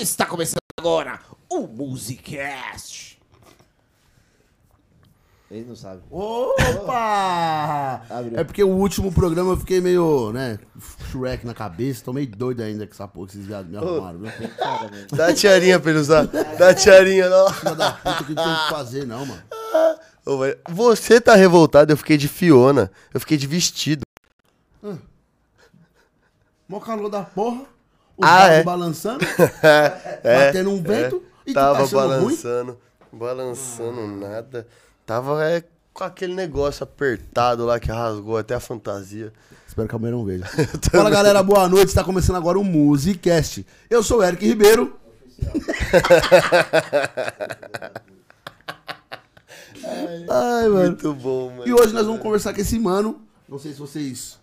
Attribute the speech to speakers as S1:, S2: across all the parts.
S1: Está começando agora o Musicast.
S2: Ele não sabe.
S3: Opa!
S2: Abriu.
S3: É porque o último programa eu fiquei meio, né, Shrek na cabeça, tô meio doido ainda com essa porra que esses viados me arrumaram, viu? Filha
S4: Dá a tiarinha pra ele usar. Dá a tiarinha, não.
S3: da puta que não tem o que fazer, não, mano.
S4: Ô, vai- Você tá revoltado, eu fiquei de Fiona. Eu fiquei de vestido.
S3: Mó calor da porra, o
S4: Ah,
S3: ah,
S4: é?
S3: balançando,
S4: É,
S3: batendo um vento e tu
S4: Tava
S3: tá achando ruim?
S4: balançando. Balançando nada. Tava é, com aquele negócio apertado lá que rasgou até a fantasia.
S3: Espero que a mulher não veja. Fala galera, boa noite. Está começando agora o Musicast. Eu sou o Eric Ribeiro. Ai, mano.
S4: Muito bom, mano.
S3: E hoje nós vamos conversar com esse mano. Não sei se vocês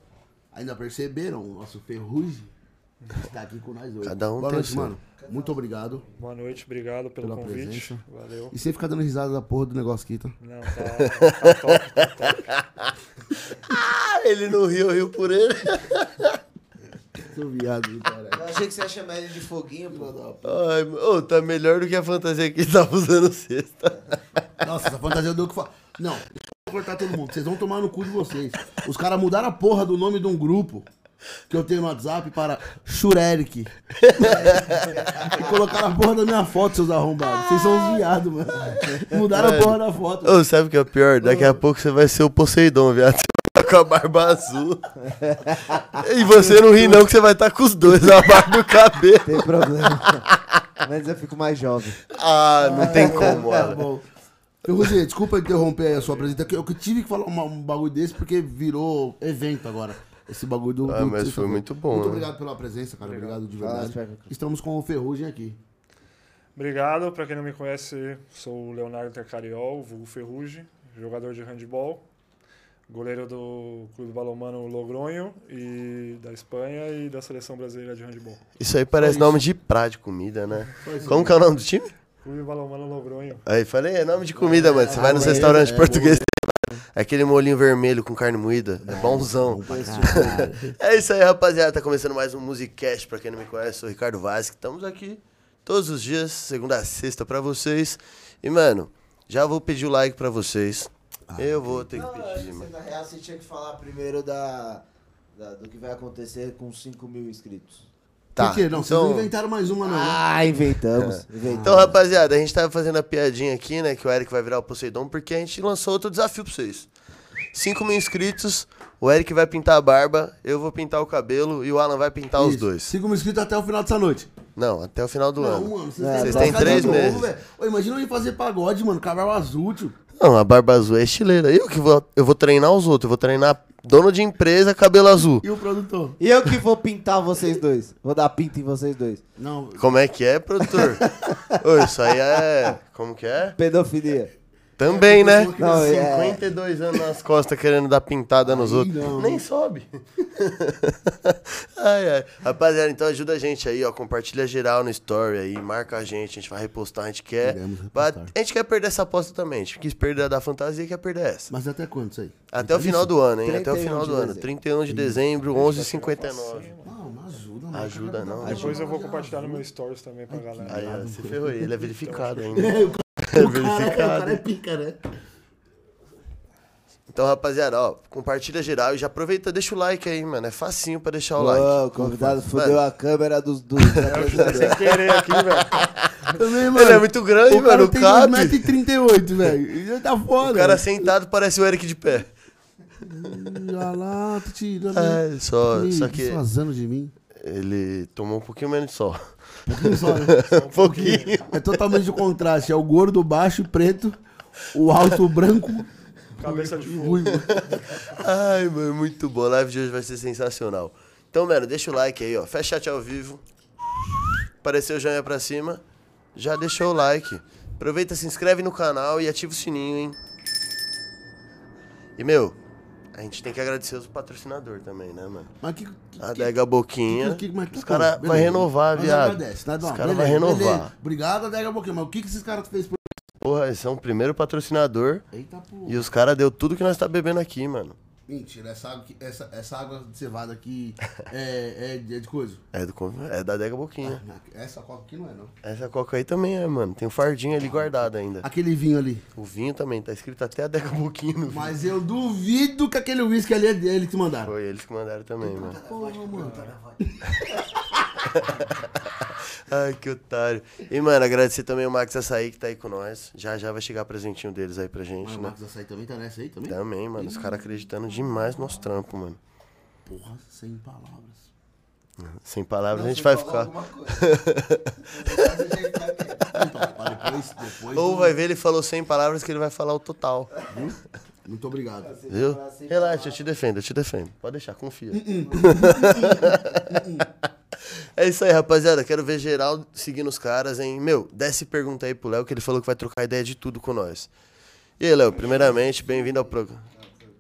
S3: ainda perceberam, o nosso Ferrugem está aqui com nós hoje.
S4: Cada um
S3: Boa
S4: tem o
S3: noite,
S4: seu.
S3: mano. Muito obrigado
S5: Boa noite, obrigado pelo
S3: pela
S5: convite.
S3: presença.
S5: Valeu.
S3: E sem ficar dando risada da porra do negócio aqui, tá?
S5: Não, tá, tá top, tá top.
S4: Ah, ele não riu, eu rio por ele.
S3: Seu viado do caralho.
S2: Eu achei que você ia chamar ele de foguinho, pô.
S4: Ai, ô, tá melhor do que a fantasia que ele tava usando sexta.
S3: Nossa, essa fantasia do que fala. Não, eu vou cortar todo mundo. Vocês vão tomar no cu de vocês. Os caras mudaram a porra do nome de um grupo que eu tenho no WhatsApp para Shureric. e colocaram a porra da minha foto, seus arrombados. Vocês são os viados, mano.
S4: É.
S3: Mudaram a porra da foto.
S4: Ô, sabe o que é o pior? Daqui
S2: Hum.
S4: a pouco você vai ser o Poseidon, viado. Você vai tá com a barba azul. E você não ri, não, que você vai estar com os dois, a barba e o cabelo.
S2: Tem problema. Mas eu fico mais jovem.
S4: Ah, não tem como,
S3: Tá
S4: olha.
S3: bom. Ferrugem, desculpa interromper aí a sua apresentação. Eu que tive que falar uma- um bagulho desse porque virou evento agora. Esse bagulho do.
S4: Ah,
S3: do-
S4: mas
S3: do-
S4: foi muito bom,
S3: Muito
S4: né?
S3: obrigado pela presença, cara. Obrigado, de
S2: Fala,
S3: verdade.
S2: Sérgio.
S3: Estamos com o Ferrugem aqui.
S5: Obrigado, pra quem não me conhece, sou o Leonardo Tercariol, vulgo Ferrugem, jogador de handball, goleiro do Clube Balomano Logronho, e da Espanha e da Seleção Brasileira de Handball.
S4: Isso aí parece nome de praia de comida, né? Como que é o nome do time?
S5: Clube Balomano Logronho.
S4: Aí falei, é nome de comida, mano.
S2: Ah,
S4: Você vai nos
S3: é,
S4: restaurantes
S3: é,
S4: portugueses. É Aquele molinho vermelho com carne moída. É bonzão. É isso aí, rapaziada. Tá começando mais um Musicast. Pra quem não me conhece, sou o Ricardo Vasque. Estamos aqui todos os dias, segunda a sexta, pra vocês. E, mano, já vou pedir o like pra vocês.
S3: Ah,
S4: Eu vou ter que
S2: Não, eu acho
S4: pedir,
S2: que você,
S4: é mano.
S2: na real, você tinha que falar primeiro da, da- do que vai acontecer com 5 mil inscritos.
S4: Tá,
S3: Por quê? Não, vocês
S4: então-
S3: não inventaram mais uma, não. né?
S2: Ah, inventamos. inventamos.
S4: Então, rapaziada, a gente tava fazendo a piadinha aqui, né? Que o Eric vai virar o Poseidon, porque a gente lançou outro desafio pra vocês. 5 mil inscritos, o Eric vai pintar a barba, eu vou pintar o cabelo e o Alan vai pintar tá os
S3: Isso.
S4: dois.
S3: Siga o meu inscrito até o final dessa noite.
S4: Não, até o final do ano.
S3: Não, mano, vocês,
S4: Vocês
S3: têm
S4: têm
S3: que
S4: três
S3: de novo,
S4: meses.
S3: velho. Ô, Imagina eu ir fazer pagode, mano, cavalo azul, tio.
S4: Não, a barba azul é estileira. Eu que vou, eu vou treinar os outros, eu vou treinar dono de empresa, cabelo azul.
S3: E o produtor?
S2: E eu que vou pintar vocês dois. Vou dar pinta em vocês dois.
S3: Não,
S4: Como é que é, produtor? Ô, isso aí é. Como que é?
S2: Pedofilia.
S4: Também, né?
S2: Não, é-
S4: 52 anos nas costas querendo dar pintada nos outros.
S3: não.
S4: Nem sobe. ai, ai. Rapaziada, então ajuda a gente aí, ó. Compartilha geral no story aí, marca a gente, a gente vai repostar, a gente quer.
S3: Iremos
S4: ba-
S3: repostar.
S4: A gente quer perder essa aposta também. A gente quis perder a da fantasia quer perder essa.
S3: mas até quando isso aí?
S4: Até o final do ano, hein? Até o
S2: 31
S4: final
S2: de
S4: do ano.
S2: dezembro.
S4: 31 de dezembro, 11h59.
S3: Não, não ajuda, não.
S4: Ajuda,
S3: Cara,
S4: não.
S3: dá-
S4: Ajuda.
S5: Depois eu vou compartilhar no meu stories também pra galera.
S4: Aí, ó, se ferrou ele, é verificado ainda.
S3: Então, O cara,
S4: É
S3: o cara é
S4: verificado.
S3: pica, né?
S4: Então, rapaziada, ó, compartilha geral e já aproveita, deixa o like aí, mano. É facinho pra deixar o like.
S2: Ô, o convidado fudeu a câmera dos dois.
S5: Sem querer aqui, velho.
S3: Também, mano.
S4: Ele é muito grande,
S3: O cara
S4: mano.
S3: tem
S4: o cabe.
S3: 1,38m, velho. Já tá foda.
S4: O cara sentado parece o Eric de pé.
S3: Já lá, tá tô tirando.
S4: É, só,
S3: me
S4: só que
S3: desfazando de mim.
S4: ele tomou um pouquinho menos de sol.
S3: né? Só-
S4: Um pouquinho.
S3: é totalmente o contraste. É o gordo baixo e preto, o alto branco
S5: Cabeça de
S3: e
S5: fogo.
S3: ruivo.
S4: Ai, mano, muito bom. A live de hoje vai ser sensacional. Então, mano, deixa o like aí, ó. Fecha chat ao vivo. Apareceu o joinha pra cima. Já deixou o like. Aproveita, se inscreve no canal e ativa o sininho, hein? E, meu, a gente tem que agradecer os patrocinadores também, né, mano?
S3: Mas que, que-
S4: A Adega Boquinha.
S3: que- que- mas que
S4: os caras
S3: coisa,
S4: vão
S3: beleza.
S4: renovar,
S3: Mas
S4: viado.
S3: agradece, tá? Não,
S4: os caras vão
S3: beleza,
S4: renovar.
S3: beleza. Obrigado, Adega Boquinha. Mas o que, que esses caras fez por...
S4: Porra, esse é um primeiro patrocinador.
S3: Eita, pô.
S4: E os caras deu tudo que nós tá bebendo aqui, mano.
S3: Mentira, essa água, aqui- essa, essa água de cevada aqui é, é, de- é de coisa.
S4: É, do, con- é da Dega Boquinha.
S3: Essa coca aqui não é, não.
S4: Essa coca aí também é, mano. Tem um fardinho
S3: Ah,
S4: ali guardado
S3: tá.
S4: ainda.
S3: Aquele vinho ali.
S4: O vinho também, tá escrito até a Dega Boquinha no vinho.
S3: Mas eu duvido que aquele uísque ali é dele que mandaram.
S4: Foi eles que mandaram também,
S3: Então
S4: mano.
S3: Porra, mano.
S4: Ai, que otário. E, mano, agradecer também o Max Açaí que tá aí com nós. Já já vai chegar presentinho deles aí pra gente,
S3: Mas o
S4: né?
S3: Marcos Açaí também tá nessa aí também?
S4: Também, mano. Os caras acreditando demais no nosso trampo, mano.
S3: Porra, sem palavras.
S4: Sem palavras, a gente
S2: Você
S4: vai
S2: falou
S4: ficar.
S2: alguma coisa. Você já está aqui.
S3: Então, pra depois, depois.
S4: Ou vai ver, ele falou sem palavras que ele vai falar o total.
S3: Muito obrigado.
S2: Você
S4: Viu?
S2: falar sem
S4: Relaxa, eu te defendo, eu te defendo. Pode deixar, confia. é isso aí, rapaziada. Quero ver geral seguindo os caras, hein? Meu, desce e pergunta aí pro Léo, que ele falou que vai trocar ideia de tudo com nós. E aí, Léo, primeiramente, bem-vindo ao programa.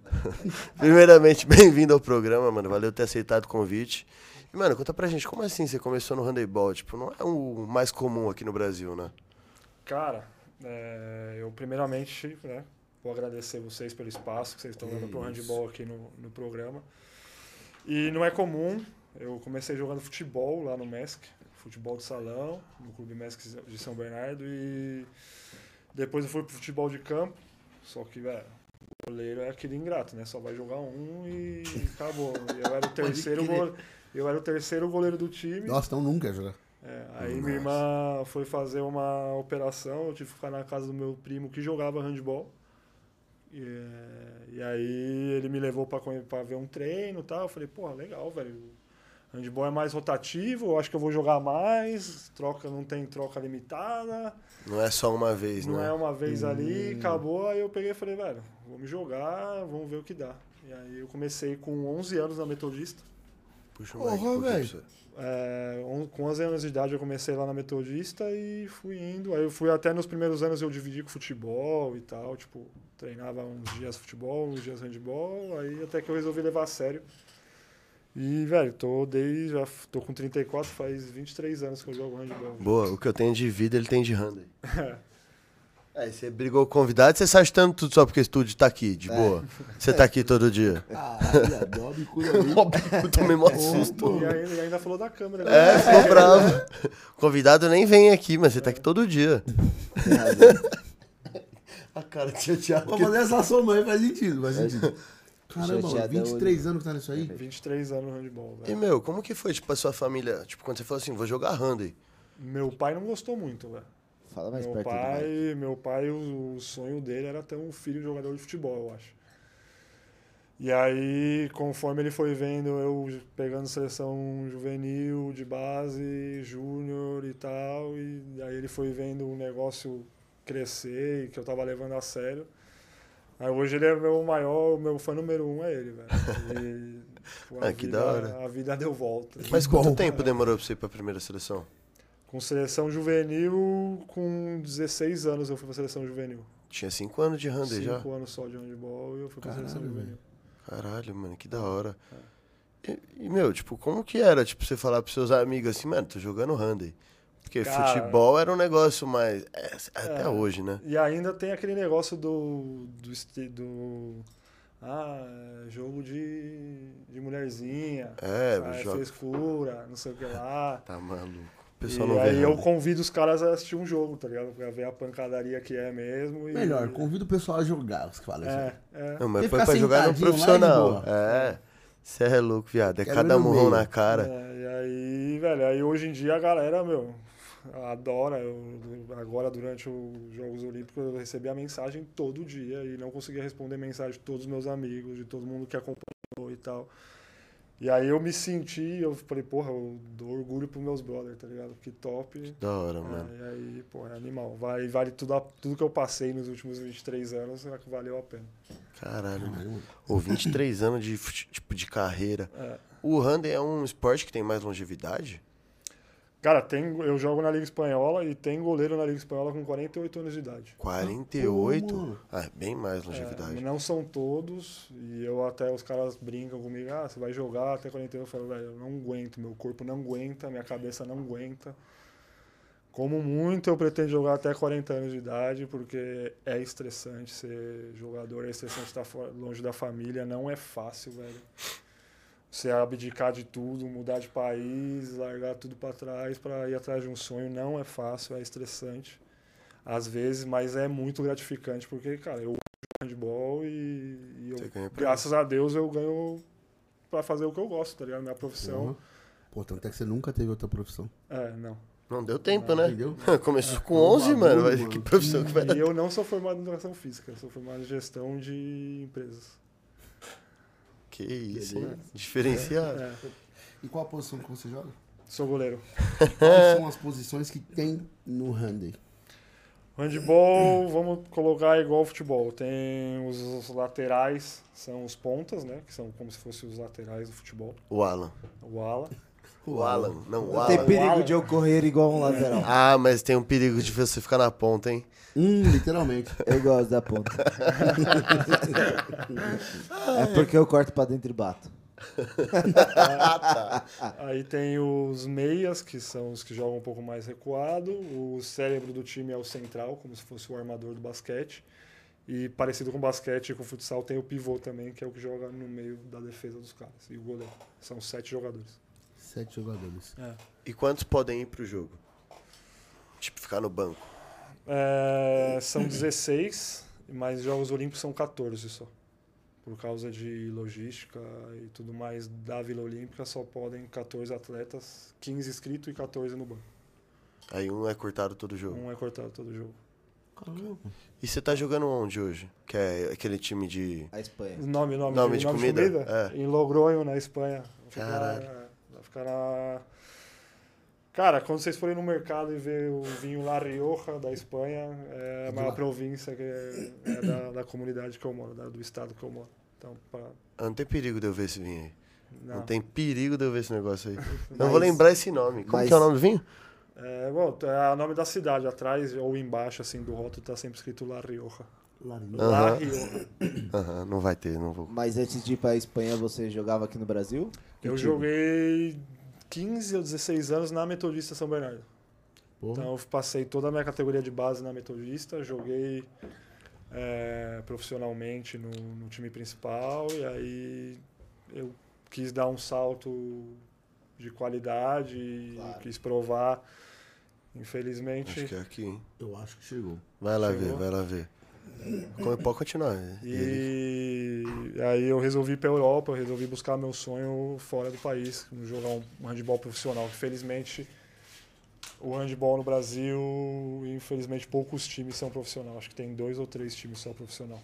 S4: primeiramente, bem-vindo ao programa, mano. Valeu ter aceitado o convite. E, mano, conta pra gente, como assim você começou no handebol? Tipo, não é o mais comum aqui no Brasil, né?
S5: Cara, é, eu primeiramente né, vou agradecer vocês pelo espaço que vocês estão dando pro handball aqui no, no programa. E não é comum, eu comecei jogando futebol lá no MESC, futebol de salão, no Clube MESC de São Bernardo, e depois eu fui pro futebol de campo, só que, velho, o goleiro é aquele ingrato, né? Só vai jogar um e acabou. E eu era o terceiro
S3: crer.
S5: goleiro. Eu era o terceiro goleiro do time.
S3: Nossa, então nunca ia jogar.
S5: É, aí minha irmã foi fazer uma operação, eu tive que ficar na casa do meu primo que jogava handball. E, é, e aí ele me levou pra conhe- pra ver um treino e tal. Eu falei, porra, legal, velho. Handball é mais rotativo, eu acho que eu vou jogar mais, troca não tem troca limitada,
S4: Não é só uma vez,
S5: não
S4: né?
S5: é uma vez ali, acabou, aí eu peguei e falei, velho, vou me jogar, vamos ver o que dá. E aí eu comecei com 11 anos na Metodista.
S4: Puxa
S3: Porra,
S4: mic um pouquinho pra
S3: velho.
S4: você.
S5: É, on- com 11 anos de idade eu comecei lá na Metodista e fui indo. Aí eu fui até nos primeiros anos eu dividi com futebol e tal, tipo, treinava uns dias futebol, uns dias handball, aí até que eu resolvi levar a sério. E, velho, tô desde, já f- tô com 34, faz 23 anos que eu jogo handball.
S4: Boa, o que eu tenho de vida, ele tem de randa. Aí você brigou com o convidado, você sai achando tudo só porque o estúdio tá aqui, de boa. Você tá aqui todo dia.
S3: Caralho, Bob cura aí.
S4: Eu tomei mó susto.
S5: E ainda, e ainda falou da câmera. né?
S4: É, ficou bravo. O convidado nem vem aqui, mas você tá aqui todo dia. A cara de chateado.
S3: Vou fazer essa soma aí, faz sentido, faz sentido. Caramba, mano,
S2: Chateadão
S3: 23 anos que tá nisso aí.
S5: 23 anos no handball,
S4: E,
S5: velho.
S4: meu, como que foi, tipo, a sua família? Tipo, quando você falou assim, vou jogar randa.
S5: Meu pai não gostou muito, velho.
S2: Fala
S4: é
S2: mais
S5: Meu
S2: perto do mic.
S5: pai, meu pai, o, o sonho dele era ter um filho jogador de futebol, eu acho. E aí, conforme ele foi vendo eu pegando seleção juvenil, de base, júnior e tal, e aí ele foi vendo o negócio crescer e que eu tava levando a sério. Aí hoje ele é meu maior, o meu fã número um é ele, velho. E, pô, a
S4: Ah, que
S5: vida-
S4: da hora.
S5: A vida deu volta.
S4: Mas quanto tempo demorou pra você ir pra primeira seleção?
S5: Com seleção juvenil, com 16 anos eu fui pra seleção juvenil.
S4: Tinha cinco anos de randa já.
S5: Cinco anos só de handball e eu fui pra seleção juvenil.
S4: Caralho, mano, que da hora. E, e, meu, tipo, como que era, tipo, você falar pros seus amigos assim, mano, tô jogando handy. Porque
S5: Cara.
S4: futebol era um negócio mais. é, até
S5: É.
S4: hoje, né?
S5: E ainda tem aquele negócio do. do. esti- do ah, é jogo de, de mulherzinha.
S4: É,
S5: ah,
S4: joga-
S5: frescura, não sei o que lá.
S4: Tá maluco. O
S5: E
S4: pessoal não
S5: aí
S4: vê.
S5: eu
S4: handy.
S5: convido os caras a assistir um jogo, tá ligado? Pra ver a pancadaria que é mesmo. e-
S3: Melhor, convida o pessoal a jogar, os que falam isso.
S4: assim.
S5: É, é.
S4: Não, mas
S3: Quer
S4: foi
S3: ficar
S4: pra jogar no
S3: sentadinho lá, de
S4: profissional.
S3: boa.
S4: É. Você é louco, viado. É
S3: Quero
S4: cada
S3: ver no
S4: murrão
S3: meio.
S4: na cara.
S5: É, e aí, velho, aí hoje em dia a galera, meu, adora. Eu, agora, durante os Jogos Olímpicos, eu recebi a mensagem todo dia e não conseguia responder mensagem de todos os meus amigos, de todo mundo que acompanhou e tal. E aí eu me senti, eu falei, porra, eu dou orgulho pros meus brothers, tá ligado? Que top.
S4: Da hora, mano.
S5: É, e aí, pô, é animal. Vale, vale tudo, a- tudo que eu passei nos últimos 23 anos, será que valeu a pena.
S4: Caralho, mano. Ô, 23 anos de, fute- tipo, de carreira.
S5: É.
S4: O handy é um esporte que tem mais longevidade?
S5: Cara, tem, eu jogo na Liga Espanhola e tem goleiro na Liga Espanhola com 48 anos de idade.
S4: 48?
S3: mano.
S4: Ah, bem mais longevidade.
S5: É, não são todos, e eu até os caras brincam comigo, ah, você vai jogar até 41, eu falo, velho, eu não aguento, meu corpo não aguenta, minha cabeça não aguenta. Como muito, eu pretendo jogar até 40 anos de idade, porque é estressante ser jogador, é estressante estar fora- longe da família, não é fácil, velho. Você abdicar de tudo, mudar de país, largar tudo pra trás pra ir atrás de um sonho, não é fácil, é estressante. Às vezes, mas é muito gratificante, porque, cara, eu amo handball e, e eu,
S4: Você ganha pra
S5: graças a Deus, eu ganho pra fazer o que eu gosto, tá ligado? Minha
S3: Porra.
S4: Uhum.
S5: profissão.
S3: Pô, tanto é que você nunca teve outra profissão.
S5: É, não.
S4: Não deu tempo, né?
S3: Entendeu?
S4: Começou com
S3: É, um
S4: 11, mano.
S3: bagulho,
S4: mas Que
S3: mano.
S4: profissão que vai dar.
S5: E eu não sou formado em educação física, sou formado em gestão de empresas.
S4: Que isso, hein? Diferenciado.
S5: É,
S3: E qual a posição que você joga?
S5: sou goleiro.
S3: Quais são as posições que tem no Handy?
S5: Handball, vamos colocar igual ao futebol. Tem os, os laterais, são os pontas, né? Que são como se fossem os laterais do futebol.
S4: O Alan.
S5: O ala.
S4: O Alan. Não, o
S2: Não tem
S4: Alan.
S2: perigo de eu correr igual um lateral.
S4: Ah, mas tem um perigo de você ficar na ponta, hein?
S3: Hum, literalmente.
S2: Eu gosto da ponta. é porque eu corto pra dentro e bato.
S5: Aí tem os meias, que são os que jogam um pouco mais recuado. O cérebro do time é o central, como se fosse o armador do basquete. E parecido com o basquete e com o futsal, tem o pivô também, que é o que joga no meio da defesa dos caras. E o goleiro. São sete jogadores.
S3: Sete jogadores.
S4: E quantos podem ir pro jogo? Tipo, ficar no banco.
S5: É, são 16, mas Jogos Olímpicos são 14 só. Por causa de logística e tudo mais da Vila Olímpica, só podem 14 atletas, 15 inscritos e 14 no banco.
S4: Aí um é cortado todo jogo.
S5: Um é cortado todo jogo.
S3: Caramba.
S4: E você tá jogando onde hoje? Que é aquele time de.
S2: A Espanha.
S5: Nome, nome,
S4: Nome de comida? É.
S5: Em Logronho, na Espanha. Vai ficar-
S4: Caralho.
S5: Vai ficar na... Cara, quando vocês forem no mercado e ver o vinho La Rioja, da Espanha, é a maior província que é, é da, da comunidade que eu moro, da- do estado que eu moro. Então, pra...
S4: Ah, não tem perigo de eu ver esse vinho aí. Não,
S5: não.
S4: tem perigo de eu ver esse negócio aí. Não
S2: Mas-
S4: vou lembrar esse nome. Como
S2: mas-
S4: que é o nome do vinho?
S5: É, bom, é o nome da cidade, atrás ou embaixo, assim, do rótulo, tá sempre escrito La Rioja.
S3: Larinho.
S5: La
S4: Aham.
S5: Rioja.
S4: Aham, não vai ter, não vou.
S2: Mas antes de ir pra Espanha, você jogava aqui no Brasil?
S5: Eu
S2: time?
S5: joguei 15 ou 16 anos na Metodista São Bernardo.
S3: Porra.
S5: Então eu passei toda a minha categoria de base na Metodista, joguei é, profissionalmente no, no time principal e aí eu quis dar um salto de qualidade e
S2: Claro.
S5: quis provar.
S4: Acho que
S5: Infelizmente,
S4: é aqui, hein?
S3: Eu acho que chegou.
S4: Vai lá
S5: Chegou.
S4: ver, vai lá ver. Como- Pode continuar. né?
S5: E aí eu resolvi ir pra Europa, eu resolvi buscar meu sonho fora do país, jogar um um handball profissional. Infelizmente, o handball no Brasil, infelizmente, poucos times são profissionais. Acho que tem dois ou três times só profissional.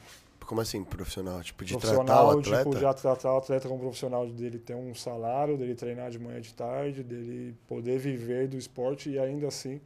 S4: Como assim, profissional? Tipo, de tratar o
S5: profissional,
S4: atleta?
S5: tipo, já tratar o atleta como profissional, dele ter um salário, dele treinar de manhã e de tarde, dele poder viver do esporte e ainda assim,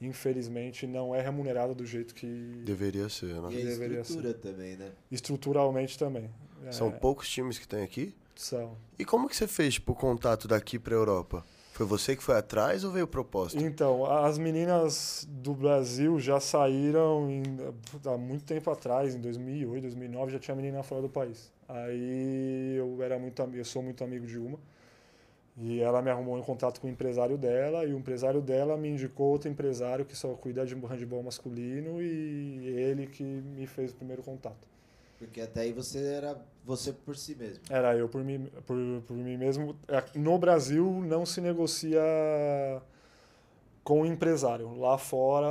S5: infelizmente, não é remunerado do jeito que
S4: Deveria ser, né?
S2: E a
S5: Deveria
S2: estrutura também, né?
S5: estruturalmente também. É,
S4: São poucos times que tem aqui.
S5: são.
S4: E como que você fez, tipo, o contato daqui pra Europa? Foi você que foi atrás ou veio proposta?
S5: Então, as meninas do Brasil já saíram em, puta, há muito tempo atrás, em 2008, 2009, já tinha menina fora do país. Aí eu era muito ami- eu sou muito amigo de uma. E ela me arrumou em contato com o empresário dela, e o empresário dela me indicou outro empresário que só cuida de handball masculino, e ele que me fez o primeiro contato.
S2: Porque até aí você era você por si mesmo.
S5: Era eu por mim, por, por mim mesmo. É, No Brasil não se negocia com o empresário. Lá fora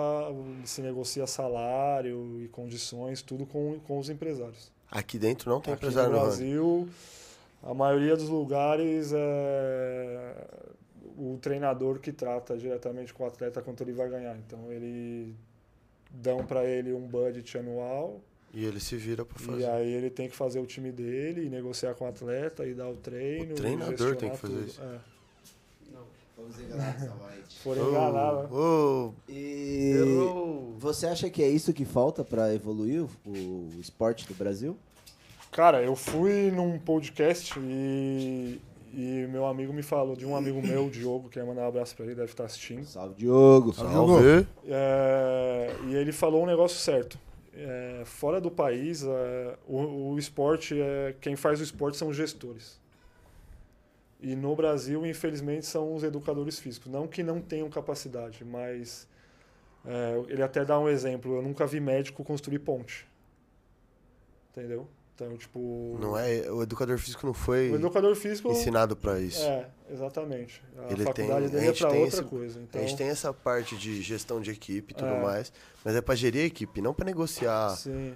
S5: se negocia salário e condições, tudo com, com os empresários.
S4: Aqui dentro não tem
S5: Aqui no
S4: empresário né, no ramo.
S5: Brasil, a maioria dos lugares é o treinador que trata diretamente com o atleta quanto ele vai ganhar. Então ele dão para ele um budget anual
S4: E ele se vira pra
S5: e
S4: fazer.
S5: aí ele tem que fazer o time dele, e negociar com o atleta e dar o treino.
S4: O
S5: e
S4: treinador
S5: gestionar
S4: tem que fazer
S5: tudo.
S4: isso.
S5: É.
S2: Vamos enganar novamente.
S5: Por enganar, né?
S4: Ô, ô,
S2: E
S4: errou.
S2: você acha que é isso que falta pra evoluir o, o esporte do Brasil?
S5: Cara, eu fui num podcast e, e meu amigo me falou, de um amigo meu, Diogo, queria mandar um abraço pra ele, deve estar assistindo.
S2: Salve, Diogo!
S4: Salve.
S5: É, e ele falou um negócio certo. É, fora do país, é, o, o esporte, é, quem faz o esporte são os gestores. E no Brasil, infelizmente, são os educadores físicos. Não que não tenham capacidade, mas É, ele até dá um exemplo. Eu nunca vi médico construir ponte. Entendeu? Então, tipo.
S4: Não é, o educador físico não foi
S5: O educador físico.
S4: ensinado pra isso.
S5: É, exatamente. A
S4: Ele tem, a
S5: faculdade dele é
S4: gente
S5: pra
S4: tem
S5: outra
S4: esse-
S5: coisa. Então,
S4: A gente tem essa parte de gestão de equipe e tudo
S5: É.
S4: mais, mas é pra gerir a equipe, não pra negociar.
S5: Sim.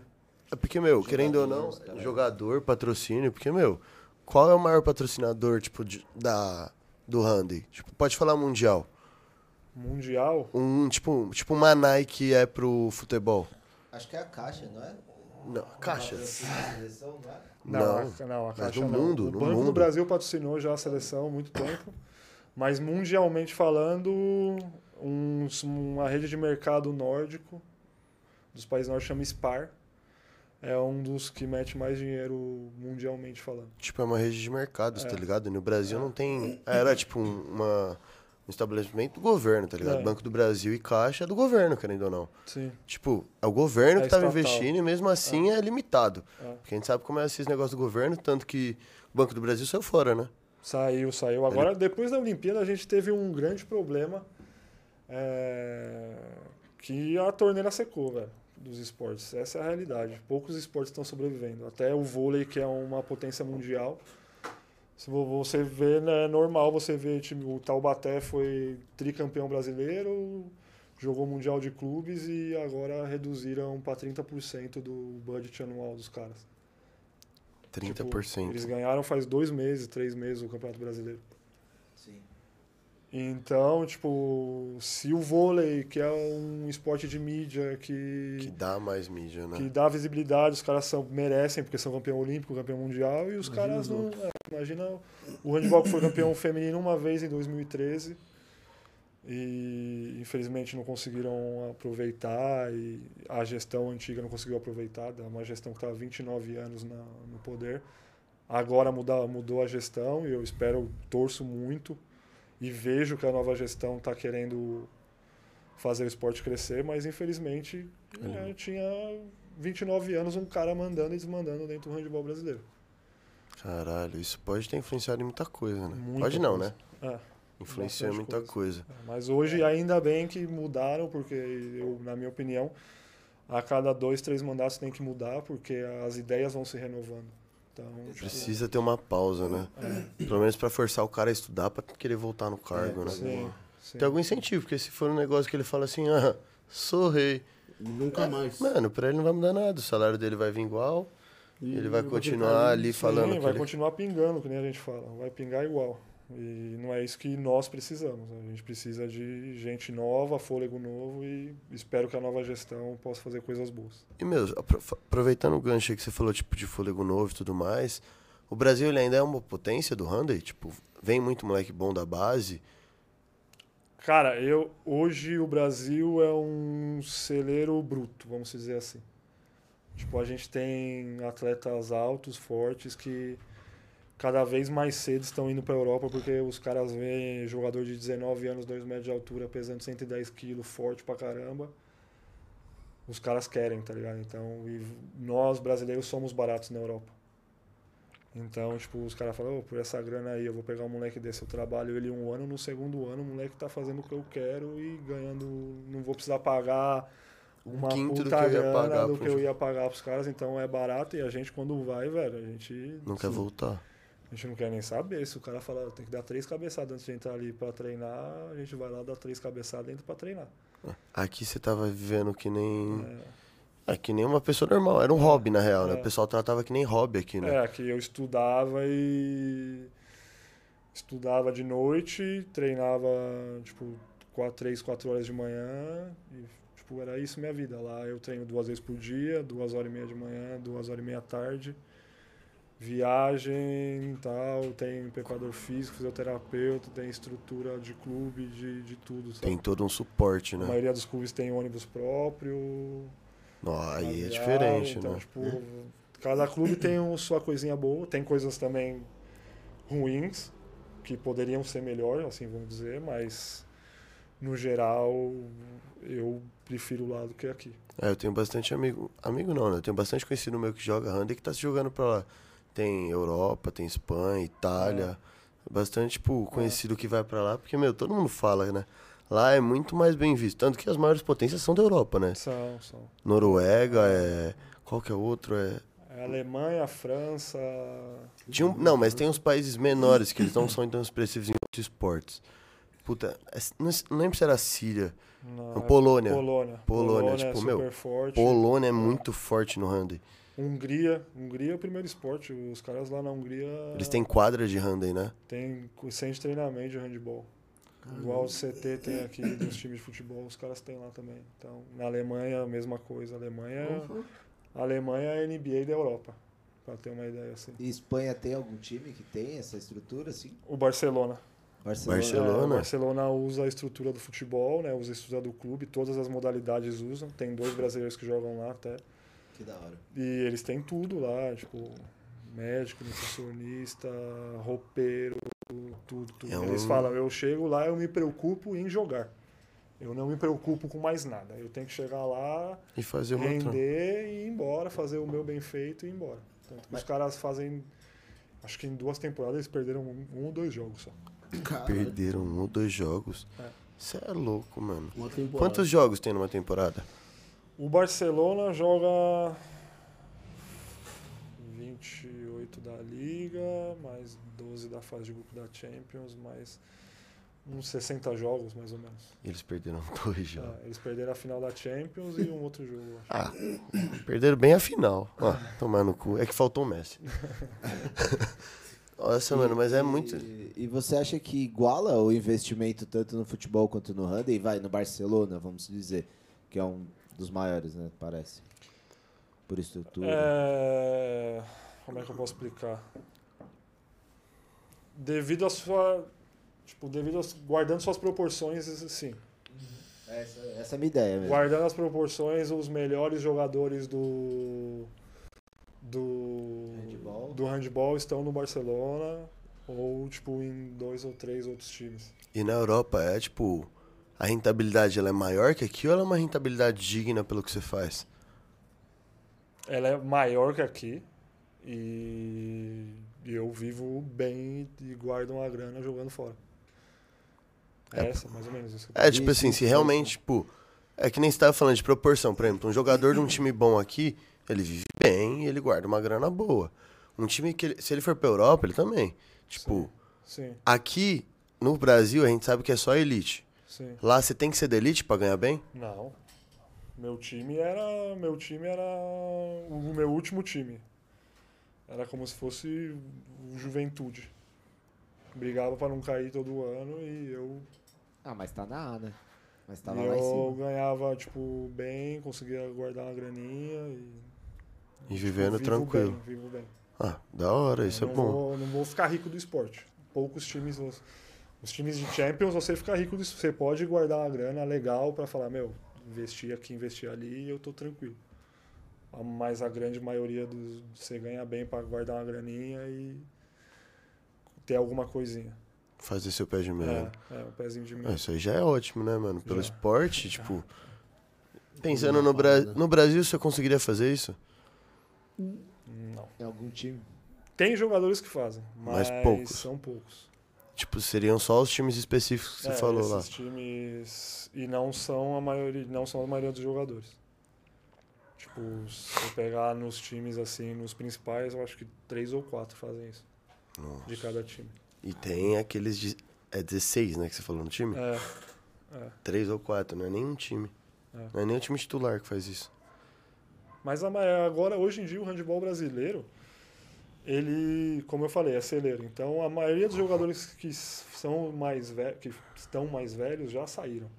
S4: É porque, meu, querendo ou não, jogador, patrocínio, porque, meu, qual é o maior patrocinador, tipo, de- da, do Handy? Tipo, pode falar mundial.
S5: Mundial.
S4: Um, tipo, tipo uma Nike é pro futebol.
S2: Acho que é a caixa, não é?
S4: Não, caixa.
S2: A seleção, não é?
S5: Não,
S4: Não,
S5: a, não, a
S4: mas
S5: Caixa
S4: no
S5: não.
S4: mundo,
S5: o
S4: no
S5: Banco
S4: mundo.
S5: do Brasil patrocinou já a seleção há muito tempo. Mas mundialmente falando, um- uma rede de mercado nórdicos dos países nórdicos chama SPAR. É um dos que mete mais dinheiro mundialmente falando.
S4: Tipo, é uma rede de mercados,
S5: É.
S4: tá ligado? E no Brasil não tem. Era tipo um- uma, um estabelecimento do governo, tá ligado?
S5: É.
S4: Banco do Brasil e Caixa é do governo, querendo ou não.
S5: Sim.
S4: Tipo, é o governo
S5: É
S4: que tava
S5: estatal.
S4: investindo e mesmo assim é, limitado.
S5: É.
S4: Porque a gente sabe como é esses negócios do governo, tanto que o Banco do Brasil saiu fora, né?
S5: Tipo, Saiu, saiu. Agora, depois da Olimpíada, a gente teve um grande problema é, que a torneira secou, velho, dos esportes. Essa é a realidade. Poucos esportes estão sobrevivendo. Até o vôlei, que é uma potência mundial. Se vo- você vê, né, é normal você ver time, o Taubaté foi tricampeão brasileiro, jogou Mundial de Clubes e agora reduziram para 30% do budget anual dos caras. Tipo,
S4: 30%.
S5: eles ganharam faz dois meses, três meses o Campeonato Brasileiro.
S2: Sim.
S5: Então, tipo, se o vôlei, que é um esporte de mídia
S4: Que
S5: que,
S4: dá mais mídia, né?
S5: que dá visibilidade, os caras são, merecem, porque são campeão olímpico, campeão mundial, e os
S3: Imagina
S5: caras
S3: os
S5: não. é, imagina o handball que foi campeão feminino uma vez em 2013. E infelizmente não conseguiram aproveitar, e a gestão antiga não conseguiu aproveitar, é uma gestão que estava 29 anos na- no poder. Agora muda, mudou a gestão e eu espero, torço muito e vejo que a nova gestão está querendo fazer o esporte crescer, mas infelizmente é, tinha 29 anos um cara mandando e desmandando dentro do handebol brasileiro.
S4: Caralho, isso pode ter influenciado em muita coisa, né?
S5: Muita
S4: pode não,
S5: coisa.
S4: né?
S5: É,
S4: Influenciou em
S5: bastante
S4: muita coisa.
S5: mas hoje ainda bem que mudaram, porque eu, na minha opinião, a cada dois, três mandatos tem que mudar, porque as ideias vão se renovando. Então, tipo,
S4: Precisa ter uma pausa, né?
S5: É.
S4: Pelo menos pra forçar o cara a estudar pra querer voltar no cargo, né?
S5: sim, sim.
S4: Tem algum incentivo, porque se for um negócio que ele fala assim, ah, sou rei.
S3: Nunca mais.
S4: Mano, pra ele não vai mudar nada. O salário dele vai vir igual.
S3: E
S4: ele vai
S3: eu vou
S4: continuar
S3: tentar
S4: ali
S3: isso
S4: falando.
S5: Sim,
S4: que
S5: vai
S4: ele-
S5: continuar pingando, que nem a gente fala. Vai pingar igual. E não é isso que nós precisamos. A gente precisa de gente nova, fôlego novo e espero que a nova gestão possa fazer coisas boas.
S4: E, meu, apro- aproveitando o gancho aí que você falou, tipo, de fôlego novo e tudo mais, o Brasil ele ainda é uma potência do handball? Tipo, vem muito moleque bom da base.
S5: Cara, eu hoje o Brasil é um celeiro bruto, vamos dizer assim. Tipo, a gente tem atletas altos, fortes que cada vez mais cedo estão indo para Europa porque os caras veem jogador de 19 anos, 2 metros de altura, pesando 110 quilos, forte pra caramba. Os caras querem, tá ligado? Então, e nós brasileiros somos baratos na Europa. Então, tipo, os caras falam, "Ô, por essa grana aí, eu vou pegar um moleque desse, eu trabalho ele um ano, no segundo ano o moleque tá fazendo o que eu quero e ganhando, não vou precisar pagar
S4: Um
S5: uma
S4: quinto do
S5: puta
S4: que eu ia
S5: grana
S4: pagar
S5: do
S4: pra
S5: que
S4: um
S5: eu
S4: jo-
S5: ia pagar pros caras, então é barato e a gente quando vai, velho, a gente
S4: Não quer voltar.
S5: a gente não quer nem saber. Se o cara falar, tem que dar três cabeçadas antes de entrar ali pra treinar, a gente vai lá dar três cabeçadas e entra pra treinar.
S4: Aqui você tava vivendo que nem.
S5: É,
S4: É, que nem uma pessoa normal. Era um hobby, na real, né?
S5: É.
S4: O pessoal tratava que nem hobby aqui, né?
S5: É, que eu estudava e. Estudava de noite, treinava, tipo, quatro, três, quatro horas de manhã. E, tipo, era isso minha vida. Lá eu treino duas vezes por dia, duas horas e meia de manhã, duas horas e meia à tarde. Viagem e tal, tem preparador físico, fisioterapeuta, tem estrutura de clube, de, de tudo. Sabe?
S4: Tem todo um suporte,
S5: A
S4: né?
S5: maioria dos clubes tem ônibus próprio.
S4: Nó, aí é
S5: aviário,
S4: diferente,
S5: então,
S4: né?
S5: Tipo, cada clube tem um, sua coisinha boa, tem coisas também ruins, que poderiam ser melhor, assim vamos dizer, mas no geral eu prefiro lá do que aqui.
S4: É, eu tenho bastante amigo. Amigo não, né? Eu tenho bastante conhecido meu que joga Handy que tá se jogando pra lá. Tem Europa, tem Espanha, Itália. Bastante, tipo, conhecido que vai pra lá, porque, meu, todo mundo fala, né? lá é muito mais bem visto. Tanto que as maiores potências são da Europa, né?
S5: São, são.
S4: Noruega, é. Qual que é o outro? É.
S5: É Alemanha, França.
S4: Tinha um- Não, mas tem uns países menores que eles não são tão expressivos em outros esportes. Puta, é- não não lembro se era a Síria.
S5: na-
S4: Não, Polônia.
S5: Ah, Polônia.
S4: Polônia, tipo,
S5: é
S4: meu,
S5: super forte.
S4: Polônia é muito forte no handball.
S5: Hungria. Hungria é o primeiro esporte. Os caras lá na Hungria
S4: Eles têm quadra de handball, né?
S5: tem centro de treinamento de handball. Igual o CT tem aqui dos times de futebol, os caras têm lá também. Então, na Alemanha, a mesma coisa. A Alemanha, a Alemanha é a NBA da Europa, pra ter uma ideia assim.
S2: E Espanha tem algum time que tem essa estrutura, assim?
S5: O Barcelona.
S2: Barcelona.
S4: Barcelona.
S5: É, o Barcelona usa a estrutura do futebol, né? Usa a estrutura do clube, todas as modalidades usam. Tem dois brasileiros que jogam lá até.
S2: Que da hora.
S5: E eles têm tudo lá, tipo, médico, nutricionista, roupeiro, tudo, tudo.
S4: É um-
S5: Eles falam, eu chego lá, eu me preocupo em jogar. Eu não me preocupo com mais nada. Eu tenho que chegar lá,
S4: E fazer uma outra.
S5: render e ir embora, fazer o meu bem feito e ir embora. Tanto que os caras fazem. Acho que em duas temporadas eles perderam um um ou dois jogos só.
S4: Perderam um ou dois jogos.
S5: Ah, É.
S4: Você é. louco, mano.
S3: Uma temporada.
S4: Quantos jogos tem numa temporada?
S5: O Barcelona joga 28 da Liga, mais 12 da fase de grupo da Champions, mais uns 60 jogos, mais ou menos.
S4: Eles perderam dois jogos.
S5: É, eles perderam a final da Champions e um outro jogo, eu acho.
S4: Ah, perderam bem a final. Ó, tomar no cu. É que faltou o Messi. Nossa, mano, mas é muito.
S2: E, e você acha que iguala o investimento tanto no futebol quanto no handball? E vai no Barcelona, vamos dizer, que é um dos maiores, né? Parece. Por estrutura.
S5: É, Como é que eu posso explicar? Devido à sua. Tipo, devido às- guardando suas proporções, sim.
S2: Essa, essa é a minha ideia mesmo.
S5: Guardando as proporções, os melhores jogadores do. Do
S2: Handball.
S5: do handball estão no Barcelona ou tipo em dois ou três outros times.
S4: E na Europa é tipo. A rentabilidade ela é maior que aqui ou ela é uma rentabilidade digna pelo que você faz?
S5: Ela é maior que aqui e e eu vivo bem e guardo uma grana jogando fora. É essa, mais ou menos isso. que eu
S4: É, tipo assim, se realmente, tipo. É que nem você tava falando de proporção. Por exemplo, um jogador de um time bom aqui, ele vive bem e ele guarda uma grana boa. Um time que, ele- se ele for pra Europa, ele também. Tipo,
S5: Sim,
S4: aqui no Brasil, a gente sabe que é só elite.
S5: sim.
S4: Lá você tem que ser da elite pra ganhar bem?
S5: Não. Meu time era. Meu time era. O meu último time. Era como se fosse o Juventude. Brigava pra não cair todo ano e eu,
S2: Ah, mas tá na A, né? Mas
S5: e
S2: tava lá em
S5: eu
S2: cima.
S5: ganhava, tipo, bem, conseguia guardar uma graninha e.
S4: E vivendo
S5: Tipo, vivo
S4: tranquilo.
S5: Bem, vivo bem.
S4: Ah, da hora, isso é
S5: não
S4: bom.
S5: Vou, não vou ficar rico do esporte. Poucos times. Os, os times de Champions, você fica rico do Você pode guardar uma grana legal pra falar, meu, investir aqui, investir ali e eu tô tranquilo. A- Mas a grande maioria dos. Você ganha bem pra guardar uma graninha e ter alguma coisinha.
S4: Fazer seu pé de meia.
S5: É, é, um pezinho de
S4: Ah,
S5: meia.
S4: Isso aí já é ótimo, né, mano? Pelo
S5: Já. é
S4: esporte, tipo. Pensando no, Bra... no Brasil, você conseguiria fazer isso?
S5: Não.
S2: Tem algum time.
S5: Tem jogadores que fazem,
S4: Mas
S5: mas,
S4: poucos.
S5: são poucos.
S4: Tipo, seriam só os times específicos que você
S5: É,
S4: falou
S5: esses
S4: lá.
S5: times e não são a maioria, não são a maioria dos jogadores. Tipo, se eu pegar nos times assim, nos principais, eu acho que três ou quatro fazem isso de cada time.
S4: E tem aqueles. De... É 16, né, que você falou no time?
S5: É,
S4: Três ou quatro, não é nenhum time.
S5: É.
S4: Não é nem o time titular que faz isso.
S5: mas a ma- agora hoje em dia o handebol brasileiro ele, como eu falei, é celeiro. Então a maioria dos jogadores que s- são mais ve- que estão mais velhos já saíram.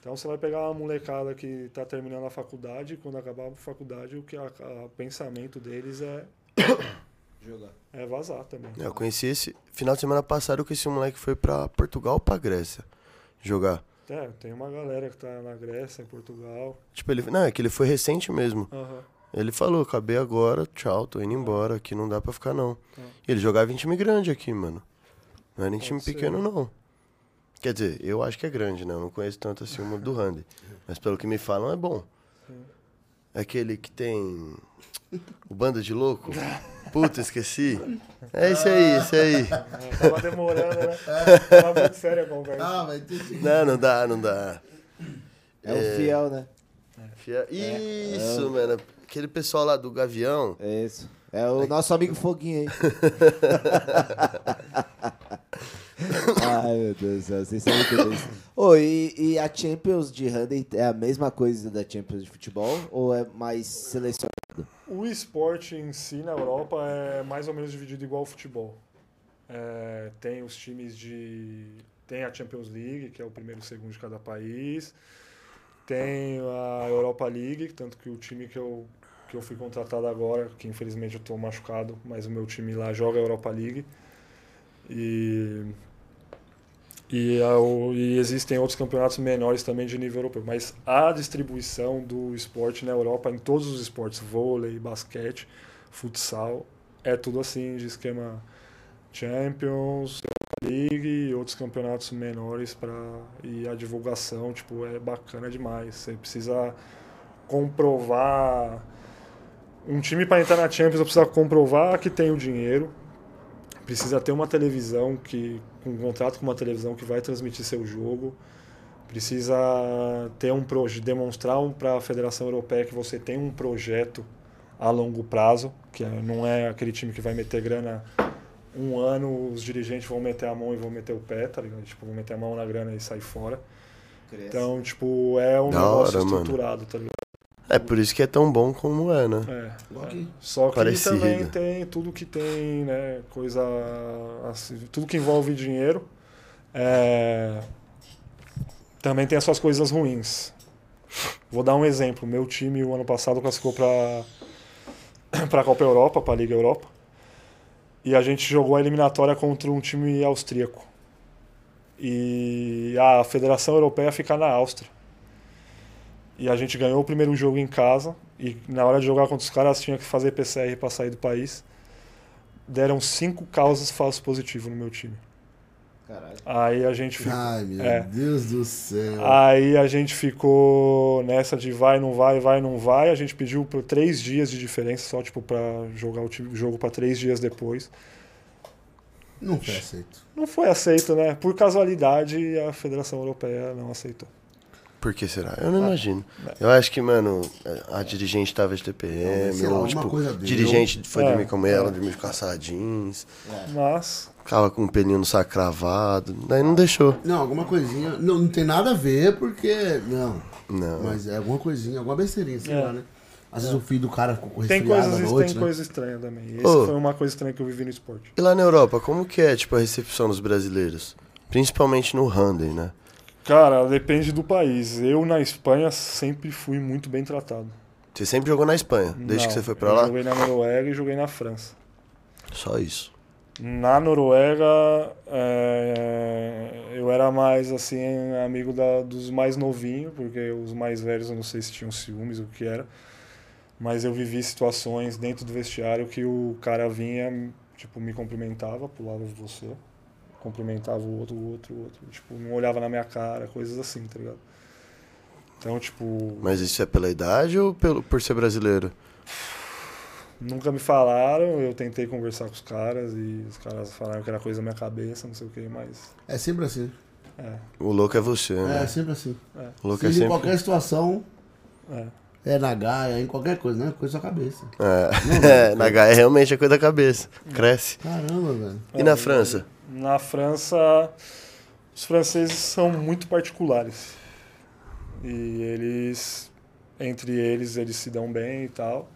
S5: Então você vai pegar uma molecada que está terminando a faculdade, e quando acabar a faculdade, o que a- a- o pensamento deles é
S2: Jogar.
S5: É vazar também.
S4: Eu conheci esse. Final de semana passado, eu conheci um moleque que foi pra Portugal ou pra Grécia jogar.
S5: É, tem uma galera que tá na Grécia, em Portugal.
S4: Tipo, ele. Não, é que ele foi recente mesmo.
S5: Aham.
S4: Ele falou, acabei agora, tchau, tô indo embora, aqui não dá pra ficar não.
S5: Tá.
S4: E ele jogava em time grande aqui, mano. Não era em time
S5: ser.
S4: pequeno, não. Quer dizer, eu acho que é grande, né? Eu não conheço tanto assim o mundo do Randy. Mas pelo que me falam, é bom. É
S5: Sim.
S4: Aquele que tem. O Bando de Louco. Puta, esqueci. É isso aí, isso aí.
S5: Tava demorando, né? Tava muito séria a conversa.
S3: Ah, vai ter.
S4: Não, não dá, não dá.
S2: É o fiel, né?
S4: Fia-
S5: É.
S4: Isso, mano. Aquele pessoal lá do Gavião.
S2: É isso. É o nosso amigo Foguinho aí. Ai, meu Deus do céu, vocês são muito doidos. Ô, e, e a Champions de Handey é a mesma coisa da Champions de futebol? Ou é mais selecionado?
S5: O esporte em si na Europa é mais ou menos dividido igual ao futebol. É, tem os times de. Tem a Champions League, que é o primeiro e o segundo de cada país. Tem a Europa League, tanto que o time que eu, que eu fui contratado agora, que infelizmente eu estou machucado, mas o meu time lá joga a Europa League. E. E, a- o- e existem outros campeonatos menores também de nível europeu, mas a distribuição do esporte na Europa, em todos os esportes, vôlei, basquete, futsal, é tudo assim, de esquema Champions, Europa League e outros campeonatos menores para e a divulgação, tipo, é bacana demais. Você precisa comprovar um time para entrar na Champions, precisa comprovar que tem o dinheiro, precisa ter uma televisão que um contrato com uma televisão que vai transmitir seu jogo precisa ter um proje demonstrar para a Federação Europeia que você tem um projeto a longo prazo que é- não é aquele time que vai meter grana um ano os dirigentes vão meter a mão e vão meter o pé tá ligado tipo vão meter a mão na grana e sair fora então tipo é um
S4: Da
S5: negócio
S4: hora, mano.
S5: estruturado tá ligado
S4: É por isso que é tão bom como é, né?
S5: É.
S3: Igual que-
S5: Só que
S4: Parecido.
S5: também tem tudo que tem, né? Coisa. assim, tudo que envolve dinheiro. É, Também tem as suas coisas ruins. Vou dar um exemplo. Meu time, o ano passado, classificou para a Copa Europa, para a Liga Europa. E a gente jogou a eliminatória contra um time austríaco. E a Federação Europeia fica na Áustria. E a gente ganhou o primeiro jogo em casa. E na hora de jogar contra os caras, tinha que fazer PCR para sair do país. Deram cinco causas falso positivo no meu time.
S2: Caralho.
S5: Aí a gente ficou.
S3: Ai, meu
S5: É. Ah.
S3: Deus do céu.
S5: Aí a gente ficou nessa de vai, não vai, vai, não vai. A gente pediu por três dias de diferença, só tipo para jogar o time- o jogo para três dias depois.
S3: Não foi aceito.
S5: Não foi aceito, né? Por casualidade, a Federação Europeia não aceitou.
S4: Por que será? Eu
S3: Ah,
S4: não imagino. Eu acho que, mano, a a dirigente tava de TPM,
S3: Sei lá,
S4: ou,
S3: alguma
S4: tipo,
S3: coisa deu.
S4: dirigente foi
S5: É,
S4: dormir com ela, dormir com caçadinhos,
S3: É.
S5: Mas
S4: ficava com o pelinho no saco cravado, daí não deixou.
S3: Não, alguma coisinha. Não, não tem nada a ver, porque. Não.
S4: Não.
S3: Mas é alguma coisinha, alguma besteirinha, sei
S5: É.
S3: lá, né? Às vezes o filho do cara ficou com
S5: tem
S3: resfriado
S5: coisas,
S3: à
S5: tem
S3: noite, né?
S5: coisa estranha também. Isso
S4: Ô.
S5: foi uma coisa estranha que eu vivi no esporte.
S4: E lá na Europa, como que é, tipo, a recepção dos brasileiros? Principalmente no Handel, né?
S5: Cara, depende do país. Eu na Espanha sempre fui muito bem tratado.
S4: Você sempre jogou na Espanha, desde
S5: Não,
S4: que você foi pra
S5: eu
S4: lá?
S5: Joguei na Noruega e joguei na França.
S4: Só isso.
S5: Na Noruega, é, eu era mais assim, amigo da- dos mais novinhos, porque os mais velhos eu não sei se tinham ciúmes, o que era. Mas eu vivi situações dentro do vestiário que o cara vinha, tipo, me cumprimentava, pulava de você, cumprimentava o outro, o outro, o outro. Tipo, não olhava na minha cara, coisas assim, tá ligado? Então, tipo,
S4: Mas isso é pela idade ou pelo, por ser brasileiro?
S5: Nunca me falaram, eu tentei conversar com os caras e os caras falaram que era coisa da minha cabeça, não sei o que, mas.
S3: É sempre assim.
S4: O louco é você,
S3: É,
S4: né?
S3: sempre assim.
S4: o louco é
S3: Seja em
S4: sempre...
S3: qualquer situação,
S5: É.
S3: é na gaia, em qualquer coisa, né? Coisa da cabeça.
S4: É, na Gaia realmente é coisa da cabeça. Cresce.
S3: Caramba, velho.
S4: E na França?
S5: Na França, os franceses são muito particulares. E eles, entre eles, eles se dão bem e tal.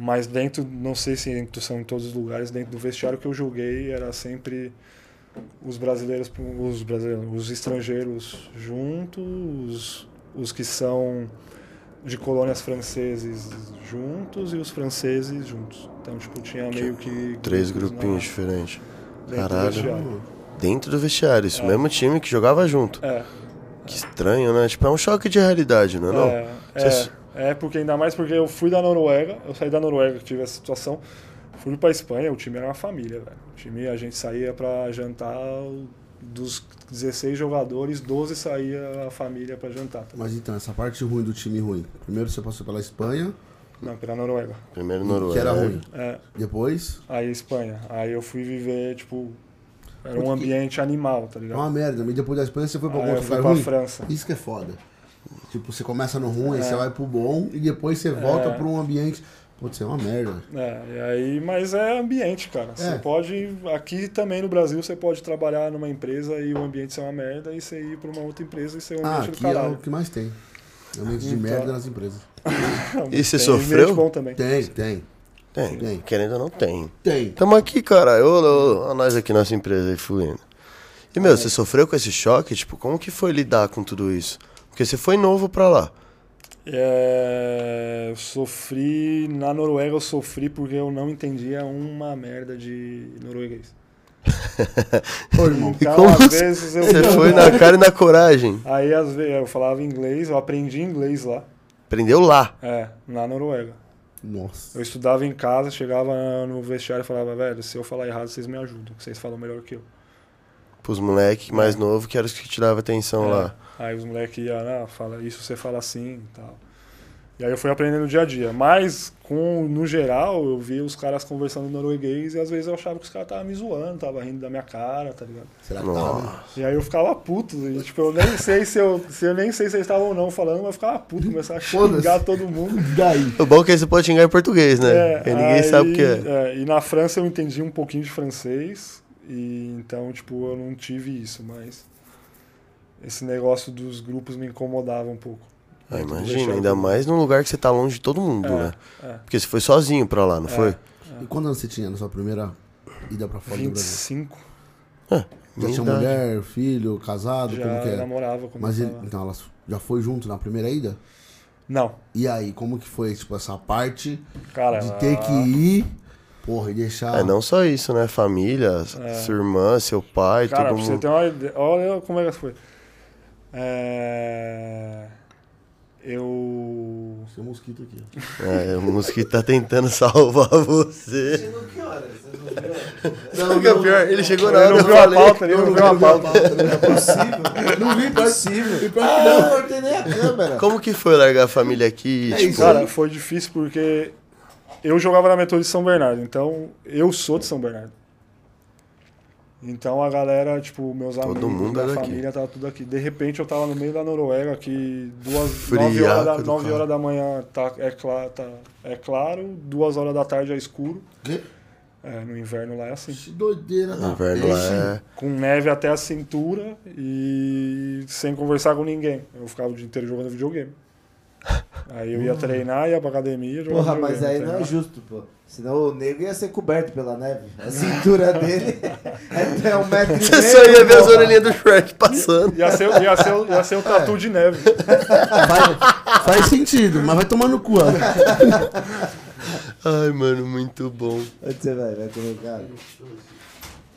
S5: Mas dentro, não sei se em- são em todos os lugares, dentro do vestiário que eu joguei era sempre os brasileiros, os, brasileiros, os estrangeiros juntos, os que são de colônias franceses juntos e os franceses juntos. Então, tipo, tinha meio que...
S4: Três
S5: grupos na-
S4: grupinhos diferentes.
S5: dentro do
S4: Caralho.
S5: vestiário.
S4: Dentro do vestiário, isso. Mesmo time que jogava junto.
S5: É,
S4: Que estranho, né? Tipo, é um choque de realidade, não é não?
S5: É,
S4: Cês-
S5: é, é, porque ainda mais porque eu fui da Noruega, eu saí da Noruega, tive essa situação, fui pra Espanha, o time era uma família, velho. O time, a gente saía pra jantar, dos 16 jogadores, 12 saía a família pra jantar. tá?
S3: Mas então, essa parte ruim do time ruim. Primeiro você passou pela Espanha,
S5: Não, pela Noruega.
S4: Primeiro Noruega. né?
S3: Que era ruim.
S5: É,
S3: Depois,
S5: aí Espanha. Aí eu fui viver, tipo. Era um ambiente animal, tá
S3: é
S5: ligado?
S3: uma merda. Mas depois da Espanha você foi pra
S5: Ah,
S3: algum
S5: eu
S3: outro
S5: fui
S3: lugar
S5: pra
S3: ruim?
S5: França.
S3: Isso que é foda. Tipo, você começa no
S5: É.
S3: ruim, aí você vai pro bom e depois você volta pra um ambiente. Putz, é uma merda.
S5: É, e aí, mas é ambiente, cara. Você
S3: É.
S5: pode. Aqui também no Brasil você pode trabalhar numa empresa e o ambiente ser uma merda, e você ir pra uma outra empresa e ser um
S3: Ah,
S5: ambiente do
S3: aqui é
S5: caralho.
S3: o que mais tem. Ambiente de
S5: Então.
S3: merda nas empresas.
S4: E você
S5: Tem
S4: sofreu?
S5: ambiente bom também.
S3: Tem, tem.
S4: Tem.
S3: Tem.
S4: Querendo ou não, tem.
S3: Tem.
S4: Tamo aqui, cara. Ô, ô, ó nós aqui, nossa empresa aí fluindo. E, meu, você sofreu com esse choque? Tipo, como que foi lidar com tudo isso? Porque você foi novo pra lá.
S5: É, eu sofri. Na Noruega eu sofri porque eu não entendia uma merda de norueguês.
S3: Ô, irmão.
S5: Então,
S4: como
S5: às
S4: você-
S5: vezes eu.
S4: Você foi na cara e na coragem.
S5: Aí às vezes eu falava inglês, eu aprendi inglês lá.
S4: Aprendeu lá.
S5: É, na Noruega.
S3: Nossa.
S5: Eu estudava em casa, chegava no vestiário e falava, velho, se eu falar errado, vocês me ajudam, que vocês falam melhor que eu.
S4: Pros moleque mais novo, que eram os que te davam atenção
S5: É.
S4: lá.
S5: Aí os moleques iam, ah, fala isso, você fala assim e tal. E aí eu fui aprendendo dia a dia. Mas, com, no geral, eu via os caras conversando em norueguês e às vezes eu achava que os caras estavam me zoando, tava rindo da minha cara, tá ligado?
S3: Será que tá?
S4: Nossa.
S5: E aí eu ficava puto, e, tipo, eu nem sei se eu, se eu nem sei se eles estavam ou não falando, mas eu ficava puto, começava a xingar
S3: Foda-se.
S5: todo mundo.
S3: Daí.
S4: O bom é que aí você pode xingar em português, né? Porque ninguém
S5: aí-
S4: sabe o que é.
S5: é, E na França eu entendi um pouquinho de francês, e então, tipo, eu não tive isso, mas esse negócio dos grupos me incomodava um pouco.
S4: Ah,
S5: Muito
S4: imagina,
S5: deixado.
S4: ainda mais num lugar que você tá longe de todo mundo,
S5: É,
S4: né?
S5: é.
S4: Porque você foi sozinho pra lá, não foi?
S3: E quando você tinha na sua primeira ida pra fora do Brasil?
S5: 25,
S3: Já
S4: Minha
S3: tinha
S4: idade.
S3: mulher, filho, casado, como
S5: já
S3: que é?
S5: namorava como
S3: Mas ele,
S5: tava.
S3: então ela já foi junto na primeira ida?
S5: Não,
S3: E aí, como que foi, tipo, essa parte
S5: cara. ah,
S3: de ter que ir, porra, e deixar...
S4: É, não só isso, né? Família, sua irmã, seu pai,
S5: É.
S3: Tipo,
S5: Cara, pra
S4: todo
S5: você
S4: mundo.
S5: ter uma ideia. Olha como é que foi. É, Eu.
S3: Tem um mosquito aqui, ó.
S4: É, o mosquito tá tentando salvar você.
S2: Chegou que horas?
S4: Não, o que é pior? Ele chegou na hora
S5: Ele não
S4: eu
S5: viu a
S4: falei.
S5: pauta, ele não viu É a pauta.
S3: né? É
S2: Não vi, possível. E pior que
S5: Ah.
S2: não, eu não cortei nem a câmera.
S4: Como que foi largar a família
S5: É
S4: aqui? tipo,
S5: Cara, foi difícil porque eu jogava na Metrô de São Bernardo, então eu sou de São Bernardo. Então a galera, tipo, meus amigos,
S4: mundo
S5: minha
S4: era aqui.
S5: família, tava tudo aqui. De repente eu tava no meio da Noruega, que duas,
S4: Friaco
S5: nove horas da,
S4: do
S5: nove
S4: cara.
S5: horas da manhã tá, é, cla- tá- é claro, duas horas da tarde é escuro.
S3: Quê?
S5: É, no inverno lá é assim.
S3: Que doideira tá.
S4: o
S3: da
S4: inverno lá é.
S5: Com neve até a cintura e sem conversar com ninguém. Eu ficava o dia inteiro jogando videogame. Aí eu ia treinar, ia pra academia, jogava
S2: Porra, mas
S5: videogame,
S2: aí não é
S5: treinava.
S2: justo, pô. Senão o nego ia ser coberto pela neve. A cintura dele é até um metro e meio.
S4: Você só ia ver as
S2: porra.
S4: orelhinhas do Shrek passando.
S5: Ia ser, ia ser, ia ser o tatu
S2: É.
S5: de neve.
S4: é.
S3: Vai- faz sentido, mas vai tomar no cu, ó.
S4: Ai, mano, muito bom.
S2: Onde você vai? Vai colocar?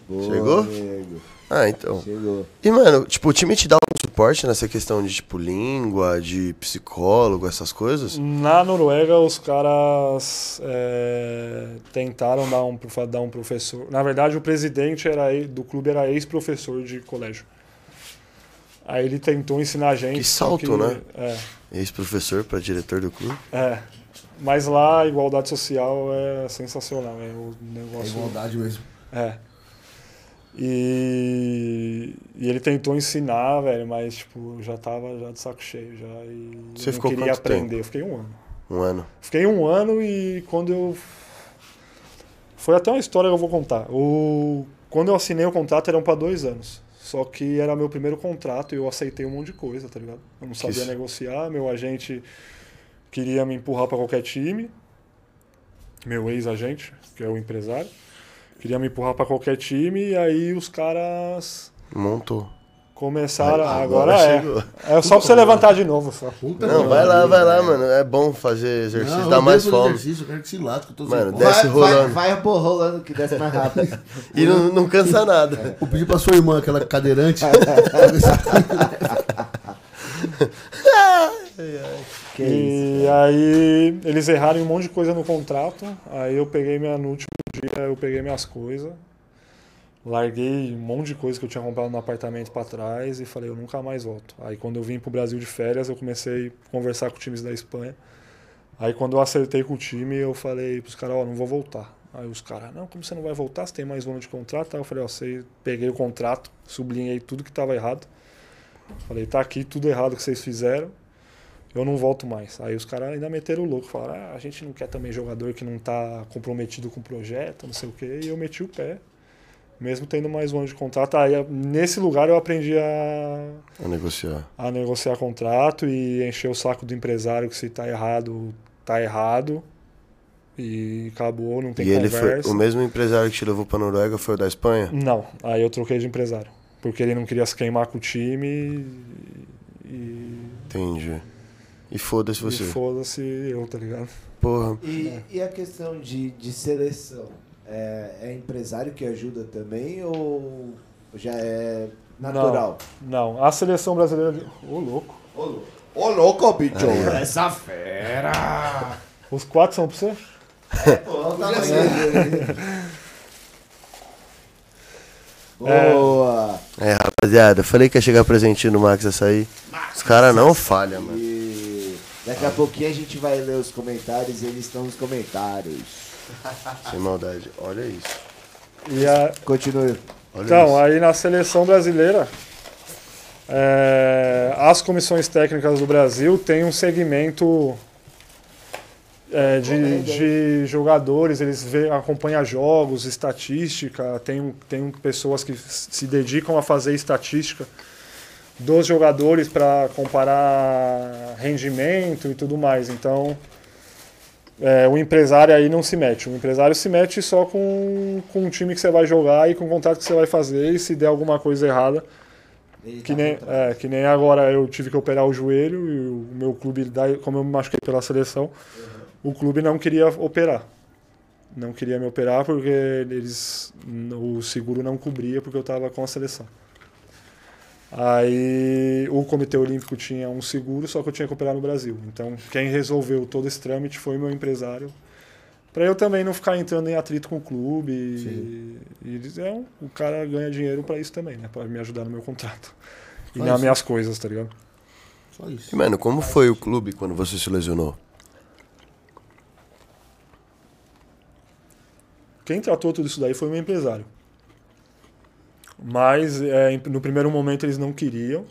S2: Boa,
S4: Chegou?
S2: Nego.
S4: Ah, então.
S2: Chegou.
S4: E, mano, tipo, o time te dá um suporte nessa questão de, tipo, língua, de psicólogo, essas coisas?
S5: Na Noruega, os caras é, tentaram dar um, prof- dar um professor. Na verdade, o presidente era, e- do clube era ex-professor de colégio. Aí ele tentou ensinar a gente.
S4: Que
S5: só
S4: salto, né?
S5: É,
S4: Ex-professor pra diretor do clube.
S5: é. Mas lá a igualdade social é sensacional. É o negócio.
S3: Igualdade mesmo.
S5: É. E, e ele tentou ensinar, velho, mas tipo, eu já tava já de saco cheio já e
S4: Você
S5: eu não
S4: ficou
S5: queria
S4: quanto
S5: aprender.
S4: tempo?
S5: Eu fiquei um ano.
S4: Um ano.
S5: Fiquei um ano e quando eu foi até uma história que eu vou contar. O quando eu assinei o contrato eram pra dois anos. Só que era meu primeiro contrato e eu aceitei um monte de coisa, tá ligado? Eu não sabia
S4: isso.
S5: negociar, meu agente queria me empurrar pra qualquer time. Meu ex-agente, que é o empresário, queria me empurrar pra qualquer time e aí os caras
S4: Montou.
S5: começaram Ah,
S4: Aí,
S5: agora,
S4: agora chegou.
S5: é. É só pra você levantar de novo, só.
S3: Puta
S4: Não,
S3: que
S4: vai lá,
S3: pariu,
S4: vai lá,
S3: velho.
S4: mano. É bom fazer
S3: Não,
S4: exercício,
S3: eu
S4: dá
S3: odeio
S4: mais
S3: fazer
S4: fome.
S3: Exercício, eu quero que se late, que eu tô sem
S4: Mano,
S3: fome.
S4: desce
S2: Vai, vai,
S4: rolando.
S2: vai pô, rolando que desce mais rápido.
S4: E não, não cansa
S5: É.
S4: nada.
S3: Eu pedi pra sua irmã, aquela cadeirante.
S2: Que é isso.
S5: E aí eles erraram em um monte de coisa no contrato. Aí eu peguei minha no último dia, eu peguei minhas coisas. Larguei um monte de coisa que eu tinha comprado no apartamento pra trás e falei, eu nunca mais volto. Aí quando eu vim pro Brasil de férias, eu comecei a conversar com times da Espanha Aí quando eu acertei com o time, eu falei pros caras, ó, não vou voltar. Aí os caras, não, como você não vai voltar? Você tem mais um ano de contrato? Aí eu falei, ó, você peguei o contrato, sublinhei tudo que tava errado. Falei, tá aqui tudo errado que vocês fizeram. Eu não volto mais. Aí os caras ainda meteram o louco, falaram, ah, a gente não quer também jogador que não tá comprometido com o projeto, não sei o quê. E eu meti o pé. Mesmo tendo mais um ano de contrato, aí nesse lugar eu aprendi a
S4: A negociar.
S5: a negociar contrato e encher o saco do empresário que se tá errado, tá errado. E acabou, não tem
S4: e ele foi.
S5: conversa.
S4: O mesmo empresário que te levou pra Noruega foi o da Espanha?
S5: Não, aí eu troquei de empresário. Porque ele não queria se queimar com o time e- e.
S4: Entendi. E foda-se
S5: e
S4: você.
S5: foda-se eu, tá ligado?
S4: Porra.
S2: E, e a questão de, de seleção? É, é empresário que ajuda também ou já é natural?
S5: Não, a seleção brasileira. de- Ô, louco.
S2: Ô, lou- ô, louco, bicho!
S1: Essa fera!
S5: Os quatro são pra você?
S2: Olha o tamanho dele.
S5: É.
S2: Boa!
S4: É, rapaziada, falei que ia chegar presentinho no Max Açaí. Os caras não falham, mano.
S2: E daqui a pouquinho a gente vai ler os comentários e eles estão nos comentários.
S4: Sem maldade. Olha isso.
S5: E a,
S2: Continue.
S4: Olha
S5: Então,
S4: isso.
S5: aí na seleção brasileira, é, as comissões técnicas do Brasil têm um segmento é, de, de jogadores, eles vê, acompanham jogos, estatística, tem, um- tem um- pessoas que se dedicam a fazer estatística dos jogadores para comparar rendimento e tudo mais. Então, é, o empresário aí não se mete. O empresário se mete só com, com o time que você vai jogar e com o contrato que você vai fazer. E se der alguma coisa errada,
S2: Ele
S5: que
S2: tá
S5: nem,
S2: contra-
S5: é, que nem agora eu tive que operar o joelho e o meu clube, daí, como eu me machuquei pela seleção, o clube não queria operar. Não queria me operar porque eles o seguro não cobria porque eu estava com a seleção. Aí o Comitê Olímpico tinha um seguro, só que eu tinha que operar no Brasil. Então quem resolveu todo esse trâmite foi meu empresário. Pra eu também não ficar entrando em atrito com o clube. E, e eles, é, um- o cara ganha dinheiro pra isso também, né? Pra me ajudar no meu contrato. E
S3: Faz
S5: nas
S3: isso.
S5: minhas coisas, tá ligado?
S3: Só isso.
S4: E, mano, como foi o clube quando você se lesionou?
S5: Quem tratou tudo isso daí foi o meu empresário. Mas é, em- no primeiro momento eles não queriam,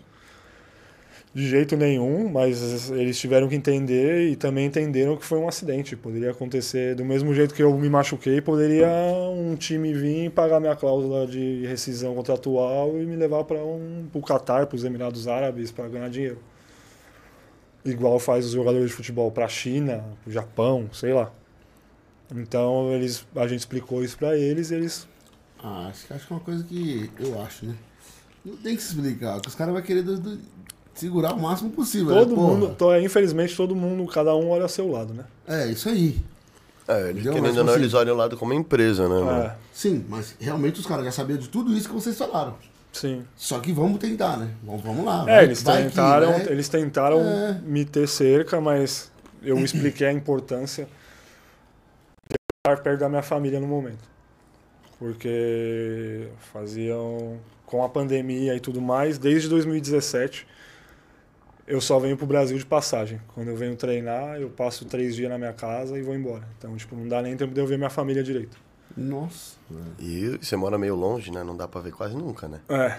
S5: de jeito nenhum, mas eles tiveram que entender e também entenderam que foi um acidente. Poderia acontecer do mesmo jeito que eu me machuquei, poderia um time vir e pagar minha cláusula de rescisão contratual e me levar para um, o Catar, para os Emirados Árabes, para ganhar dinheiro. Igual faz os jogadores de futebol para a China, para o Japão, sei lá. Então eles, a gente explicou isso pra eles e eles.
S3: Ah, acho, que- acho que é uma coisa que eu acho, né? Não tem que se explicar, porque os caras vão querer do- do- segurar o máximo possível. né?
S5: Todo
S3: Porra.
S5: mundo, to- é, infelizmente, todo mundo, cada um olha ao seu lado, né?
S3: É, isso aí.
S4: É, eles,
S3: Deu, mas
S4: querendo ou não,
S3: consigo.
S4: eles olham o lado como empresa, né, mano?
S5: É,
S3: Sim, mas realmente os caras já sabiam de tudo isso que vocês falaram.
S5: sim.
S3: Só que vamos tentar, né? Vamos, vamos lá.
S5: É, eles
S3: vai que,
S5: tentaram,
S3: né?
S5: eles tentaram
S3: É.
S5: me ter cerca, mas eu expliquei a importância de eu estar perto da minha família no momento. Porque faziam com a pandemia e tudo mais, desde 2017 eu só venho pro Brasil de passagem. Quando eu venho treinar, eu passo três dias na minha casa e vou embora. Então, tipo, não dá nem tempo de eu ver minha família direito.
S3: Nossa.
S4: E você mora meio longe, né? Não dá pra ver quase nunca, né?
S5: É.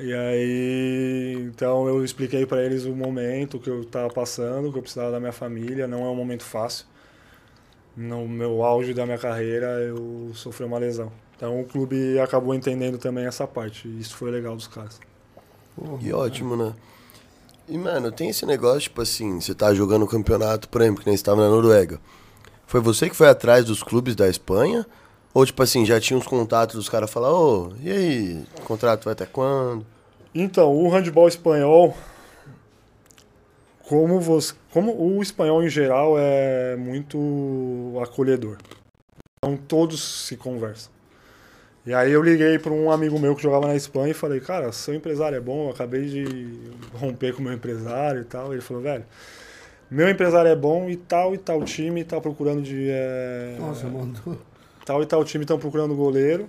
S5: E aí, então eu expliquei pra eles o momento que eu tava passando, que eu precisava da minha família, não é um momento fácil. No meu auge da minha carreira, eu sofri uma lesão. Então o clube acabou entendendo também essa parte, e isso foi legal dos caras.
S4: E ótimo, né? E, mano, tem esse negócio, tipo assim, você tá jogando campeonato, por exemplo, que nem você tava na Noruega. Foi você que foi atrás dos clubes da Espanha? Ou, tipo assim, já tinha uns contatos dos caras falar, ô, e aí, o contrato vai até quando?
S5: Então, o handball espanhol, como, você, como o espanhol em geral é muito acolhedor. Então todos se conversam. E aí eu liguei para um amigo meu que jogava na Espanha e falei, cara, seu empresário é bom, eu acabei de romper com meu empresário e tal. Ele falou, velho, meu empresário é bom e tal e tal time tá procurando de...
S4: É.
S5: eh,
S3: Nossa, mandou.
S5: tal e tal time estão procurando goleiro.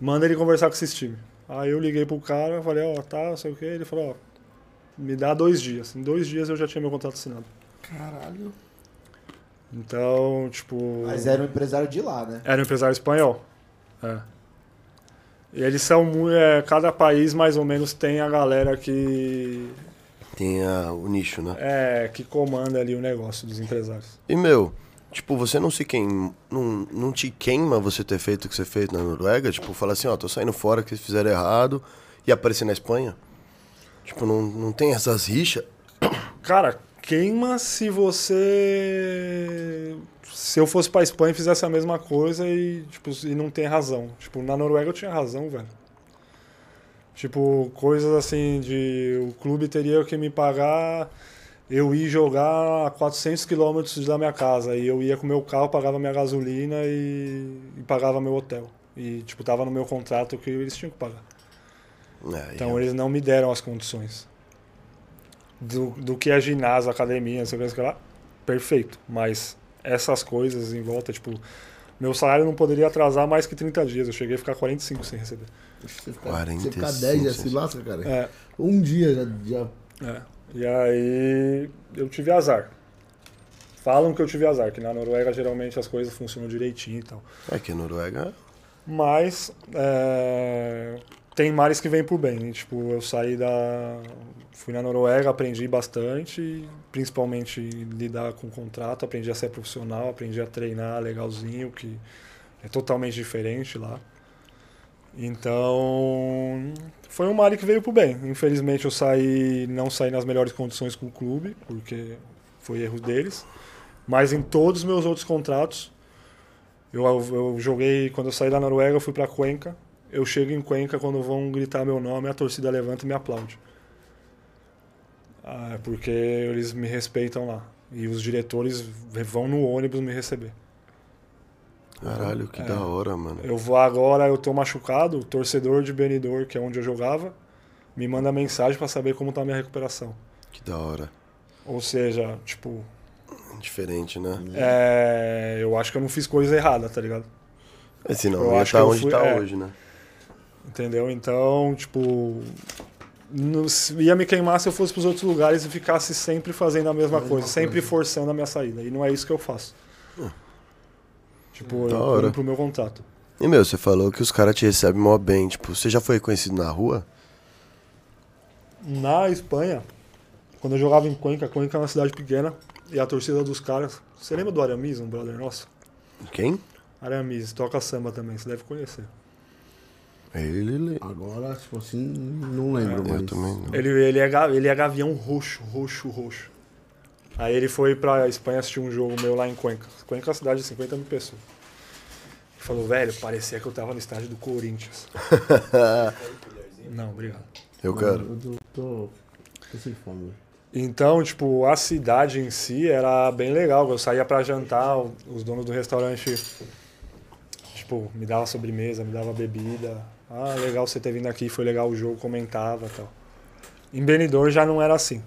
S5: Manda ele conversar com esses times. Aí eu liguei pro cara, falei, ó, tá, não sei o que. Ele falou, ó, me dá dois dias. Em dois dias eu já tinha meu contrato assinado.
S3: Caralho.
S5: Então, tipo.
S2: Mas era um empresário de lá, né?
S5: Era um empresário espanhol. É. E eles são. mu- É, cada país, mais ou menos, tem a galera que.
S4: Tem ah, o nicho, né?
S5: É, que comanda ali o negócio dos empresários.
S4: E, meu, tipo, você não se queima. Não, não te queima você ter feito o que você fez na Noruega? Tipo, falar assim, ó, tô saindo fora que vocês fizeram errado e aparecer na Espanha? Tipo, não, não tem essas rixas?
S5: Cara, queima se você. Se eu fosse pra Espanha e fizesse a mesma coisa e, tipo, e não tem razão. Tipo, na Noruega eu tinha razão, velho. Tipo, coisas assim de. O clube teria que me pagar. Eu ir jogar a 400 quilômetros da minha casa. E eu ia com meu carro, pagava minha gasolina e, e pagava meu hotel. E, tipo, tava no meu contrato que eles tinham que pagar.
S4: É,
S5: Então eles não me deram as condições. Do, do que é ginásio, academia, não sei o que, não sei o que lá, perfeito. Mas essas coisas em volta, tipo, meu salário não poderia atrasar mais que 30 dias. Eu cheguei a ficar 45 sem receber.
S3: Você ficar,
S4: 45,
S3: você ficar 10 já se
S4: sim.
S3: lasca, cara.
S5: É,
S3: Um dia já, já
S5: é. E aí eu tive azar. Falam que eu tive azar, que na Noruega geralmente as coisas funcionam direitinho e tal.
S4: é que a Noruega
S5: Mas é, tem mares que vêm por bem. Tipo, eu saí da. Fui na Noruega, aprendi bastante, principalmente lidar com contrato, aprendi a ser profissional, aprendi a treinar legalzinho, que é totalmente diferente lá. Então, foi um mar que veio pro bem. Infelizmente eu saí, não saí nas melhores condições com o clube, porque foi erro deles. Mas em todos os meus outros contratos, eu, eu joguei, quando eu saí da Noruega, eu fui pra Cuenca. Eu chego em Cuenca, quando vão gritar meu nome, a torcida levanta e me aplaude. Ah, é porque eles me respeitam lá. E os diretores vão no ônibus me receber.
S4: Caralho,
S5: É.
S4: que da hora, mano.
S5: Eu vou agora, eu tô machucado, o torcedor de Benidorm, que é onde eu jogava, me manda mensagem pra saber como tá a minha recuperação.
S4: Que da hora.
S5: Ou seja, tipo,
S4: Diferente, né?
S5: é, eu acho que eu não fiz coisa errada, tá ligado?
S4: É. Senão
S5: Eu
S4: não ia
S5: acho
S4: estar
S5: que eu
S4: onde
S5: fui-
S4: tá
S5: é.
S4: hoje, né?
S5: Entendeu? Então, tipo, não se- ia me queimar se eu fosse pros outros lugares e ficasse sempre fazendo a
S4: É,
S5: mesma
S4: então.
S5: coisa, sempre forçando a minha saída. E não é isso que eu faço. Tipo,
S4: Ah. Da
S5: eu
S4: hora.
S5: cumpro o meu contrato.
S4: E, meu, você falou que os caras te recebem mó bem. Tipo, você já foi reconhecido na rua?
S5: Na Espanha, quando eu jogava em Cuenca, Cuenca é uma cidade pequena, e a torcida dos caras. Você lembra do Aramis, um brother nosso?
S4: Quem?
S5: Aramis, toca samba também, você deve conhecer.
S4: Ele, ele.
S3: agora, tipo assim, não lembro mais.
S4: É, Eu também não.
S5: Ele, ele, é, ga- ele é gavião roxo, roxo, roxo. Aí ele foi pra Espanha assistir um jogo meu lá em Cuenca. Cuenca é uma cidade de 50 mil pessoas. Ele falou, velho, parecia que eu tava no estádio do Corinthians. Não, obrigado.
S4: Eu quero.
S3: Eu tô, tô sem fome.
S5: Então, tipo, a cidade em si era bem legal. Eu saía pra jantar, o- os donos do restaurante, tipo, me dava sobremesa, me dava bebida. Ah, legal você ter vindo aqui, foi legal o jogo, comentava e tal. Em Benidorm já não era assim.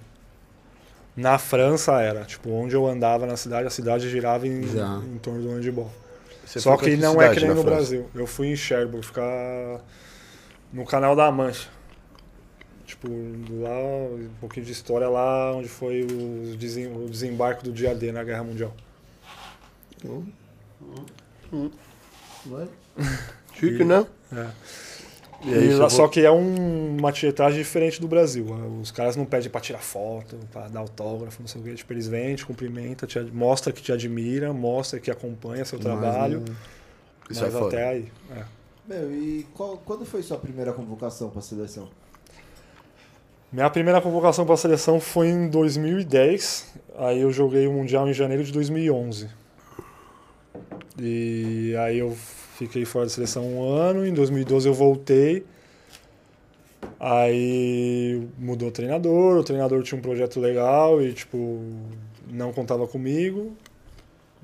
S5: Na França era, tipo, onde eu andava na cidade, a cidade girava em,
S3: Já.
S5: em torno do handebol.
S4: Você
S5: Só
S4: foi pra
S5: que
S4: outra
S5: não é
S4: cidade
S5: que nem
S4: na
S5: no
S4: França?
S5: Brasil. Eu fui em Cherbourg, ficar no canal da Mancha. Tipo, lá, um pouquinho de história lá onde foi o, desem- o desembarque do dia D na Guerra Mundial.
S3: Então, Vai?
S4: Chique, né? E aí
S5: E
S4: você
S5: lá-
S4: vo-
S5: Só que é um- uma tietagem diferente do Brasil. Ah, Os caras não pedem pra tirar foto, pra dar autógrafo, não sei o quê. Tipo, eles vêm, te cumprimenta, te ad- mostra que te admira, mostra que acompanha seu trabalho.
S4: E
S5: Mas,
S4: sai fora.
S5: até aí. é.
S2: Meu, e qual- quando foi sua primeira convocação pra seleção?
S5: Minha primeira convocação para a seleção foi em 2010. Aí eu joguei o Mundial em janeiro de 2011. E aí eu fiquei fora da seleção um ano. Em 2012 eu voltei. Aí mudou o treinador. O treinador tinha um projeto legal e, tipo, não contava comigo.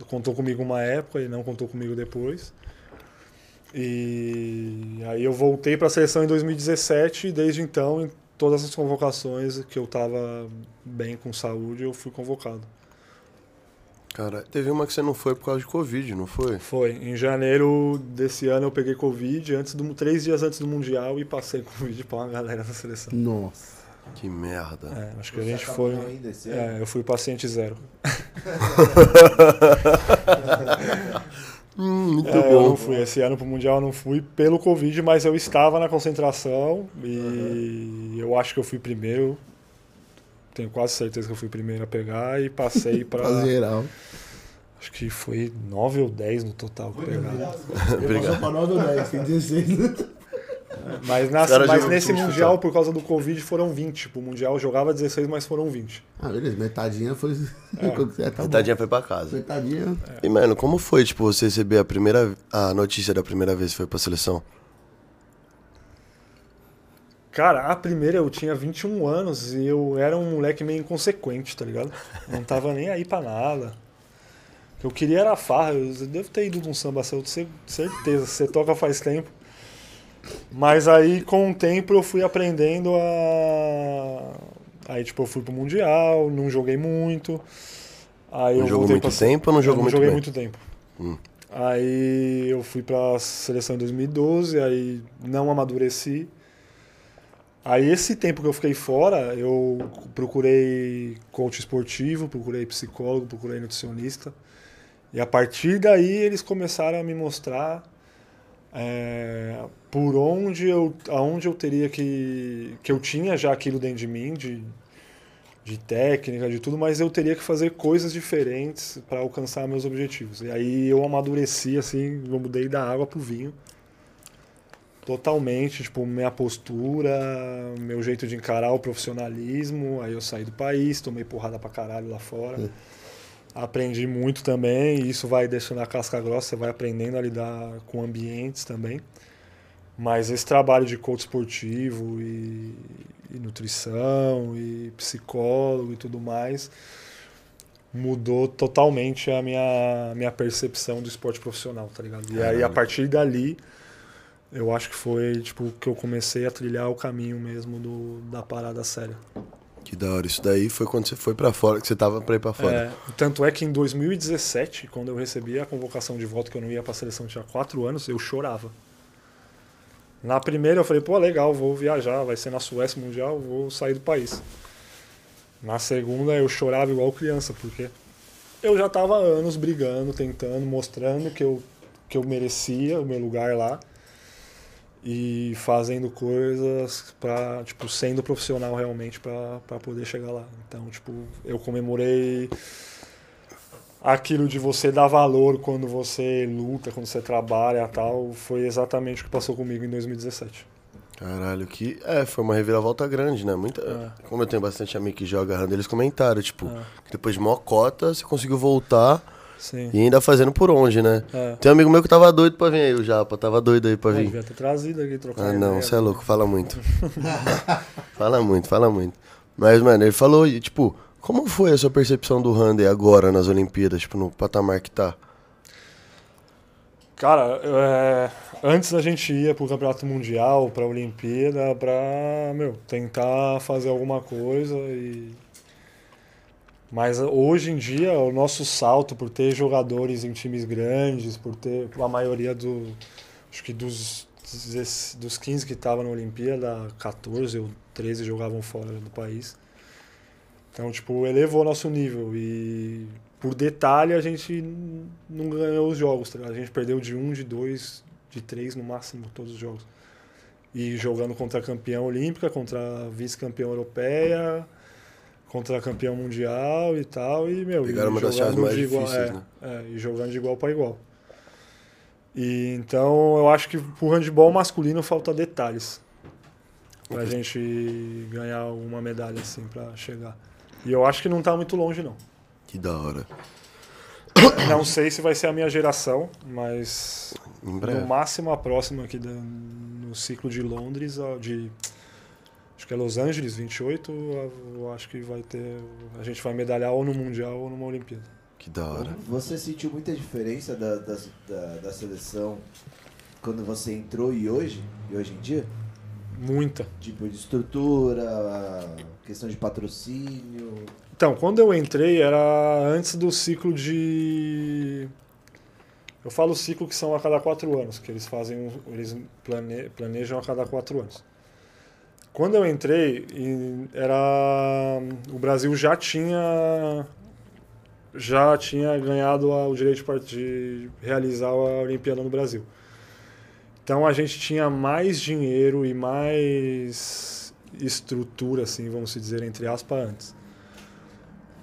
S5: Contou comigo uma época e não contou comigo depois. E aí eu voltei para a seleção em 2017 e desde então, em todas as convocações que eu tava bem com saúde, eu fui convocado.
S4: Cara, teve uma que você não foi por causa de Covid, não foi?
S5: Foi. Em janeiro desse ano eu peguei Covid, antes do, três dias antes do Mundial, e passei Covid pra uma galera da seleção.
S3: um. Nossa.
S4: Que merda.
S5: É, acho que a gente
S2: tá
S5: foi.
S2: ainda esse ano?
S5: É, eu fui paciente zero.
S4: Hum, muito
S5: É, eu
S4: bom.
S5: não fui. Esse ano pro Mundial eu não fui pelo Covid, mas eu estava na concentração e eu acho que eu fui primeiro. Tenho quase certeza que eu fui o primeiro a pegar e passei pra.
S3: Pra geral.
S5: acho que foi nove ou dez no total que pegaram.
S4: Obrigado.
S3: Pra 9 ou 10, tem 16.
S5: Mas, nas-
S4: Os caras
S5: mas
S4: jogam
S5: nesse
S4: tudo,
S5: Mundial, por causa do Covid, foram 20. Tipo, o Mundial eu jogava 16, mas foram 20.
S3: Ah, beleza, metadinha foi. É. tá bom.
S4: Tadinha foi pra casa.
S3: Metadinha.
S5: É.
S4: E, mano, como foi, tipo, você receber a primeira... A notícia da primeira vez que foi pra seleção?
S5: Cara, a primeira eu tinha 21 anos e eu era um moleque meio inconsequente, tá ligado? Não tava nem aí pra nada. O que eu queria era farra. Eu devo ter ido num samba seu, cer- certeza. Você toca faz tempo. Mas aí, com o tempo, eu fui aprendendo a. Aí, tipo, eu fui pro Mundial, não joguei muito. Aí eu
S4: Não jogou
S5: voltei
S4: Um muito
S5: pra-
S4: tempo ou não
S5: eu
S4: jogou
S5: não
S4: muito
S5: joguei
S4: bem? Hum.
S5: muito tempo. Aí eu fui pra seleção em 2012, aí não amadureci. Aí esse tempo que eu fiquei fora, eu procurei coach esportivo, procurei psicólogo, procurei nutricionista. E a partir daí eles começaram a me mostrar é, por onde eu, aonde eu teria que... Que eu tinha já aquilo dentro de mim, de, de técnica, de tudo, mas eu teria que fazer coisas diferentes para alcançar meus objetivos. E aí eu amadureci, assim, eu mudei da água pro vinho. Totalmente, tipo, minha postura, meu jeito de encarar o profissionalismo. Aí eu saí do país, tomei porrada pra caralho lá fora. Aprendi muito também, e isso vai deixando a casca grossa, você vai aprendendo a lidar com ambientes também. Mas esse trabalho de coach esportivo e, e nutrição e psicólogo e tudo mais mudou totalmente a minha, minha percepção do esporte profissional, tá ligado? E aí, a partir dali, eu acho que foi tipo que eu comecei a trilhar o caminho mesmo do, da parada séria.
S4: Que da hora. Isso daí foi quando você foi pra fora, que você tava pra ir pra fora.
S5: É, tanto é que em 2017, quando eu recebi a convocação de volta que eu não ia pra seleção tinha quatro anos, eu chorava. Na primeira eu falei, pô, legal, vou viajar, vai ser na Suécia Mundial, vou sair do país. Na segunda eu chorava igual criança, porque eu já tava há anos brigando, tentando, mostrando que eu, que eu merecia o meu lugar lá. E fazendo coisas pra, tipo, sendo profissional realmente pra pra poder chegar lá. Então, tipo, eu comemorei aquilo de você dar valor quando você luta, quando você trabalha e tal. Foi exatamente o que passou comigo em 2017.
S4: Caralho, que. É, foi uma reviravolta grande, né? Muita... Como eu tenho bastante amigo que joga rando, eles comentaram, tipo, que depois de mó cota, você conseguiu voltar
S5: Sim.
S4: e ainda fazendo por onde, né?
S5: É.
S4: Tem um amigo meu que tava doido pra vir aí, o Japa, tava doido aí pra
S5: Eu
S4: vir.
S5: devia ter trazido aqui, trocado.
S4: Ah,
S5: ideia.
S4: não, você é louco, fala muito. fala muito, fala muito. Mas, mano, ele falou, e, tipo, como foi a sua percepção do Handy agora nas Olimpíadas, tipo, no patamar que tá?
S5: Cara, é, antes da gente ir pro Campeonato Mundial, pra Olimpíada, pra, meu, tentar fazer alguma coisa e... Mas hoje em dia, o nosso salto por ter jogadores em times grandes, por ter a maioria do... Acho que dos, 16 dos 15 que estavam na Olimpíada, 14 ou 13 jogavam fora do país. Então, tipo, elevou nosso nível e por detalhe a gente n- não ganhou os jogos, tá ligado? A gente perdeu de um, de dois, de três no máximo todos os jogos. E jogando contra a campeã olímpica, contra a vice-campeã europeia, contra a campeã mundial e tal, e meu,
S4: Pegaram
S5: e
S4: uma das
S5: jogando
S4: chaves mais
S5: de igual,
S4: difíceis,
S5: é,
S4: né?
S5: é, e jogando de igual para igual. E então eu acho que pro handball masculino falta detalhes pra gente ganhar alguma medalha assim pra chegar. E eu acho que não tá muito longe não.
S4: Que da hora.
S5: Não sei se vai ser a minha geração, mas
S4: Em
S5: no
S4: breve.
S5: máximo a próxima aqui da- no ciclo de Londres, a- de acho que é Los Angeles 28, a- eu acho que vai ter a gente vai medalhar ou no mundial ou numa Olimpíada.
S4: Que da hora.
S5: Uhum.
S2: Você sentiu muita diferença da, das- da, da seleção quando você entrou e hoje? E hoje em dia?
S5: Muita.
S2: Tipo, de estrutura, questão de patrocínio.
S5: Então, quando eu entrei era antes do ciclo de. Eu falo ciclo que são a cada quatro anos, que eles fazem, um- eles plane- planejam a cada quatro anos. Quando eu entrei, e era o Brasil já tinha já tinha ganhado a- o direito de part- de realizar a Olimpíada no Brasil. Então a gente tinha mais dinheiro e mais estrutura, assim, vamos dizer, entre aspas, antes.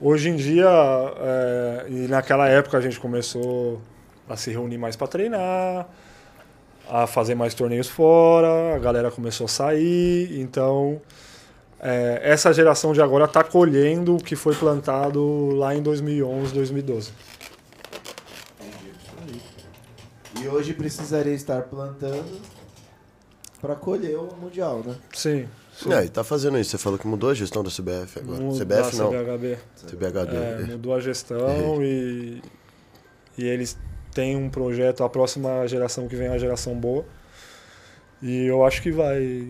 S5: Hoje em dia, é, e naquela época a gente começou a se reunir mais para treinar, a fazer mais torneios fora, a galera começou a sair, então é, essa geração de agora está colhendo o que foi plantado lá em 2011, 2012.
S2: E hoje precisaria estar plantando pra colher o Mundial, né?
S5: Sim.
S4: É, e tá fazendo isso. Você falou que mudou a gestão da CBF agora. CBF não.
S5: CBHB.
S4: CBHD.
S5: É, mudou a gestão e, e eles têm um projeto, a próxima geração que vem é uma geração boa. E eu acho que vai.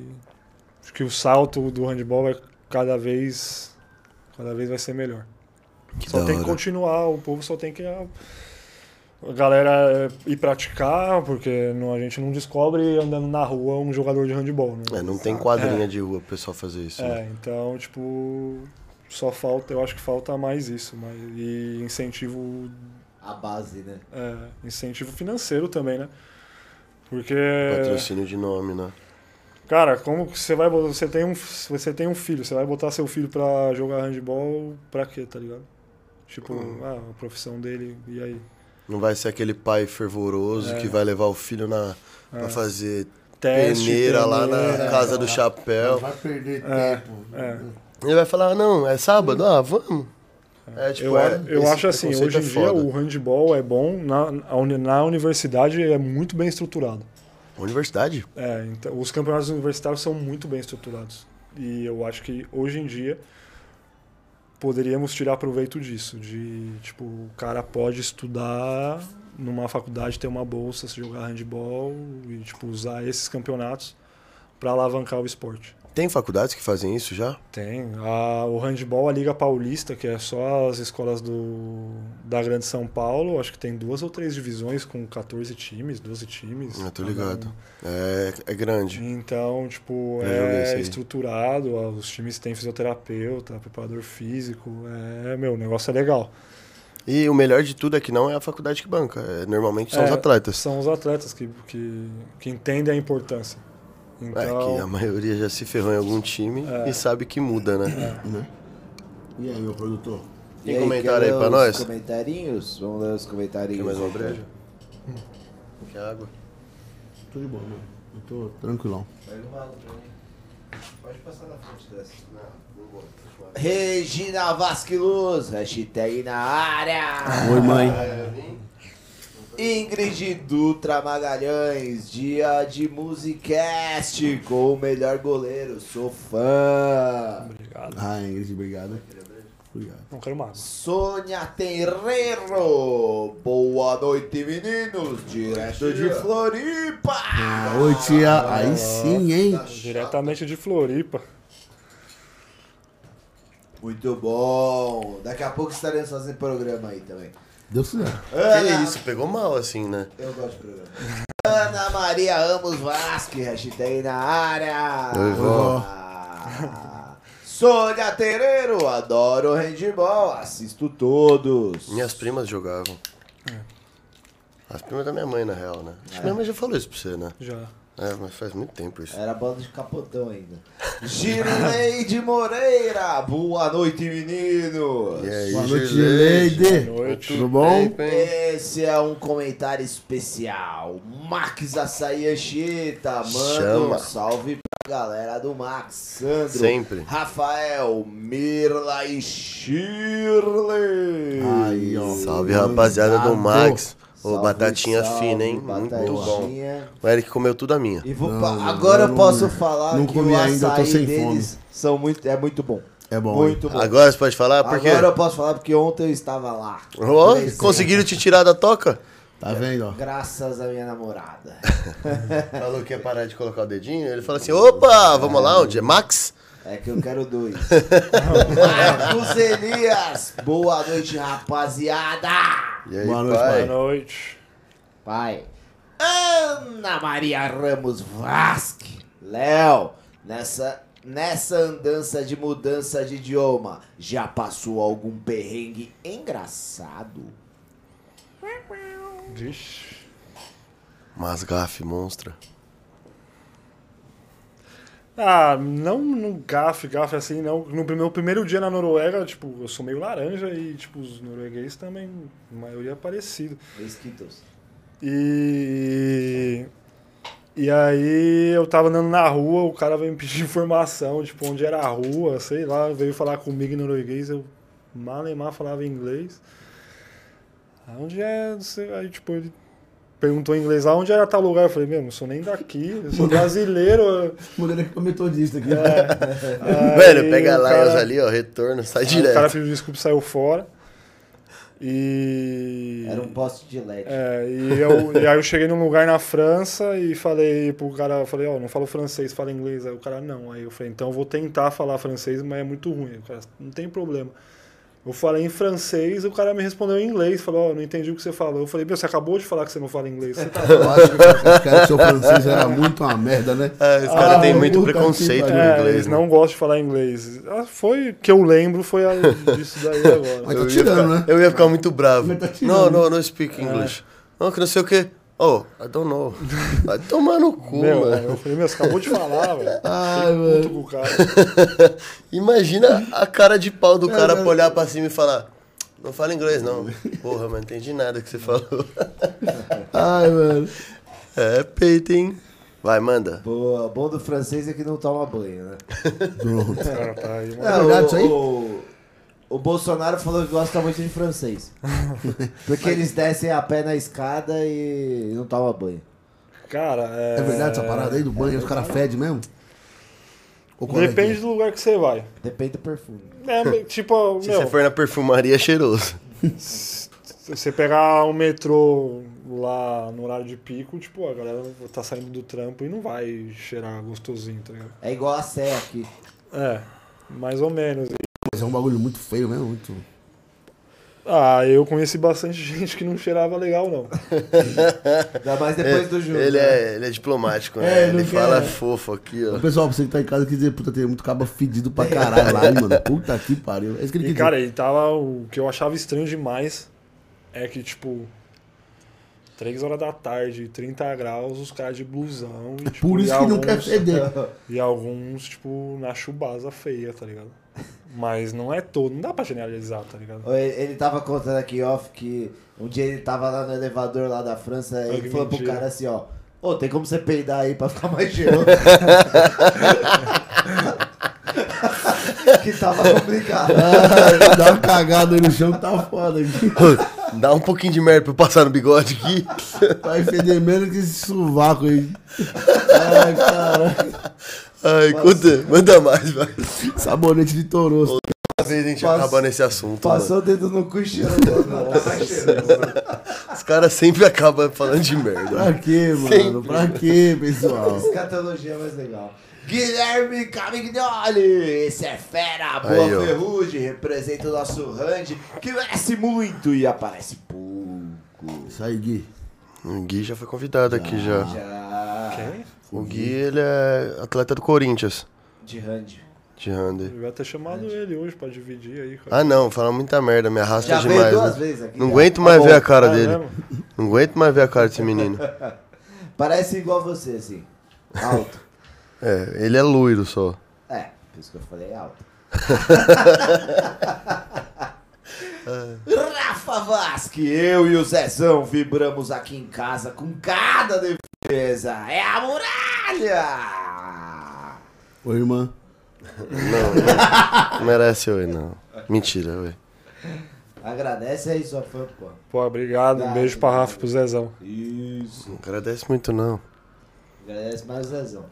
S5: Acho que o salto do handball vai cada vez. Cada vez vai ser melhor.
S4: Que
S5: só
S4: da
S5: tem que
S4: hora.
S5: continuar, o povo só tem que. A, a galera é, ir praticar, porque não, a gente não descobre andando na rua um jogador de handball. Não,
S4: É, não tem quadrinha de rua pro pessoal fazer isso. né?
S5: é, então, tipo, só falta, eu acho que falta mais isso, mas, e incentivo,
S2: A base, né?
S5: é, incentivo financeiro também, né? Porque,
S4: Patrocínio de nome, né?
S5: cara, como que você vai, botar- você tem um, você tem um filho, você vai botar seu filho pra jogar handball, pra quê, tá ligado? Tipo,
S4: Hum.
S5: ah, a profissão dele, e aí?
S4: Não vai ser aquele pai fervoroso
S5: É.
S4: que vai levar o filho na, pra fazer
S5: Ah, Teste,
S4: peneira lá
S5: peneira,
S4: na casa do chapéu.
S3: Vai perder tempo. é.
S4: Ele vai falar, ah, não, é sábado? Ah, vamos. É, tipo,
S5: eu,
S4: é,
S5: eu
S4: esse
S5: acho assim,
S4: preconceito
S5: hoje em
S4: é
S5: dia
S4: foda.
S5: o handball é bom, na, a uni- na universidade é muito bem estruturado.
S4: Universidade?
S5: É, então, os campeonatos universitários são muito bem estruturados. E eu acho que hoje em dia poderíamos tirar proveito disso, de tipo, o cara pode estudar numa faculdade, ter uma bolsa, se jogar handball e tipo usar esses campeonatos para alavancar o esporte.
S4: Tem faculdades que fazem isso já?
S5: Tem. A, o handball, a Liga Paulista, que é só as escolas do, da Grande São Paulo, acho que tem duas ou três divisões com 14 times, 12 times.
S4: Eu tô
S5: cada um.
S4: ligado. É, é grande.
S5: Então, tipo,
S4: Eu joguei isso
S5: é
S4: aí.
S5: estruturado, ó, os times têm fisioterapeuta, preparador físico, é, meu, o negócio é legal.
S4: E o melhor de tudo é que não é a faculdade que banca. é- normalmente são os
S5: É,
S4: atletas.
S5: São os atletas que, que, que entendem a importância.
S4: É que a
S5: Então,
S4: maioria já se ferrou em algum time e sabe que muda,
S3: É.
S4: né?
S3: E aí, meu produtor?
S4: Tem
S2: E
S4: comentário
S2: quer
S4: aí pra
S2: os
S4: nós?
S2: Comentarinhos? Vamos ler os
S4: Quer
S2: comentarinhos.
S4: mais uma breja? Quer água?
S3: Tô de boa, mano. Eu tô tranquilão.
S2: Pega uma água pra mim. Pode passar na frente dessa. Regina Vasquiluz, hashtag na área.
S3: Oi, mãe.
S2: Ingrid Dutra Magalhães, dia de Musicast com o melhor goleiro, sou fã.
S5: obrigado.
S3: Ah, Ingrid, obrigado. Obrigado.
S5: Não quero mais.
S2: Sônia Terreiro, boa noite meninos, direto de Floripa.
S3: Ah, Oi, tia. Aí sim, hein?
S5: Diretamente de Floripa.
S2: Muito bom, daqui a pouco estaremos fazendo programa aí também.
S3: Deus quiser.
S2: É, né?
S4: Que isso, pegou mal assim, né?
S2: Eu gosto de programa. Ana Maria Ramos Vasque, hashtag na área.
S4: Oi, vó.
S2: Ah, Sônia Tereiro, adoro handball, assisto todos.
S4: Minhas primas jogavam. As primas da minha mãe, na real, né? Acho que minha mãe já falou isso pra você, né?
S5: Já.
S4: É, mas faz muito tempo isso.
S2: Era bando de capotão ainda. Gilneide Moreira, boa noite, meninos.
S4: E aí,
S3: Boa noite,
S4: Gileide?
S3: Leide.
S5: Boa noite.
S3: Tudo bom?
S4: Tempo, hein?
S2: Esse é um comentário especial. Max Açaí Anchieta, manda
S4: Chama.
S2: um salve pra galera do Max. Sandro,
S4: Sempre.
S2: Rafael, Mirla e Shirley.
S3: Aí, ó.
S4: Salve, rapaziada do
S2: Obrigado.
S4: Max. Ô,
S2: Salve,
S4: batatinha
S2: salve,
S4: fina, hein? Muito bom.
S2: batatinha.
S4: O Eric comeu tudo a minha.
S2: E vou
S3: Não,
S2: pa-
S3: não,
S2: agora
S3: eu
S2: eu
S3: não-
S2: posso falar
S3: não
S2: que
S3: comi
S2: o
S3: ainda, eu tô
S2: açaí
S3: sem
S2: deles são muito, é muito bom.
S3: É bom,
S2: Muito bom.
S4: Agora você pode falar? Por quê?
S2: Agora eu posso falar porque ontem eu estava lá.
S4: Ó,
S2: Presente.
S4: conseguiram te tirar da toca?
S3: Tá vendo, ó?
S2: Graças à minha namorada.
S4: Falou que ia parar de colocar o dedinho. Ele falou assim: opa, vamos lá, onde é Max?
S2: É que eu quero dois. Marcos Elias, boa noite, rapaziada.
S4: E aí,
S3: Boa noite,
S4: pai?
S5: Boa noite.
S2: Pai. Ana Maria Ramos Vasque. Léo, nessa, Nessa andança de mudança de idioma, já passou algum perrengue engraçado?
S5: Vixe.
S4: Mas gafe, monstra.
S5: Ah, não, não gafe, gafe assim, não. No meu primeiro, dia na Noruega, tipo, eu sou meio laranja e, tipo, os noruegueses também, a maioria é parecido.
S2: Mosquitos.
S5: E. E aí eu tava andando na rua, o cara veio me pedir informação, tipo, onde era a rua, sei lá, veio falar comigo em norueguês, eu malemar falava inglês. Onde é. não sei, Aí, tipo, ele perguntou em inglês, aonde era tal lugar? Eu falei, meu, não sou nem daqui, eu sou brasileiro. eu-
S3: Mulher é metodista aqui.
S5: Aí
S4: Velho, pega
S5: o
S4: lá
S5: cara-
S4: elas ali, ó, retorno, sai
S5: aí O cara
S4: É direto.
S5: pediu desculpa e saiu fora. E.
S2: Era um poste de LED.
S5: É, e, eu, e aí eu cheguei num lugar na França e falei pro cara, eu falei, ó, não falo francês, fala inglês. Aí o cara, não. Aí eu falei, então eu vou tentar falar francês, mas é muito ruim. Aí O cara, não tem problema. Eu falei em francês, o cara me respondeu em inglês, falou, ó, não entendi o que você falou. Eu falei, meu, você acabou de falar que você não fala inglês. Você tá
S3: Eu acho que os caras que seu francês era muito uma merda, né?
S4: Ah, os caras
S3: Ah,
S4: têm muito
S3: puta que
S4: preconceito
S3: pariu.
S4: no
S5: É,
S4: inglês.
S5: eles
S4: né?
S5: não gostam de falar inglês. Ah, Foi que eu lembro, foi a, disso daí
S3: Mas
S5: agora.
S3: tá
S4: Eu ia
S3: tirando,
S4: ficar-
S3: né?
S4: Eu ia ficar muito bravo.
S3: Mas tá
S4: Não,
S3: tirando. É.
S4: não, não speak English. Não, que não sei o quê. Oh, I don't know. Vai tomar no cu,
S5: Meu,
S4: mano.
S5: eu falei, meu, você acabou de falar, velho.
S3: Ai,
S5: Fiquei puto
S3: mano.
S5: com o cara.
S4: Imagina a cara de pau do cara pra olhar pra cima e falar. Não fala inglês, não. Porra, mas não entendi nada que você falou.
S3: Ai, mano.
S4: É peito, hein? Vai, manda.
S2: Boa, bom do francês é que não toma banho, né?
S3: Pronto.
S5: Cara, tá aí, mano.
S2: É,
S3: verdade
S2: o,
S3: isso aí?
S2: O, o Bolsonaro falou que gosta muito de francês. Porque eles descem a pé na escada e não toma banho.
S5: Cara, é...
S3: É verdade essa parada aí do banho, os caras fedem mesmo? Ou qual é que é?
S5: Depende do lugar que você vai.
S2: Depende do perfume.
S5: É, tipo,
S4: Se você
S5: meu,
S4: for na perfumaria, é cheiroso.
S5: se você pegar um metrô lá no horário de pico, tipo, a galera tá saindo do trampo e não vai cheirar gostosinho, tá ligado?
S2: É igual a Sé aqui.
S5: É, mais ou menos.
S3: Mas é um bagulho muito feio mesmo, muito.
S5: Ah, eu conheci bastante gente que não cheirava legal, não.
S2: Ainda mais depois do jogo.
S4: Ele
S2: né?
S4: é, ele é diplomático, né?
S3: É, ele
S4: ele
S3: não
S4: fala
S3: quer-
S4: fofo aqui, ó.
S3: Ô, Pessoal, pra você que tá em casa, quer dizer, puta, tem muito caba fedido pra caralho lá, hein, mano. Puta que pariu. É isso que ele
S5: E,
S3: quer
S5: cara,
S3: dizer.
S5: ele tava. O que eu achava estranho demais é que, tipo. 3 horas da tarde, 30 graus, os caras de blusão. E, tipo,
S3: É Por isso
S5: e
S3: que não quer é
S5: alguns-
S3: feder.
S5: E alguns, tipo, na chubaza feia, tá ligado? Mas não é todo, não dá pra generalizar, tá ligado?
S2: Ele, ele tava contando aqui off que um dia ele tava lá no elevador lá da França e
S5: Olha
S2: ele
S5: que
S2: falou pro
S5: mentira.
S2: cara assim, ó. Ô, tem como você peidar aí pra ficar mais cheiroso? que tava complicado.
S3: Ah, Dá uma cagada aí no chão que tá foda aqui.
S4: Dá um pouquinho de merda pra eu passar no bigode aqui.
S3: Vai feder menos que esse sovaco aí. Ai, caralho.
S4: Ai, conta, manda mais, vai.
S3: Sabonete de toroço.
S4: Às vezes a gente
S2: Pass-
S4: acaba nesse assunto.
S2: Passou o dedo no cu e cheirou. Não, tá mais cheiroso.
S4: mano. Os caras sempre acabam falando de merda.
S3: Pra quê, mano? Pra quê, pessoal?
S2: Escatologia é mais legal. Guilherme Camignoli, esse é fera, boa
S4: Aí, ó.
S2: ferrugem, representa o nosso Randy, que merece muito e aparece pouco.
S3: Isso aí, Gui.
S4: O Gui já foi convidado aqui já.
S2: Ah, Já
S5: Quem?
S4: O Gui, ele é atleta do Corinthians,
S2: de Randy.
S4: de Handy.
S5: Devia ter
S4: É.
S5: chamado ele hoje pra dividir aí, cara.
S4: Ah não, fala muita merda, me arrasta
S2: Já
S4: demais.
S2: veio duas
S4: né?
S2: vezes aqui.
S4: Não
S2: já.
S4: aguento mais
S5: Tá
S4: ver
S5: bom.
S4: a cara
S5: Ah,
S4: dele.
S5: é, mano?
S4: Não aguento mais ver a cara desse menino.
S2: Parece igual você, assim. Alto.
S4: É, ele é loiro só.
S2: é, por isso que eu falei alto. Rafa Vasque, eu e o Zezão vibramos aqui em casa com cada defesa. É a muralha!
S3: Ô, irmã.
S4: Não, não merece oi, não. Mentira, oi.
S2: Agradece aí sua fã, pô.
S5: Pô, obrigado. Um
S2: Ah,
S5: beijo pra Rafa e pro Zezão.
S2: Isso.
S4: Não agradece muito não.
S2: Agradece mais o Zezão.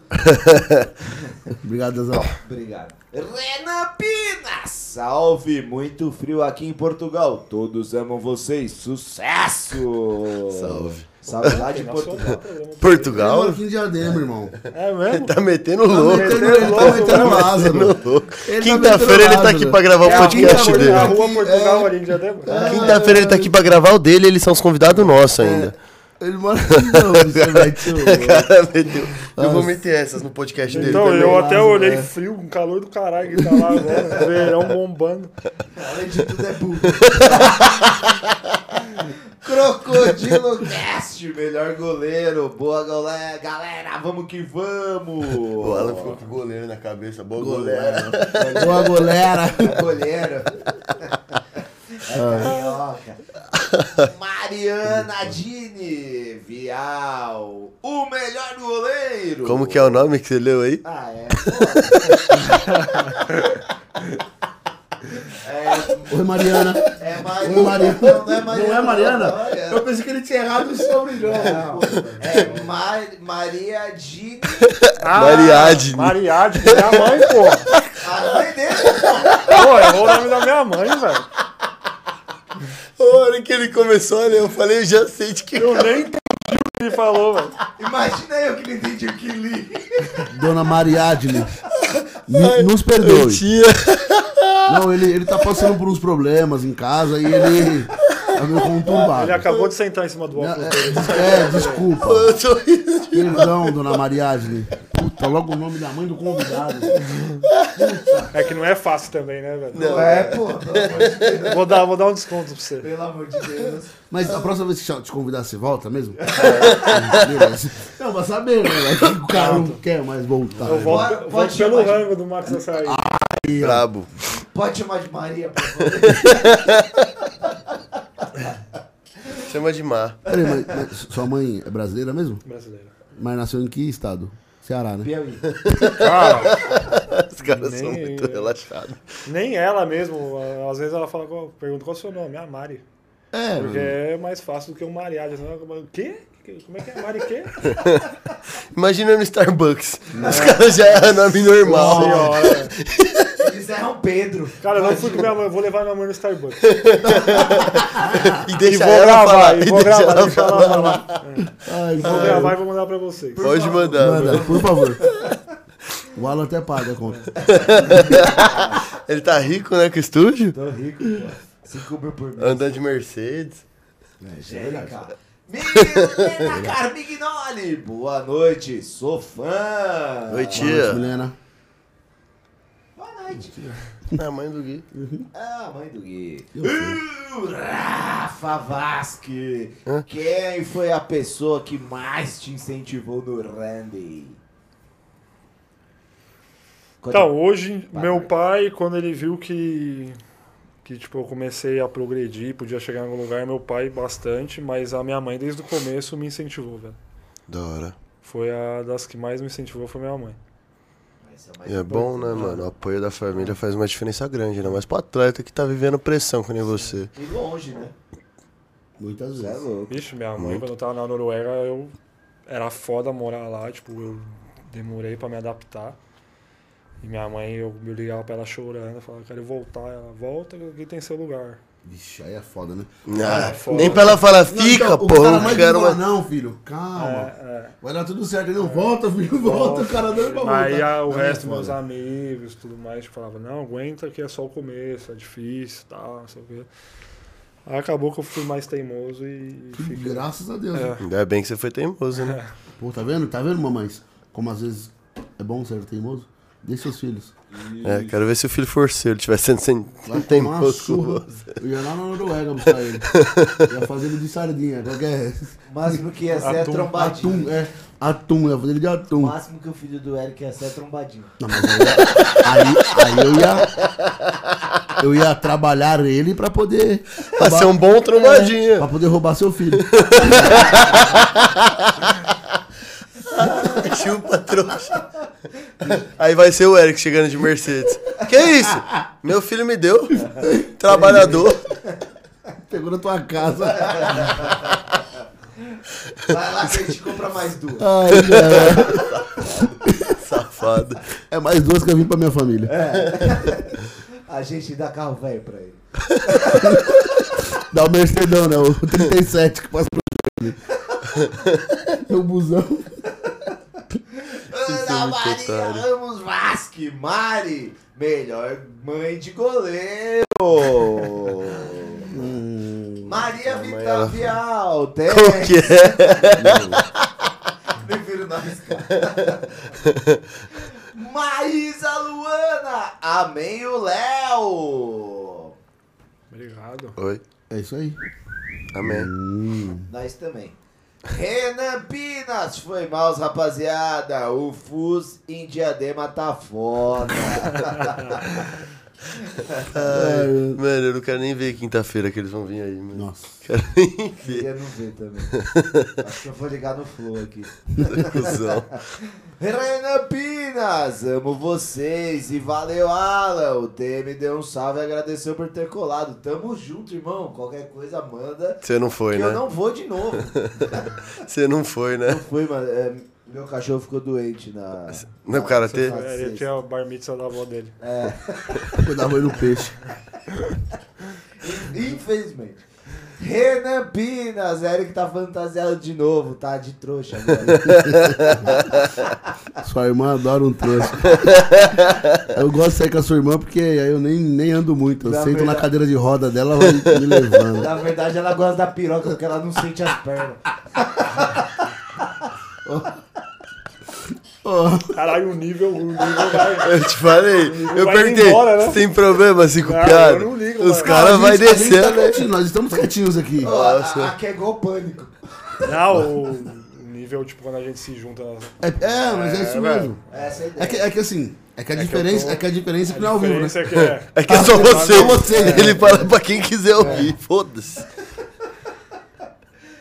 S3: Obrigado, Zezão.
S2: Obrigado. Renan Pina, salve! Muito frio aqui em Portugal. Todos amam vocês. Sucesso!
S4: Salve.
S2: Salve lá de
S5: Nossa,
S2: Portugal.
S5: problema.
S3: Ele mora
S4: Portugal?
S3: aqui em Diadema, irmão. Tá
S5: É mesmo?
S4: Tá metendo louco.
S3: metendo-
S5: é louco, né,
S3: ele tá metendo Lázaro. Ele tá metendo
S4: Quinta-feira ele tá
S3: Lázaro.
S4: aqui pra gravar
S5: É
S4: o
S5: a
S4: podcast
S5: rua-
S4: dele. É.
S5: A rua Portugal
S3: É.
S5: ali em Diadema.
S4: Quinta-feira ele tá aqui pra gravar o dele, eles são os convidados nossos ainda.
S3: Ele mora aqui, não, você é vai te
S4: Cara, meteu. Eu vou meter essas no podcast dele
S5: Então,
S4: também. é.
S5: eu até
S3: Massa,
S5: olhei
S3: né?
S5: frio, um calor do caralho que tá lá agora, verão bombando.
S3: Além de tudo, é puto.
S2: Crocodilo Cast, melhor goleiro. Boa galera, galera, vamos que vamos.
S4: O Alan ficou com o goleiro na cabeça. Boa goleiro.
S2: Goleiro.
S3: Boa, galera.
S2: Goleiro. É carioca. Mariana Dini Vial, o melhor goleiro.
S4: Como que é o nome que você leu aí?
S2: Ah, é. pô.
S3: Oi, Mariana.
S2: é, é Mariana.
S3: Oi, Mariana.
S2: Não, é
S3: Não
S2: Mariana.
S3: é Mariana?
S2: não, é.
S3: Eu pensei que ele tinha errado o sobrenome.
S2: Não, é Mar Maria Dini.
S5: Ah,
S4: Mariadne.
S5: Mariadne, minha mãe, pô.
S2: A mãe Ah, é dele.
S5: Pô, errou o nome da minha mãe, velho.
S4: A hora que ele começou a ler, eu falei, eu já sei de que.
S5: Eu nem entendi o que ele falou, velho.
S2: Imagina eu que não entendi o que li.
S3: Dona Mariadne. n- Nos
S4: Eu
S3: perdoe.
S4: tinha.
S3: Não, ele, ele tá passando por uns problemas em casa e ele tá meio conturbado.
S5: Ele acabou de sentar em cima do óculos.
S3: É, des- é, desculpa.
S4: Eu tô rindo de.
S3: Perdão, dona Mariadne. Puta, logo o nome da mãe do convidado.
S5: É que não é fácil também, né, velho?
S2: Não é, pô. Pelo amor de Deus.
S5: Vou dar, vou dar um desconto pra você.
S2: Pelo amor de Deus.
S3: Mas a próxima vez que eu te convidar, você volta mesmo? Beleza. Não, pra saber, né? velho, que O cara não quer mais voltar.
S5: É. Eu volto,
S2: Pode-
S5: eu
S2: pode
S5: volto pelo
S2: chamar de-
S5: rango do Max Açaí.
S4: Brabo.
S2: Pode chamar de Maria, por favor.
S4: Chama de Mar.
S3: Peraí, mas, mas sua mãe é brasileira mesmo?
S5: Brasileiro.
S3: Mas nasceu em que estado? Ceará, né?
S2: Piauí.
S5: Cara,
S4: Os caras são
S5: Nem-
S4: muito relaxados.
S5: nem ela mesmo. Às vezes ela fala, qual- pergunta qual é o seu nome? Ah, Mari.
S3: É,
S4: Hum.
S5: Porque
S3: mano.
S5: é mais fácil do que um mariage. Assim, o quê? Como é que é? Mari quê?
S4: Imagina no Starbucks. Os caras já erram nome normal. é-
S5: Senhora.
S2: Eles erram Pedro.
S5: é. Cara, eu não fui com minha mãe. Vou levar minha mãe no Starbucks.
S4: E deixa
S5: e vou
S4: ela
S5: gravar,
S4: falar.
S5: e vou
S4: deixa
S5: gravar,
S4: ela
S5: deixa ela
S4: falar.
S5: falar.
S3: Ai,
S5: Vou
S3: cara.
S5: gravar e vou mandar pra vocês.
S4: Pode mandar. mano.
S3: Manda, por favor. O Alan até paga a conta.
S4: Ele tá rico, né, com o estúdio?
S2: Tô rico, pô. 5 mil por mês.
S4: Andando de Mercedes.
S3: É,
S2: Angélica. Milena Carmignoli. Boa noite, sou fã.
S4: Oi,
S3: Boa noite,
S4: tia.
S3: Milena.
S2: Boa noite.
S4: A mãe do Gui.
S2: Ah, mãe do Gui. Uh, Rafa Vasque. Quem foi a pessoa que mais te incentivou no Randy? Quando-
S5: Então, hoje,
S2: Vai,
S5: meu
S2: vai.
S5: pai, quando ele viu que, que tipo, eu comecei a progredir, podia chegar em algum lugar, meu pai bastante, mas a minha mãe, desde o começo, me incentivou, velho.
S4: Da hora.
S5: Foi a das que mais me incentivou, foi minha mãe.
S2: Esse o
S4: E
S2: mais
S4: é bom, né, mano? O apoio da família faz uma diferença grande, né? Mas pro atleta que tá vivendo pressão, que nem você.
S2: E longe, né?
S3: Muitas
S2: Cê é
S3: vezes.
S2: louco.
S5: Vixe, minha mãe,
S4: Muito.
S5: quando eu tava na Noruega, eu era foda morar lá, tipo, eu demorei pra me adaptar. E minha mãe, eu me ligava pra ela chorando, eu falava, quero voltar. Ela, volta, aqui tem seu lugar.
S3: Vixe, aí é foda, né?
S4: Ah,
S5: foda.
S4: nem pra ela falar, fica,
S3: Não, então,
S4: porra,
S3: cara
S4: eu
S3: mais
S4: quero
S3: não fala,
S4: uma...
S3: Não, filho, calma.
S5: É,
S3: Vai dar tudo certo. Ele não volta, filho, volta. O cara dando pra voltar.
S5: Aí a- o
S3: Aí
S5: resto,
S3: é
S5: meus
S3: foda.
S5: amigos, tudo mais, tipo, falava, não, aguenta que é só o começo, é difícil, tal, não sei o quê. Aí acabou que eu fui mais teimoso e
S3: Que
S5: fiquei.
S3: Graças a Deus. né?
S5: É.
S4: Ainda bem que você foi teimoso, né?
S3: Pô, tá vendo? Tá vendo, mamães? Como às vezes é bom ser teimoso? Deixa seus filhos.
S4: É, quero ver se o filho forceiro tivesse sendo sem...
S3: Vai tomar uma
S4: teimoso com
S3: surra.
S4: você.
S3: Eu ia lá na Noruega buscar ele. ia fazer ele de sardinha, qualquer.
S2: O máximo que ia ser é
S5: Atum,
S2: trombadinho.
S3: Atum, é. Atum, ia fazer ele de
S2: O
S3: atum.
S2: máximo que o filho do Eric ia ser é trombadinho.
S3: Não, mas aí, aí, aí eu ia. Eu ia trabalhar ele pra poder.
S4: Vai ser um bom trombadinha.
S3: Pra poder roubar seu filho.
S4: Chupa, trouxa. Aí vai ser o Eric chegando de Mercedes. Que isso? Meu filho me deu. Trabalhador.
S3: Pegou na tua casa.
S2: Vai lá que a gente compra mais duas.
S3: Ai, cara.
S4: Safado.
S3: É mais duas que eu vim pra minha família.
S2: A gente dá carro velho pra ele.
S3: Dá o Mercedão, né? O 37 que passa pro dele. No busão.
S4: Vocês
S2: Ana
S4: são muito
S2: Maria
S4: otário.
S2: Ramos Vasque, Mari,
S3: Hum.
S2: melhor mãe de goleiro. Maria
S4: Amanhã
S2: Vital
S4: ela-
S2: Vial, tem.
S4: Como que é?
S2: Prefiro não arriscar. Maísa Luana, amém o Léo.
S5: Obrigado.
S4: Oi.
S3: É isso aí.
S4: Amém.
S3: Hum.
S2: Nós também. Renan Pinas, foi mal, rapaziada. O Fus em Diadema tá foda.
S3: Tá.
S4: Ai, mano, eu não quero nem ver quinta-feira que eles vão vir aí, mano.
S3: Nossa.
S4: Quero nem ver,
S2: Queria não ver também. Acho que eu vou ligar no Flow aqui.
S4: cuzão.
S2: Renan Pinas, amo vocês e valeu, Alan. O DM deu um salve e agradeceu por ter colado. Tamo junto, irmão. Qualquer coisa, manda.
S4: Você não foi,
S2: que
S4: né?
S2: eu não vou de novo.
S4: Você não foi, né?
S2: Não fui, mano. É, meu cachorro ficou doente na.
S4: No karatê?
S2: Nossa,
S5: É, ele
S2: sexta.
S5: tinha o bar mitzvah da avó dele.
S3: É. Eu dava olho no peixe.
S2: Infelizmente. Renan Pinas, Eric tá fantasiado de novo, tá de trouxa agora.
S3: Sua irmã adora um trouxa. Eu gosto de sair com a sua irmã porque aí eu nem, nem ando muito. Eu
S2: Na
S3: sento na
S2: verdade-
S3: cadeira de roda dela, ela vai me levando.
S2: Na verdade, ela gosta da piroca porque ela não sente as pernas.
S5: Caralho, o nível, o nível vai.
S4: Eu te falei, eu
S5: Vai
S4: perguntei,
S5: embora, né?
S4: você tem problema assim com
S5: Não, eu
S4: piada?
S5: não ligo,
S4: Os
S5: mano.
S4: caras
S3: A
S4: vai
S3: gente- a gente tá
S4: descendo, né?
S3: quietinho, Nós estamos quietinhos aqui.
S2: Ó, a- Aqui é igual pânico.
S5: Não, o o nível, tipo, quando a gente se junta.
S3: É, é, mas é
S5: É,
S3: isso
S5: velho.
S3: mesmo.
S2: Essa é a ideia.
S3: É que, é que assim, é que a
S5: que eu
S3: diferença
S5: tô-
S3: é que a diferença é que
S5: a
S3: não é ao vivo, né?
S5: diferença é que é.
S4: É que é só
S5: Ah,
S4: você.
S5: só
S4: você. Ele fala pra quem quiser ouvir, foda-se.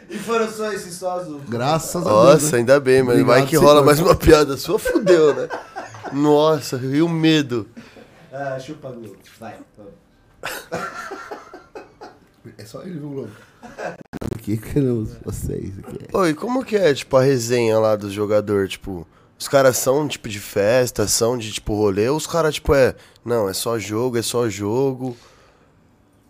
S2: E foram só esses só azul.
S5: é-
S3: Graças a Deus.
S4: Nossa,
S3: né?
S4: ainda bem, mano.
S3: Obrigado,
S4: Vai que rola
S3: senhor.
S4: mais uma piada sua, fudeu, né? Nossa, e o medo?
S2: Ah, chupa Globo. Vai, vamos.
S3: É só ele, viu, Globo? Aqui queremos vocês. Aqui.
S4: Ô, e como que é, tipo, a resenha lá do jogador? Tipo, os caras são, tipo, de festa, são de, tipo, rolê? Ou os caras, tipo, é... Não, é só jogo, é só jogo.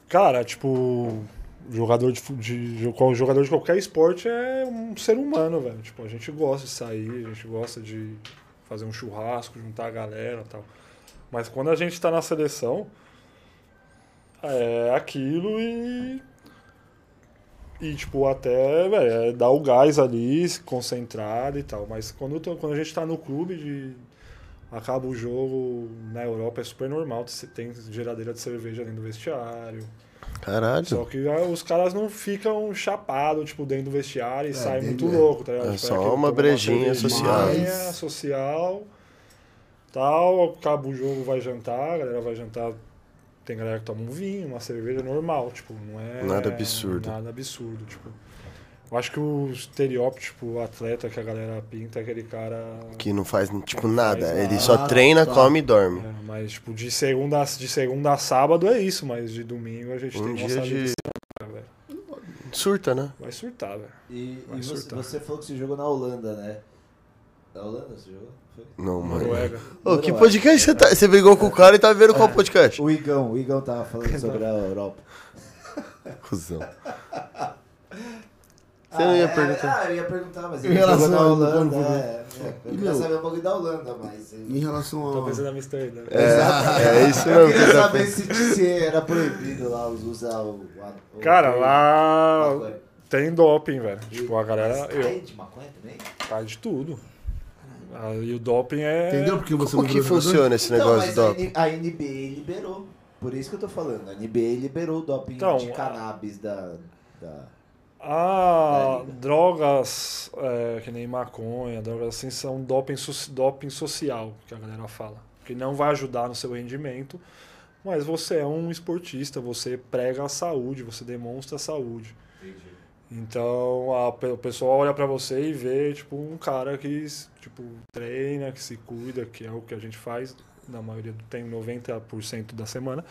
S5: Cara, tipo, jogador de, fu- de, de- qual- jogador de qualquer esporte é um ser humano, velho. Tipo, a gente gosta de sair, a gente gosta de fazer um churrasco, juntar a galera e tal. Mas quando a gente tá na seleção, é aquilo e. E, tipo, até, velho, é dar o gás ali, se concentrar e tal. Mas quando, eu tô- quando a gente tá no clube de, acaba o jogo na Europa, é super normal. Você tem geladeira de cerveja dentro do vestiário. Só
S4: Caralho.
S5: que ah, os caras não ficam chapados, tipo, dentro do vestiário e saem
S3: dentro
S5: muito
S3: é.
S5: louco, tá ligado?
S4: É
S5: Tipo,
S4: só
S5: aquele
S4: uma
S5: toma
S4: brejinha
S5: cervejinha,
S3: social.
S5: social, tal, acaba o jogo, vai jantar, a galera vai jantar, tem galera que toma um vinho, uma cerveja normal, tipo, não é...
S4: Nada absurdo.
S5: Nada absurdo, tipo... Eu acho que o estereótipo, tipo, o atleta que a galera pinta é aquele cara...
S4: Que não faz, tipo,
S5: Não faz
S4: nada.
S5: nada.
S4: Ele só treina, come e dorme.
S5: É, mas, tipo, de segunda, a, de segunda a sábado é isso, mas de domingo a gente
S4: Um
S5: tem
S4: dia
S5: nossa vida.
S4: de...
S5: velho.
S4: Surta, né?
S5: Vai surtar, velho.
S2: E, e
S5: Vai
S2: você,
S5: surtar.
S2: você falou que você jogou na Holanda, né? Na Holanda você jogou? Foi?
S4: Não, mano.
S5: Noruega.
S4: Ô, que podcast você tá? Você brigou com o cara e tá vendo qual podcast?
S2: O Igão, o Igão tava falando sobre a Europa.
S4: Cusão. Você não
S2: Ah,
S4: ia
S2: é,
S4: perguntar.
S2: Ah, eu ia perguntar, mas
S3: Em
S2: ele jogou
S3: relação
S2: na
S3: ao-
S2: Holanda.
S3: quando foi?
S2: É, é, eu
S3: E,
S2: queria
S3: meu,
S2: saber um pouco da Holanda, mas... Ah,
S3: Em relação
S5: Tô
S3: ao.
S5: pensando em Amsterdã.
S4: É, é isso
S2: Eu
S4: mesmo.
S2: queria
S4: que tá
S2: saber se, se era proibido lá usar o... o- o-
S5: Cara,
S2: o-
S5: lá
S2: Maconha.
S5: tem doping, velho.
S2: E-
S5: Tipo, a galera
S2: Mas
S5: eu,
S2: cai de maconha também?
S5: cai de tudo. Ah, E o doping é.
S3: Entendeu porque você
S4: Como
S3: não
S4: que
S3: virou jogador?
S4: funciona esse
S2: Então,
S4: negócio
S2: mas
S4: do
S2: a,
S4: doping?
S2: N- a NBA liberou. Por isso que eu tô falando. A NBA liberou o doping
S5: Então,
S2: de
S5: a-
S2: cannabis da. da...
S5: Ah,
S2: É, liga.
S5: drogas é, que nem maconha, drogas assim, são doping, so- doping social, que a galera fala. Que não vai ajudar no seu rendimento, mas você é um esportista, você prega a saúde, você demonstra a saúde. Então, a pe- o pessoal olha pra você e vê, tipo, um cara que s- tipo, treina, que se cuida, que é o que a gente faz, na maioria do tempo, 90% da semana.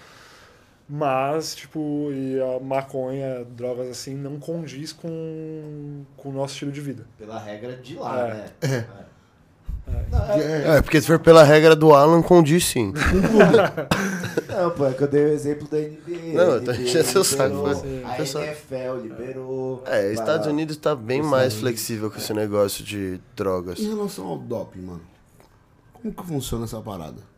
S5: Mas, tipo, e a maconha, drogas assim, não condiz com, com o nosso estilo de vida.
S2: Pela regra de lá,
S5: É.
S2: né?
S3: É,
S4: É, porque se for pela regra do Alan, condiz sim.
S2: Não, pô, é que eu dei o exemplo da NBA.
S4: Não,
S2: a
S4: eu tô
S2: NBA
S4: enchendo seu saco,
S2: liberou,
S4: mas-
S2: A
S4: eu só-
S2: NFL liberou.
S4: É,
S2: vai
S4: Estados
S2: lá.
S4: Unidos tá bem mais flexível com esse negócio de drogas.
S3: em relação ao doping, mano. Como que funciona essa parada?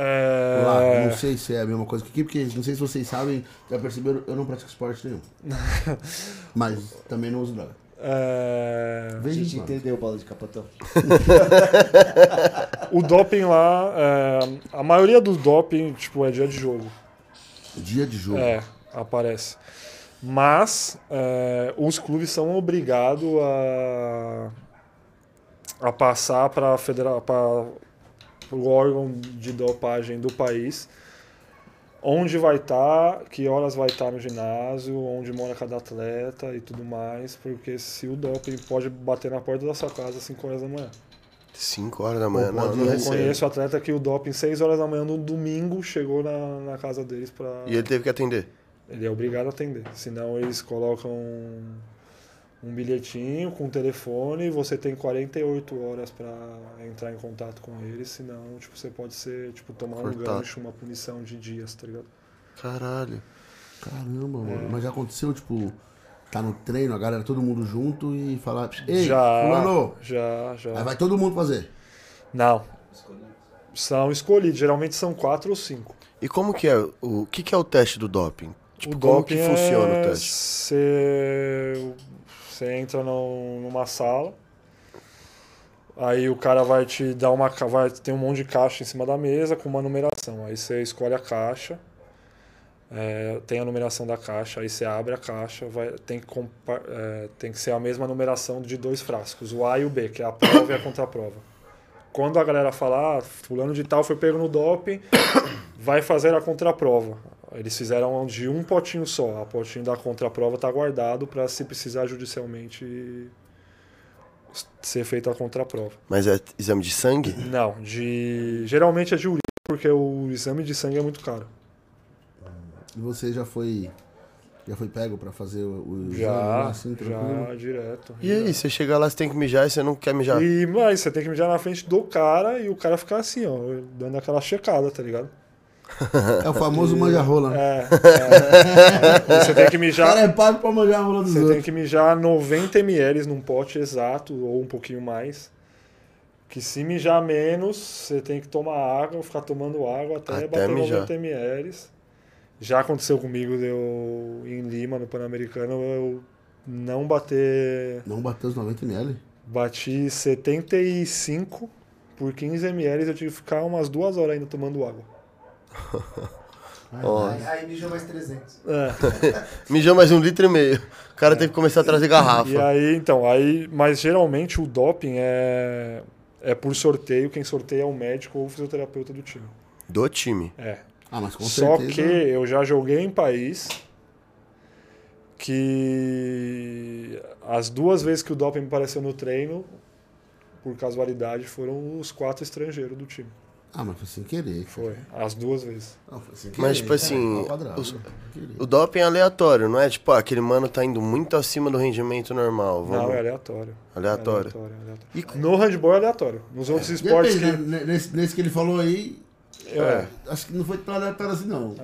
S5: É...
S3: Lá, não sei se é a mesma coisa que aqui, porque não sei se vocês sabem, já perceberam, eu não pratico esporte nenhum. Mas também não uso droga.
S5: é,
S2: A
S3: Veja
S2: gente
S3: isso, mano.
S2: entendeu, bola de capotão.
S5: O doping lá, é, a maioria do doping, tipo, é dia de jogo.
S3: Dia de jogo.
S5: É, aparece. Mas é, os clubes são obrigados a, a passar para o órgão de dopagem do país onde vai estar, que horas vai estar no ginásio, onde mora cada atleta e tudo mais, porque se o doping pode bater na porta da sua casa às 5 horas da manhã.
S4: 5 horas da manhã,
S3: Pô,
S4: não,
S3: pode
S4: não
S3: ir.
S5: Eu
S4: recebe.
S5: conheço atleta que o doping 6 horas da manhã no domingo chegou na, na casa deles para
S4: E ele teve que atender.
S5: ele é obrigado a atender. Senão eles colocam um- um bilhetinho com um telefone e você tem 48 horas para entrar em contato com eles, senão tipo, você pode ser, tipo, tomar um
S4: Cortado.
S5: gancho, uma punição de dias, tá ligado?
S4: Caralho.
S3: Caramba, mano. Mas já aconteceu, tipo, tá no treino, a galera, todo mundo junto e falar, ei,
S5: já,
S3: fulano,
S5: já, já.
S3: aí vai todo mundo fazer.
S5: Não. São escolhidos, geralmente são quatro ou cinco.
S4: E como que é? O que, que é o teste do doping? Tipo,
S5: o
S4: como
S5: doping
S4: que funciona
S5: é
S4: o teste?
S5: Você, você entra num- numa sala, aí o cara vai te dar uma. ca- Vai, tem um monte de caixa em cima da mesa com uma numeração. Aí você escolhe a caixa, é, tem a numeração da caixa, aí você abre a caixa, vai, tem, que compa- é, tem que ser a mesma numeração de dois frascos, o A e o B, que é a prova e a contraprova. Quando a galera falar, ah, fulano de tal foi pego no doping, vai fazer a contraprova. Eles fizeram de um potinho só. O potinho da contraprova está guardado para, se precisar judicialmente, ser feita a contraprova.
S4: Mas é exame de sangue?
S5: Não, de geralmente é de urina, porque o exame de sangue é muito caro.
S3: E você já foi. Já foi pego pra fazer o, o exame lá,
S5: Já,
S3: assim, tranquilo?
S5: já, direto.
S4: E aí, você chega lá, você tem que mijar e você não quer mijar.
S5: E, mas você tem que mijar na frente do cara e o cara ficar assim, ó, dando aquela checada, tá ligado?
S3: É o famoso manja-rola, né?
S5: É, é. você tem que
S3: O
S5: mijar.
S3: cara é pago pra manja-rola dos
S5: Você tem
S3: outros.
S5: que mijar 90 ml num pote exato, ou um pouquinho mais. Que se mijar menos, você tem que tomar água, ficar tomando água até,
S4: Até
S5: bater
S4: mijar.
S5: 90 ml. Já aconteceu comigo, eu em Lima, no Pan-Americano, eu não bater.
S3: Não bateu os 90 ml.
S5: Bati 75 por 15 ml, eu tive que ficar umas duas horas ainda tomando água.
S4: Ó,
S2: Aí mijou mais 300.
S4: mijou mais um litro e meio. O cara teve que começar a trazer garrafa.
S5: É. E aí, então, aí, mas geralmente o doping é, é por sorteio, quem sorteia é o médico ou o fisioterapeuta do time.
S4: Do time.
S5: É.
S3: Ah, mas com
S5: Só
S3: certeza.
S5: que eu já joguei em país que as duas vezes que o doping apareceu no treino, por casualidade, foram os quatro estrangeiros do time.
S3: Ah, mas foi sem querer. cara.
S5: Foi. As duas vezes.
S3: Não, foi sem
S4: Mas,
S3: querer,
S4: tipo
S3: cara.
S4: assim,
S3: Ao quadrado,
S4: os-
S3: né? Sem querer.
S4: O doping é aleatório, não é? Tipo, ah, aquele mano tá indo muito acima do rendimento normal. Vamos...
S5: Não, é aleatório.
S4: Aleatório.
S5: É aleatório.
S4: E-
S5: No handball é aleatório. Nos outros esportes
S3: Depende,
S5: que.
S3: né? Ne- nesse, nesse que ele falou aí,
S5: É.
S3: acho que não foi tão aleatório assim, não.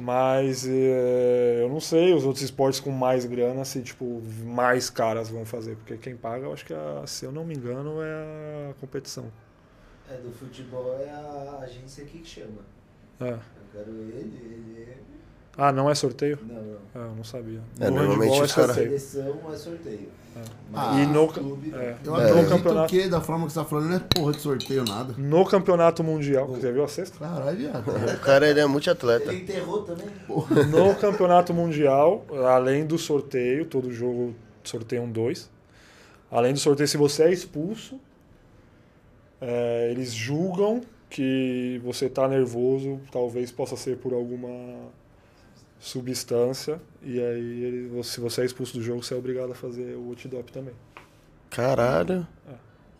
S5: Mas eh, eu não sei, os outros esportes com mais grana, se tipo, mais caras vão fazer. Porque quem paga, eu acho que, a- se eu não me engano, é a competição.
S6: É, do futebol é a agência aqui que chama.
S5: É.
S6: Eu quero ele, ele, ele.
S5: Ah, não é sorteio?
S6: Não, não.
S5: Ah, eu não sabia.
S4: É,
S5: no
S4: normalmente
S5: handball é
S4: os cara-
S5: sorteio.
S6: Seleção é sorteio.
S3: Ah,
S5: e no,
S6: clube.
S5: é,
S3: Eu
S5: no
S3: acredito
S5: campeonato,
S3: que, da forma que você tá falando, não é porra de sorteio nada.
S5: no campeonato mundial, você viu a sexta?
S3: Caralho, viado.
S4: O cara, ele é multiatleta.
S6: Ele enterrou também.
S5: No campeonato mundial, além do sorteio, todo jogo sorteia um dois. Além do sorteio, se você é expulso, é, eles julgam que você está nervoso, talvez possa ser por alguma substância, e aí ele- se você é expulso do jogo, você é obrigado a fazer o antidop também.
S4: Caralho.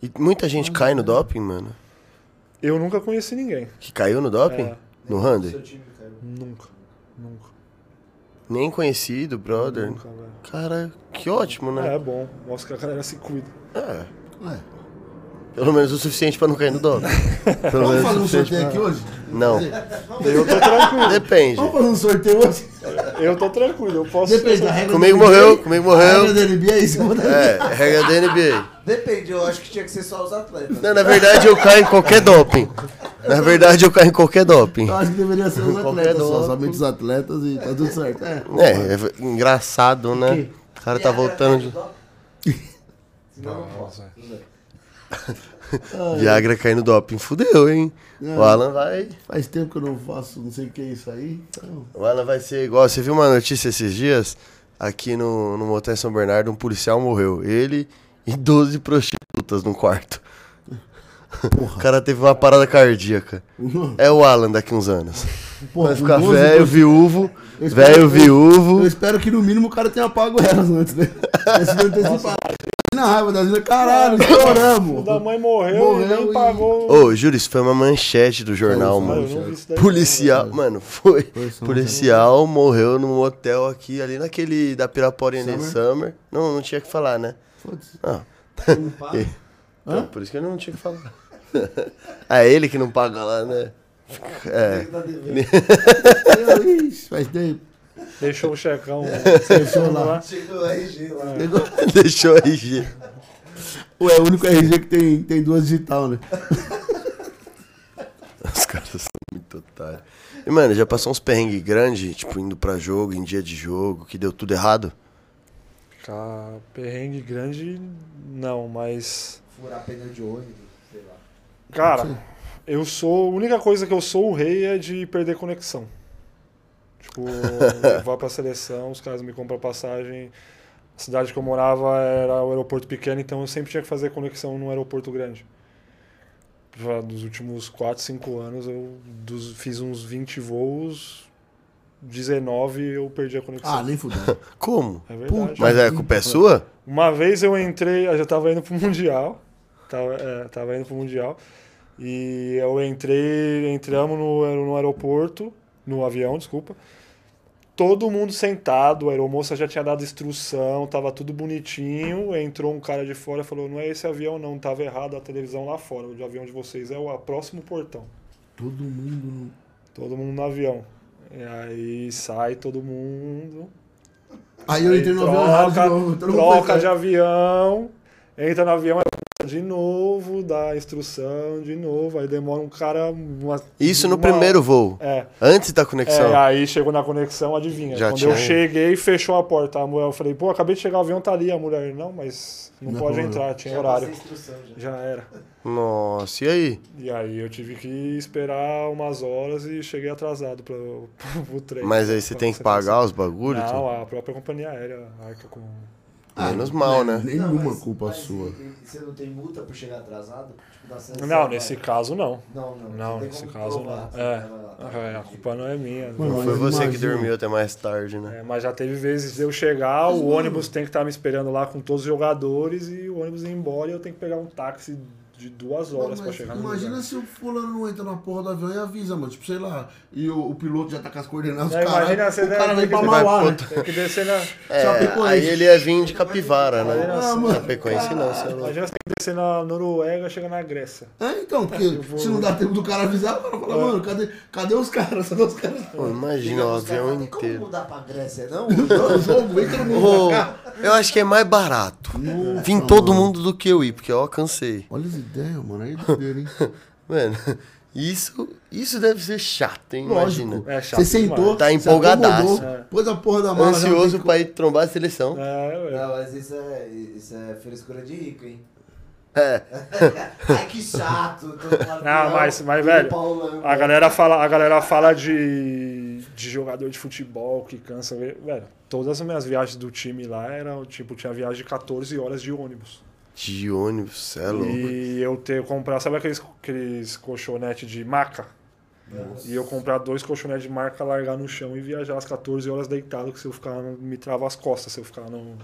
S4: E muita gente cai no doping, mano.
S5: Eu nunca conheci ninguém.
S4: Que caiu no doping?
S5: É.
S4: No Hunter?
S6: Seu time, cara.
S5: Nunca. Nunca.
S4: Nem conhecido, brother.
S5: Nunca, velho.
S4: Cara, que ótimo, né?
S5: É bom. Mostra que a galera se cuida.
S4: É.
S3: É.
S4: Pelo menos o suficiente pra não cair no doping. Pelo
S3: Vamos
S4: menos
S3: fazer
S4: o
S3: um
S4: suficiente.
S3: sorteio aqui hoje?
S4: Não.
S3: Quer dizer,
S4: Depende.
S3: Vamos fazer um sorteio hoje?
S5: Eu tô tranquilo, eu posso.
S3: Depende da regra
S4: Comigo
S3: da NBA.
S4: morreu, comigo morreu.
S3: A regra da NBA é isso. mano.
S4: É, regra da NBA.
S2: Depende, eu acho que tinha que ser só os atletas.
S4: Não, na verdade eu caio em qualquer doping. Na verdade eu caio em qualquer doping.
S3: Eu acho que deveria ser os
S4: Qualquer
S3: atletas
S4: dom.
S3: só, somente os atletas e tá tudo certo. É.
S4: É, é engraçado, né? O cara tá voltando de.
S6: Senão não posso.
S4: Viagra caindo doping. Fudeu, hein? O Alan vai.
S3: Faz tempo que eu não faço, não sei o que é isso aí. Então,
S4: O Alan vai ser igual. Você viu uma notícia esses dias? Aqui no, no Motel em São Bernardo, um policial morreu. Ele e 12 prostitutas num quarto. O cara teve uma parada cardíaca. É o Alan daqui uns anos.
S3: porra,
S4: Vai ficar
S3: com 12,
S4: velho,
S3: doze-
S4: viúvo.
S3: Eu espero-
S4: Velho,
S3: eu- Eu
S4: viúvo.
S3: espero que no mínimo o cara tenha pago elas antes, né? Esse não antecipado. Na raiva da vida, caralho,
S5: O da
S3: estouramos.
S5: mãe morreu,
S3: Morreu
S5: e nem
S3: e-
S4: Ô,
S5: pagou.
S4: juro, isso foi uma manchete do
S3: Foi,
S4: jornal,
S5: Ah,
S4: mano.
S5: eu não vi isso daí.
S4: Policial, mano, foi.
S3: Foi, só-
S4: Policial morreu num hotel aqui, ali naquele da Piraporinha Summer.
S3: Summer?
S4: Summer. Não, não tinha que falar, né?
S3: Foda-se.
S4: Não.
S6: pá.
S4: Então, por isso que eu não tinha que falar. é ele que não paga lá, né?
S2: tá
S4: É.
S3: Eu, Ixi, faz tempo.
S5: Deixou o checão.
S3: Fechou lá.
S5: lá.
S6: Chegou o RG lá.
S4: Deixou aí. Gi.
S3: Ué, é o único RG que tem, tem duas digital, né?
S4: Os caras são muito otários. E, mano, já passou uns perrengues grandes, tipo, indo pra jogo, em dia de jogo, que deu tudo errado?
S5: Cara, perrengue grande, não, mas.
S6: Furar pneu de ônibus, sei lá.
S5: Cara, eu sou. A única coisa que eu sou o rei é de perder conexão. Tipo, levar pra seleção, os caras me compram passagem. A cidade que eu morava era o aeroporto pequeno, então eu sempre tinha que fazer conexão num aeroporto grande. Já nos últimos 4, 5 anos, eu dos- fiz uns 20 voos, 19 eu perdi a conexão.
S3: Ah, nem fudeu.
S4: Como?
S5: é verdade.
S4: Mas é a culpa é sua?
S5: Uma vez eu entrei, eu já tava indo pro Mundial. Tava, é, tava indo pro Mundial. E eu entrei, entramos no, no aeroporto, no avião, desculpa. Todo mundo sentado, a aeromoça já tinha dado instrução, tava tudo bonitinho. Entrou um cara de fora e falou: Não é esse avião, não, tava errado a televisão lá fora. O avião de vocês é o a próximo portão.
S3: Todo mundo.
S5: Todo mundo no avião. E aí sai todo mundo.
S3: Aí eu entrei no avião errado de
S5: troca,
S3: novo. todo mundo
S5: troca
S3: foi-
S5: de avião, entra no avião é de novo, dá instrução de novo, aí demora um cara. Uma,
S4: Isso no
S5: uma-
S4: primeiro voo.
S5: É,
S4: Antes da
S5: é,
S4: conexão.
S5: aí chegou na conexão, adivinha.
S4: Já
S5: Quando
S4: tinha um.
S5: eu
S4: ido.
S5: cheguei, fechou a porta. A mulher, eu falei, pô, acabei de chegar, o avião tá ali. A mulher, não, mas não,
S3: Não,
S5: pode
S3: não.
S5: entrar, tinha
S6: Já
S5: horário.
S6: passei instrução já.
S5: Já era.
S4: Nossa, e aí?
S5: E aí eu tive que esperar umas horas e cheguei atrasado pro, pro trem.
S4: Mas aí você tem que pagar os bagulhos? tudo?
S5: Não, a própria companhia aérea arca com.
S4: Menos mal, né?
S6: Não,
S3: Ah, Nenhuma
S6: mas-
S3: culpa
S6: mas
S3: sua.
S6: e- e Você não tem multa por chegar atrasado? Tipo, da seleção,
S5: Não,
S6: vai.
S5: nesse caso não.
S6: Não, não.
S5: Não,
S6: você tem
S5: nesse
S6: como
S5: caso
S6: provar,
S5: não.
S3: assim,
S6: você
S3: tá
S6: tava lá, tá? tava
S5: É, é, a
S6: perdido.
S5: culpa não é minha.
S3: Mano,
S4: Foi
S3: mas
S4: você que
S3: imagina.
S4: dormiu até mais tarde, né?
S5: É, mas já teve vezes de eu chegar, o ônibus tem que estar me esperando lá com todos os jogadores e o ônibus ir embora e eu tenho que pegar um táxi de duas
S3: Não,
S5: horas pra
S3: mas
S5: chegar no
S3: imagina
S5: lugar.
S3: se o fulano não entra na porra do avião e avisa, mano. Tipo, sei lá, e o, o piloto já tá com as coordenadas,
S5: Não,
S3: os caras.
S5: imagina, você
S3: O cara
S5: deve-
S3: vem pra
S5: você
S4: vai
S3: Mauá,
S4: pro
S3: né?
S5: Tem que descer na.
S4: É,
S3: Chapecoense.
S4: aí ele ia vir de capivara, né?
S3: Ah, mano.
S4: Chapecoense não, seu louco.
S5: Imagina você tem que descer na Noruega e chegar na Grécia.
S3: É, então, porque se não dá tempo do cara avisar, o cara
S5: É.
S3: fala, mano, cadê, cadê os caras? Cadê os caras?
S4: Pô, imagina o
S6: Os
S3: é
S6: caras
S3: um
S4: avião
S6: falam, "Tem Como
S4: inteiro.
S6: mudar pra Grécia, não?
S3: Não, o jogo, vem todo mundo
S4: Ô,
S3: pra cá.
S4: eu acho que é mais barato.
S3: Nossa,
S4: Vim todo
S3: mano.
S4: mundo do que eu ir, porque eu cansei.
S3: Olha as ideias, mano. Aí é doideira, hein?
S4: Mano, isso, isso deve ser chato, hein? Imagina.
S5: É chato
S3: Você sentou,
S5: demais.
S4: Tá
S3: se
S4: empolgadaço.
S3: acomodou,
S5: É.
S3: Pôs a porra da mala. já
S4: Ansioso
S3: vem-
S4: pra ir trombar a seleção.
S5: É,
S6: Não, mas isso é, isso é frescura de rico, hein?
S4: É.
S6: Ai, que chato. Tô com
S5: Não, mas- mas, velho, A galera fala, a galera fala de, de jogador de futebol que cansa. Velho, todas as minhas viagens do time lá eram, tipo, tinha viagem de 14 horas de ônibus.
S4: De ônibus, cê é louco.
S5: E eu ter comprar, sabe aqueles, aqueles colchonete de maca? E eu comprar dois colchonetes de marca, largar no chão e viajar às 14 horas deitado, que se eu ficar, no- me trava as costas se eu ficar no,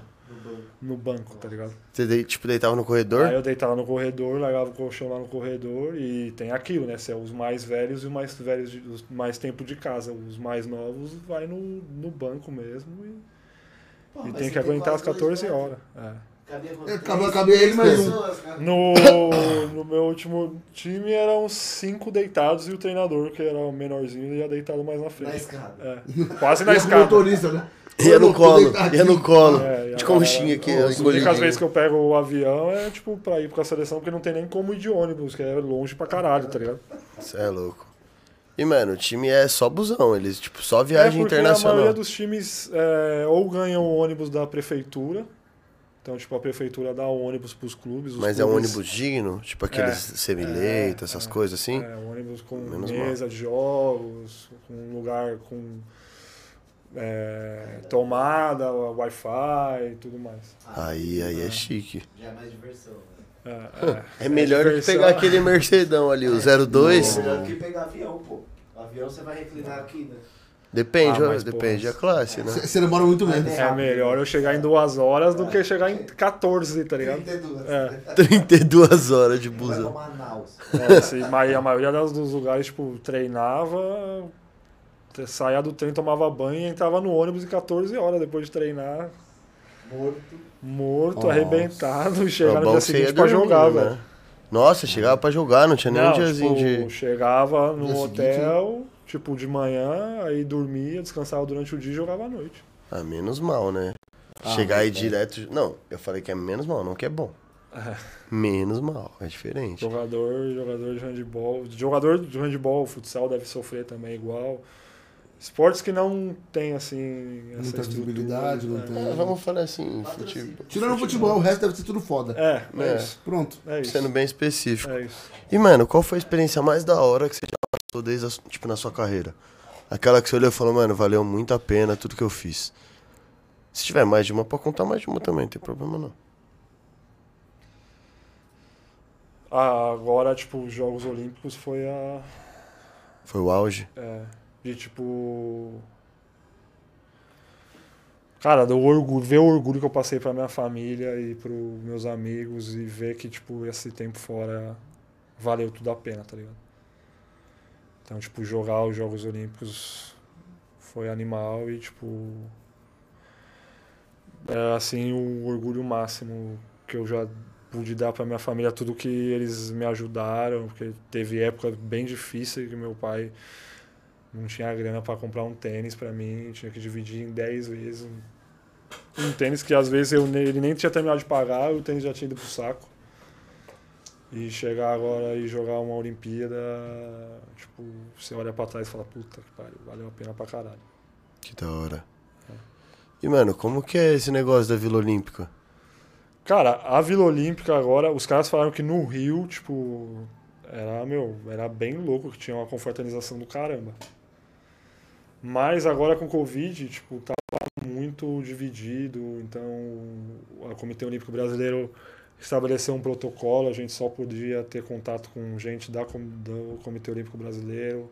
S5: no banco, tá ligado?
S4: Você dei- tipo, deitava no
S5: Aí
S4: corredor?
S5: eu deitava no corredor, largava o colchão lá no corredor e tem aquilo, né? Se é os mais velhos e os mais velhos, de, os mais tempo de casa. Os mais novos
S6: Ah.
S5: vai no, no banco mesmo e, e tem que aguentar às 14 horas. É.
S6: Cabia com
S3: É,
S6: três,
S3: cabia- cabia ele mais um.
S6: pessoas, cara.
S5: No, no meu último time eram cinco deitados e o treinador, que era o menorzinho, ia deitado mais na frente.
S6: Na escada.
S5: É, quase na
S3: Ia com o
S5: escada.
S3: motorista, né?
S4: Ia no
S3: Eu tô
S4: colo,
S3: deitadinho.
S4: ia no colo.
S5: É, e
S4: de
S5: a
S4: conchinha
S5: galera-
S4: aqui,
S5: As
S4: engolir.
S5: únicas vezes que eu pego o avião é, tipo, pra ir pra seleção, porque não tem nem como ir de ônibus, que é longe pra caralho, tá ligado?
S4: Cê é louco. E, mano, o time é só busão. Eles, tipo, só viagem
S5: é porque a
S4: internacional.
S5: maioria dos times é, ou ganham o ônibus da prefeitura, então, tipo, a prefeitura dá o ônibus pros clubes. os
S4: Mas é um
S5: clubes-
S4: ônibus digno, tipo aqueles semileito, essas coisas assim.
S5: É, um ônibus com
S4: Menos mal.
S5: mesa de jogos, com um lugar com é, tomada, Wi-Fi e tudo mais.
S4: Aí, aí é chique.
S6: Já é mais diversão. né?
S5: É, é.
S4: É melhor que
S5: diversão.
S4: pegar aquele Mercedão ali, o 02.
S6: É melhor do que pegar avião, pô. O avião você vai reclinar aqui, né?
S4: Depende, ó,
S5: Ah, mas,
S4: depende
S5: porra.
S4: da classe, né?
S3: Você demora muito menos.
S5: É melhor eu chegar em duas horas do que chegar em 14, tá ligado?
S6: 32.
S5: É.
S4: 32 horas de
S6: Vai pra
S4: busão.
S6: Manaus.
S5: Nossa, e ma- e É, a maioria das- dos lugares, tipo, treinava, te- saía do trem, tomava banho e entrava no ônibus em 14 horas depois de treinar,
S6: Morto.
S5: morto,
S3: Nossa.
S5: arrebentado, e
S4: É
S5: chegar no dia
S4: que você ia
S5: seguinte pra
S4: dormindo,
S5: jogar,
S4: né?
S5: velho.
S4: Nossa, chegava pra jogar, não tinha nem um
S5: Não,
S4: diazinho
S5: tipo,
S4: de.
S5: chegava no
S3: Dia seguinte,
S5: hotel, tipo, de manhã, aí dormia, descansava durante o dia e jogava à noite.
S4: Ah, menos mal, né? Chegar aí direto. Não, eu falei que é menos mal, não que é bom. Menos mal, é diferente.
S5: Jogador, jogador de handball, jogador de handball, futsal deve sofrer também igual. Esportes que não tem, assim, essa
S3: Muita
S5: estrutura,
S3: visibilidade, não
S5: né?
S3: tem.
S4: É, vamos falar assim, futebol.
S3: Tirando o futebol, o resto deve ser tudo foda.
S5: É, é,
S4: É.
S5: isso.
S3: Pronto.
S5: É isso.
S4: Sendo bem específico.
S5: É isso.
S4: E, mano, qual foi a experiência mais da hora que você já passou desde, a- tipo, na sua carreira? Aquela que você olhou e falou, mano, valeu muito a pena tudo que eu fiz. Se tiver mais de uma, pode contar mais de uma também, não tem problema não.
S5: Ah, agora, tipo, os Jogos Olímpicos foi a.
S4: Foi o auge?
S5: É, de tipo. Cara, do orgulho, ver o orgulho que eu passei pra minha família e pros meus amigos e ver que, tipo, esse tempo fora valeu tudo a pena, tá ligado? Então, tipo, jogar os Jogos Olímpicos foi animal e, tipo. É assim o orgulho máximo que eu já pude dar pra minha família, tudo que eles me ajudaram, porque teve época bem difícil que meu pai não tinha grana pra comprar um tênis pra mim, tinha que dividir em 10 vezes. um- Um tênis que às vezes eu, ne- ele nem tinha terminado de pagar, o tênis já tinha ido pro saco. E chegar agora e jogar uma Olimpíada, tipo, você olha pra trás e fala, puta que pariu, valeu a pena pra caralho.
S4: Que da hora. E, mano, como que é esse negócio da Vila Olímpica?
S5: Cara, a Vila Olímpica agora, os caras falaram que no Rio, tipo, era, meu, era bem louco, que tinha uma confraternização do caramba. Mas agora com o Covid, tipo, tava muito dividido, então o Comitê Olímpico Brasileiro estabeleceu um protocolo, a gente só podia ter contato com gente da, com- do Comitê Olímpico Brasileiro.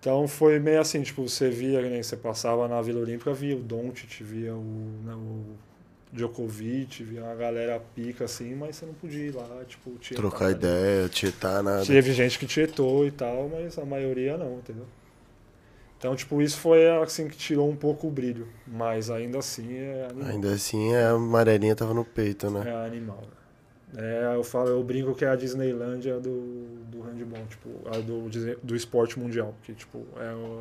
S5: Então foi meio assim, tipo, você via, né, você passava na Vila Olímpica, via o Doncic, via o, né, o Djokovic, via uma galera pica assim, mas você não podia ir lá, tipo, tietar,
S4: Trocar
S5: né?
S4: ideia, tietar nada.
S5: Teve gente que tietou e tal, mas a maioria não, entendeu? Então, tipo, isso foi assim que tirou um pouco o brilho. Mas ainda assim é animal.
S4: Ainda assim, a amarelinha tava no peito, né?
S5: É animal. né? É, eu falo, eu brinco que é a Disneylândia do, do handball, tipo, a do, Disney- do esporte mundial, que tipo, é, o-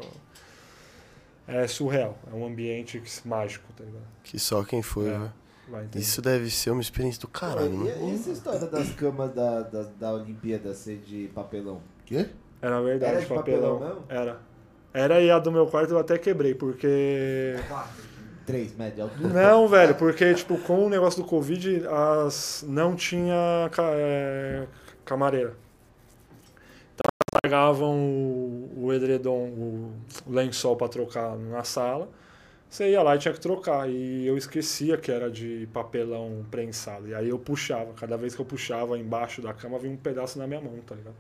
S5: é surreal, é um ambiente que se- mágico, tá ligado?
S4: Que só quem foi,
S5: É.
S4: velho.
S5: Vai entender.
S4: Isso deve ser uma experiência do caralho,
S2: E, é
S4: né?
S2: e essa história das camas da, da, da Olimpíada ser de papelão?
S3: Quê?
S5: Era verdade,
S2: Era de
S5: papelão.
S2: papelão mesmo?
S5: Era. Era e a do meu quarto eu até quebrei, porque
S2: 3 metros de altura?
S5: Não, velho, porque, tipo, com o negócio do Covid, as... não tinha ca- é, camareira. Então, elas pegavam o, o edredom, o lençol pra trocar na sala. Você ia lá e tinha que trocar. E eu esquecia que era de papelão prensado. E aí eu puxava. Cada vez que eu puxava embaixo da cama, vinha um pedaço na minha mão, tá ligado?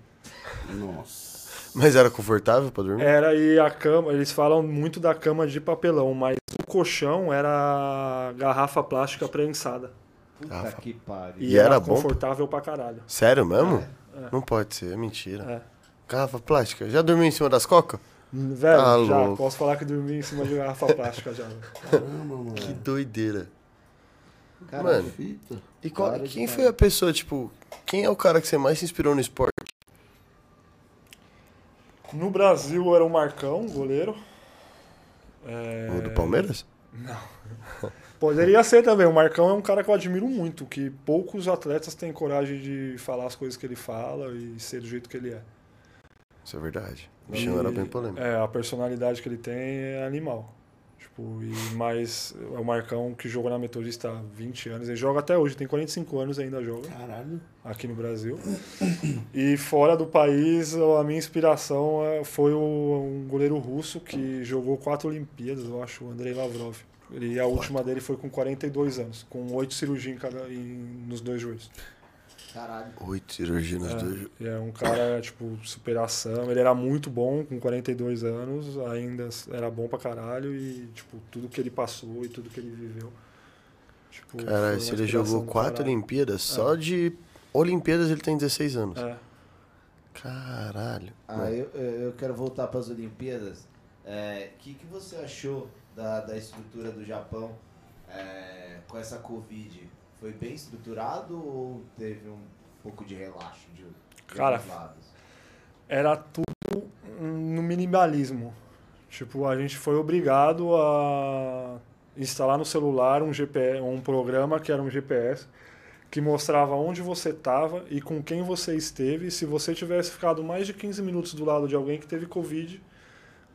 S3: Nossa.
S4: Mas era confortável pra dormir?
S5: Era e a cama, eles falam muito da cama de papelão, mas o colchão era garrafa plástica prensada.
S2: Puta
S4: Ah,
S2: que pariu.
S5: E,
S4: E
S5: era,
S4: era bom?
S5: confortável pra caralho.
S4: Sério mesmo? Não pode ser, é mentira.
S5: É.
S4: Garrafa plástica. Já dormiu em cima das cocas?
S5: Velho,
S4: Tá
S5: já
S4: louco.
S3: É.
S5: posso falar que dormi em cima de garrafa plástica já.
S3: Caramba, mano.
S4: Que doideira.
S2: Caralho.
S4: Mano.
S3: Fita.
S4: E qual-
S2: Claro,
S4: quem
S2: demais.
S4: foi a pessoa, tipo, quem é o cara que você mais se inspirou no esporte?
S5: No Brasil era o Marcão, goleiro. É,
S4: O do Palmeiras?
S5: Poderia ser também. O Marcão é um cara que eu admiro muito, que poucos atletas têm coragem de falar as coisas que ele fala e ser do jeito que ele é.
S4: Isso é verdade. O bichão era
S5: E,
S4: bem polêmico.
S5: É, a personalidade que ele tem é animal. Tipo, e mais é o Marcão que jogou na Metodista há 20 anos, ele joga até hoje, tem 45 anos e ainda joga
S3: Caralho.
S5: aqui no Brasil. E fora do país, a minha inspiração é, foi o- um goleiro russo que jogou quatro Olimpíadas, eu acho, o Andrei Lavrov. E a última dele foi com 42 anos, com oito cirurgias em cada, em- nos dois joelhos.
S2: Caralho.
S4: Oito cirurgias nos dois jogos.
S5: E é um cara, tipo, superação. Ele era muito bom com 42 anos, ainda era bom pra caralho e, tipo, tudo que ele passou e tudo que ele viveu. Tipo, foi uma
S4: Caralho, se ele
S5: inspiração
S4: jogou
S5: do
S4: quatro
S5: caralho.
S4: Olimpíadas, só de Olimpíadas ele tem 16 anos.
S5: É.
S4: Caralho.
S2: Ah, eu, eu eu quero voltar para as Olimpíadas. O que, que você achou da, da estrutura do Japão é, com essa Covid? Foi bem estruturado ou teve um pouco de relaxo de, de
S5: Cara,
S2: ambos lados?
S5: era tudo no minimalismo. Tipo, a gente foi obrigado a instalar no celular um GPS, um programa que era um GPS que mostrava onde você estava e com quem você esteve. Se você tivesse ficado mais de 15 minutos do lado de alguém que teve Covid,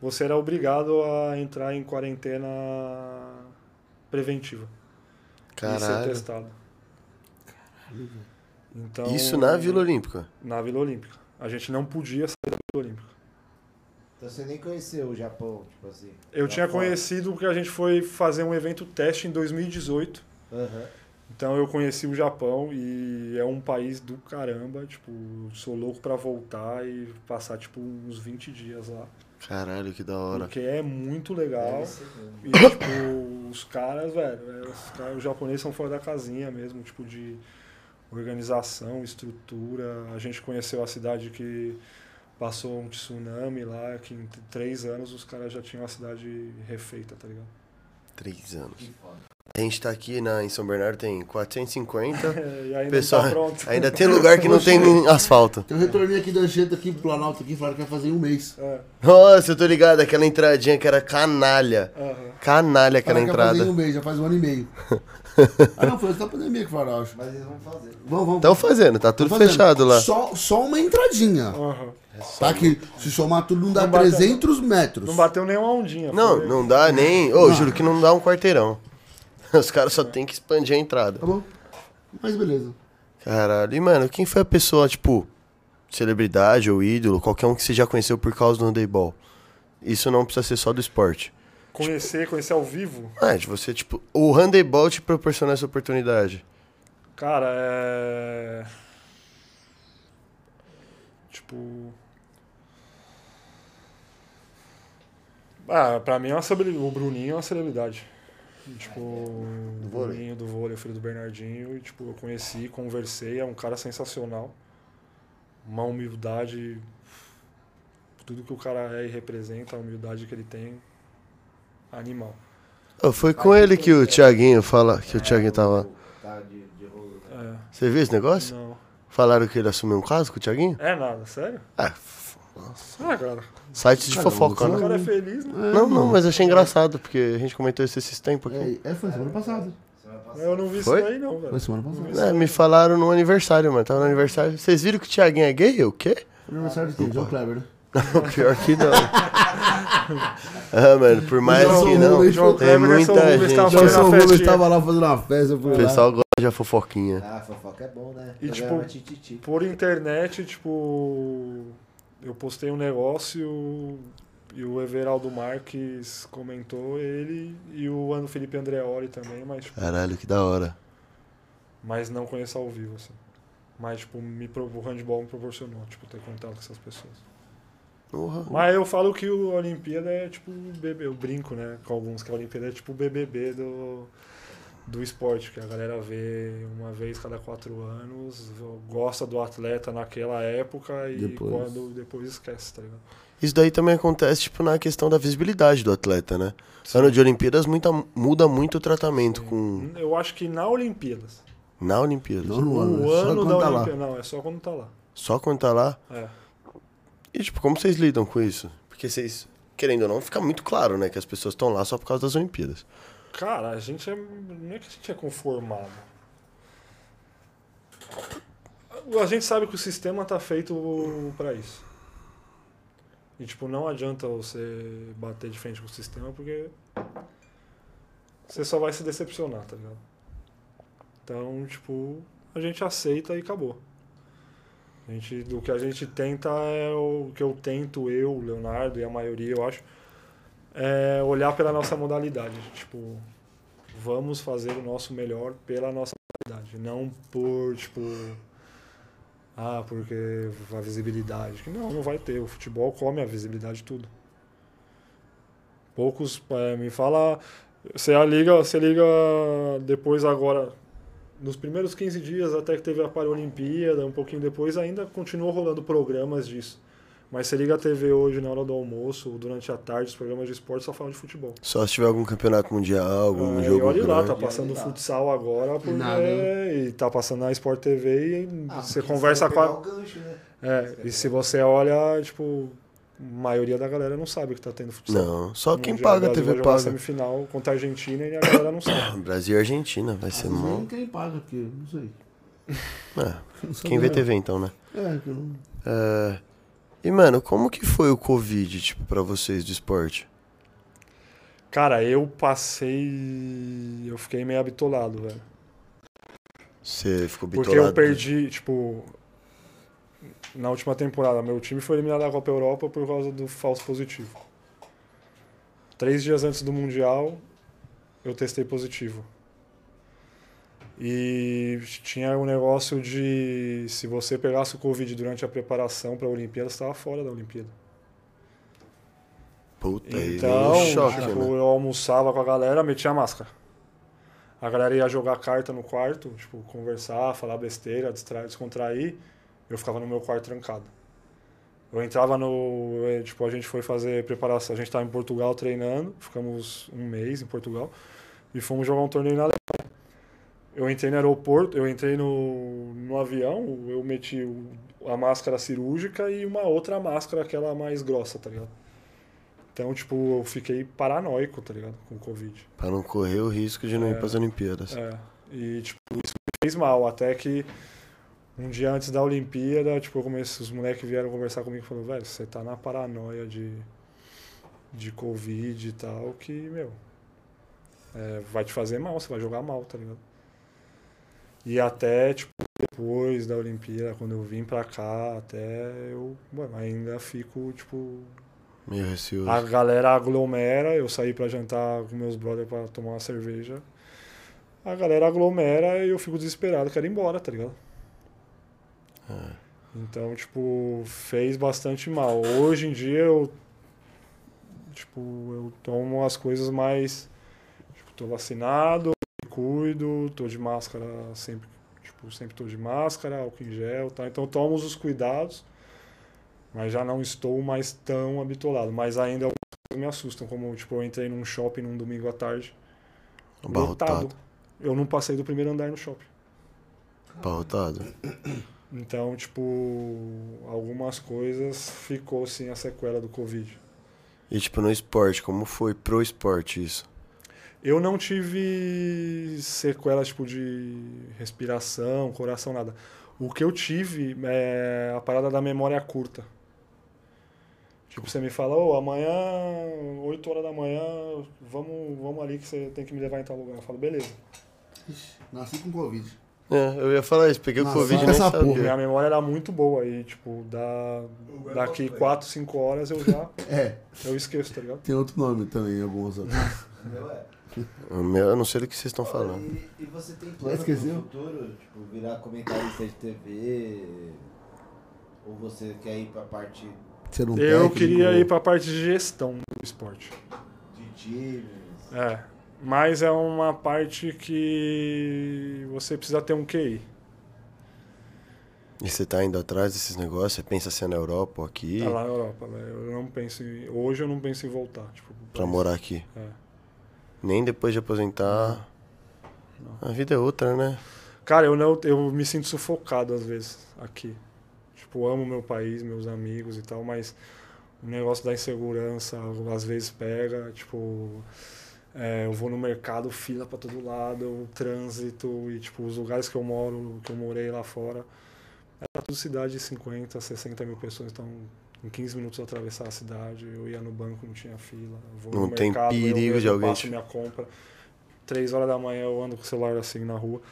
S5: você era obrigado a entrar em quarentena preventiva e ser
S4: Caralho.
S5: testado. Então,
S4: Isso na Vila Olímpica.
S5: na Vila Olímpica. A gente não podia sair da Vila Olímpica.
S2: Então você nem conheceu o Japão, tipo assim.
S5: Eu
S2: lá
S5: tinha
S2: fora.
S5: conhecido porque a gente foi fazer um evento teste em 2018.
S2: Aham.
S5: Então eu conheci o Japão e é um país do caramba, tipo, sou louco pra voltar e passar tipo uns 20 dias lá,
S4: Caralho, que da hora.
S5: porque é muito legal.
S2: Deve ser mesmo.
S5: E tipo, os caras, velho, é, os, caras, os japoneses são fora da casinha mesmo, tipo de organização, estrutura. A gente conheceu a cidade que passou um tsunami lá, que em t- três anos os caras já tinham a cidade refeita, tá ligado?
S4: Três anos.
S2: Que foda.
S4: A gente tá aqui na, em São Bernardo, tem 450.
S5: É, e ainda
S4: Pessoal,
S5: não tá pronto.
S4: ainda tem lugar que não tem asfalto.
S3: Eu retornei um aqui da Anchieta, aqui pro Planalto, aqui, falaram que ia fazer em um mês.
S5: É,
S4: Nossa, eu tô ligado, aquela entradinha que era canalha.
S5: aham.
S4: Canalha aquela
S3: Falaram que ia fazer em
S4: entrada.
S3: um mês, já faz um ano e meio. ah, não, foi antes da pandemia que falaram, eu acho.
S2: Mas eles vão fazer.
S3: Vamos, vamos.
S4: Estão fazendo, tá tudo
S3: um Tô fazendo.
S4: fechado lá.
S3: Só, só uma entradinha.
S5: aham.
S3: Tá que se somar tudo não dá
S5: Não bateu.
S3: 300 metros.
S5: Não bateu nenhuma ondinha.
S4: Não,
S5: foi-
S4: não dá nem. Ô, juro que não dá um quarteirão. Os caras só tem que expandir a entrada.
S3: Tá bom? Mas beleza.
S4: Caralho. E, mano, quem foi a pessoa, tipo, celebridade ou ídolo, qualquer um que você já conheceu por causa do handebol? Isso não precisa ser só do esporte.
S5: Conhecer, conhecer ao vivo,
S4: Mas você, tipo, o handebol te proporciona essa oportunidade.
S5: cara, é. Tipo. Ah, pra mim é uma celebri- o Bruninho é uma celebridade. Tipo, o
S4: vôlei.
S5: Bruninho do vôlei, o filho do Bernardinho. E, tipo, eu conheci, conversei, é um cara sensacional. Uma humildade. Tudo que o cara é e representa, a humildade que ele tem. Animal.
S4: Ô, foi com ele que o Thiaguinho fala que o Thiaguinho tava.
S2: Tá de, de rolo. né?
S5: É.
S4: Você viu esse negócio?
S5: Não.
S4: Falaram que ele assumiu um caso com o Thiaguinho?
S5: É nada, sério?
S4: Ah,
S5: Ah, cara.
S4: site de fofoca,
S5: O
S4: né?
S5: cara é feliz, né?
S4: Não, não, mas achei engraçado, porque a gente comentou isso esses tempos aqui.
S3: É, é, foi semana passada.
S2: Semana passada.
S5: Eu não vi
S4: Foi?
S5: isso daí, não, velho.
S3: Foi semana passada.
S4: É, me falaram no aniversário, mano. Tava no aniversário. Vocês viram que o Thiaguinho é gay? O quê?
S3: Foi aniversário de quem? João Kleber, né?
S4: Pior que não. ah, mano, por mais
S3: João
S4: que não.
S3: Rubens, João
S4: Tem
S5: Kleber, Nelson
S4: É muita
S5: Rubens
S4: gente. né?
S5: tava Foi na
S3: João Rubens
S5: festinha.
S3: estava lá fazendo uma festa. eu fui
S4: O
S3: lá.
S4: pessoal gosta de a fofoquinha.
S2: Ah, fofoca é bom, né?
S5: E,
S2: Programa
S5: tipo,
S2: tititi.
S5: Por internet, tipo. Eu postei um negócio e o Everaldo Marques comentou ele e o Ano Felipe Andreoli também, mas, tipo,
S4: Caralho, que da hora.
S5: mas não conheço ao vivo, assim. Mas, tipo, me, pro- o handball me proporcionou, tipo, ter contato com essas pessoas.
S4: Porra.
S5: Mas eu falo que o Olimpíada é tipo o BB, eu brinco, né, com alguns que a Olimpíada é tipo o BBB do do esporte, que a galera vê uma vez cada quatro anos, gosta do atleta naquela época e
S3: Depois.
S5: quando depois esquece, tá ligado?
S4: Isso daí também acontece, tipo, na questão da visibilidade do atleta, né? Ano de Olimpíadas muita, muda muito o tratamento com...
S5: Eu acho que na Olimpíadas.
S4: Na Olimpíada.
S3: Não no ano,
S5: o
S3: é só
S5: ano
S3: quando
S5: da
S3: tá lá.
S5: Olimpíada. Não, é só quando tá lá.
S4: Só quando tá lá.
S5: É.
S4: E, tipo, como vocês lidam com isso? Porque vocês, querendo ou não, fica muito claro, né? Que as pessoas estão lá só por causa das Olimpíadas.
S5: Cara, a gente é. Não é que a gente é conformado. A gente sabe que o sistema tá feito pra isso. E, tipo, não adianta você bater de frente com o sistema porque. Você só vai se decepcionar, tá ligado? Então, tipo, a gente aceita e acabou. A gente, o que a gente tenta é o o que eu tento, eu, o Leonardo e a maioria, eu acho, é olhar pela nossa modalidade. Tipo, vamos fazer o nosso melhor pela nossa modalidade, não por, tipo, ah, porque a visibilidade. Que Não, não vai ter. O futebol come a visibilidade de tudo. Poucos, eh, me fala, você a liga, você liga depois agora, nos primeiros 15 dias até que teve a Paralimpíada, um pouquinho depois, ainda continuou rolando programas disso. Mas você liga a TV hoje na hora do almoço, durante a tarde, os programas de esporte só falam de futebol.
S4: Só se tiver algum campeonato mundial, algum
S5: É, e
S4: Um jogo
S5: olha lá,
S4: grande.
S5: tá passando
S2: olha lá.
S5: futsal agora, porque...
S3: Nada.
S5: e tá passando na Sport TV e
S2: Ah,
S5: você
S2: porque
S5: conversa
S2: vai
S5: com a...
S2: pegar o gancho, né?
S5: É, e se você olha, tipo, a maioria da galera não sabe que tá tendo futsal.
S4: Não, só quem
S5: Mundial,
S4: paga a
S5: Brasil vai
S4: TV
S5: jogar
S4: paga.
S5: semifinal contra a Argentina e a galera não sabe.
S4: Ah, Brasil e Argentina, vai ser
S3: Não
S4: mó...
S3: quem paga aqui, não sei.
S4: É,
S3: Não sei
S4: quem vê
S3: mesmo.
S4: TV então, né?
S3: É, que eu não...
S4: É, E, mano, como que foi o Covid, tipo, pra vocês do esporte?
S5: Cara, eu passei... Eu fiquei meio habitolado, velho.
S4: Você ficou bitolado?
S5: Porque eu perdi, tipo... Na última temporada, meu time foi eliminado da Copa Europa por causa do falso positivo. Três dias antes do Mundial, eu testei positivo. E tinha um negócio de se você pegasse o Covid durante a preparação para a Olimpíada, você estava fora da Olimpíada.
S4: Puta,
S5: Então,
S4: então, aí, choque,
S5: tipo,
S4: né?
S5: eu almoçava com a galera, metia a máscara. A galera ia jogar carta no quarto, tipo, conversar, falar besteira, distrair, descontrair. Eu ficava no meu quarto trancado. Eu entrava no. eh, Tipo, a gente foi fazer preparação. A gente tava em Portugal treinando, ficamos um mês em Portugal, e fomos jogar um torneio na Alemanha. Eu entrei no aeroporto, eu entrei no, no avião, eu meti o- a máscara cirúrgica e uma outra máscara, aquela mais grossa, tá ligado? Então, tipo, eu fiquei paranoico, tá ligado? Com o Covid.
S4: Pra não correr o risco de não ir pras Olimpíadas.
S5: É. E, tipo, isso me fez mal. Até que um dia antes da Olimpíada, tipo, eu comecei, os moleques vieram conversar comigo e falaram, velho, você tá na paranoia de, de Covid e tal, que, meu, é, vai te fazer mal, você vai jogar mal, tá ligado? E até, tipo, depois da Olimpíada, quando eu vim pra cá, até eu, mano, ainda fico, tipo,
S4: Meio receoso.
S5: a galera aglomera, eu saí pra jantar com meus brothers pra tomar uma cerveja. A galera aglomera e eu fico desesperado, quero ir embora, tá ligado?
S4: É,
S5: Então, tipo, fez bastante mal. Hoje em dia eu tipo, eu tomo as coisas mais tipo, tô vacinado, me cuido, tô de máscara sempre, tipo, sempre tô de máscara, álcool em gel, tá? Então eu tomo os cuidados mas já não estou mais tão habitolado. Mas ainda algumas coisas me assustam, como tipo, eu entrei num shopping num domingo à tarde,
S4: Abarrotado.
S5: lotado. Eu não passei do primeiro andar no shopping.
S4: Abarrotado.
S5: Então, tipo, algumas coisas ficou sim a sequela do Covid.
S4: E, tipo, no esporte, como foi pro esporte isso?
S5: Eu não tive sequelas tipo de respiração, coração, nada. O que eu tive é a parada da memória curta. Tipo, você me fala, ô, amanhã, 8 horas da manhã, vamos, vamos ali que você tem que me levar em tal lugar. Eu falo, beleza.
S3: Nasci com Covid.
S4: É, eu ia falar isso, peguei
S3: Nossa,
S4: o Covid e
S3: olha
S4: nem
S3: essa
S4: sabia.
S3: porra.
S5: Minha memória era muito boa e, tipo, da, daqui 4, 5 horas eu já
S3: É,
S5: eu esqueço, tá ligado?
S3: tem outro nome também, algumas outras.
S2: O meu é.
S5: né?
S4: O meu, eu não sei do que vocês estão falando.
S2: E, e você tem plano pro
S3: esqueceu?
S2: futuro? Tipo, virar comentarista de TV? Ou você quer ir pra parte
S3: Ser um
S5: Eu
S3: técnico,
S5: queria ir pra parte de gestão do esporte.
S2: de times?
S5: É, Mas é uma parte que você precisa ter um QI.
S4: E você tá indo atrás desses negócios? Você pensa se é na Europa ou aqui?
S5: Tá lá na Europa, né? Eu não penso em- hoje eu não penso em voltar. Tipo, pro
S4: Pra
S5: país.
S4: morar aqui.
S5: É.
S4: Nem depois de aposentar. A vida é outra, né?
S5: Cara, eu não, eu me sinto sufocado às vezes aqui. Tipo, amo meu país, meus amigos e tal, mas o negócio da insegurança às vezes pega, tipo, é, eu vou no mercado, fila pra todo lado, o trânsito e tipo os lugares que eu moro, que eu morei lá fora, era tudo cidade de 50, 60 mil pessoas, então em 15 minutos eu atravessava a cidade, eu ia no banco, não tinha fila, eu vou
S4: Não
S5: no
S4: tem
S5: mercado, eu
S4: perigo
S5: mesmo
S4: de alguém
S5: faço
S4: te-
S5: minha compra. Três horas da manhã eu ando com o celular assim na rua.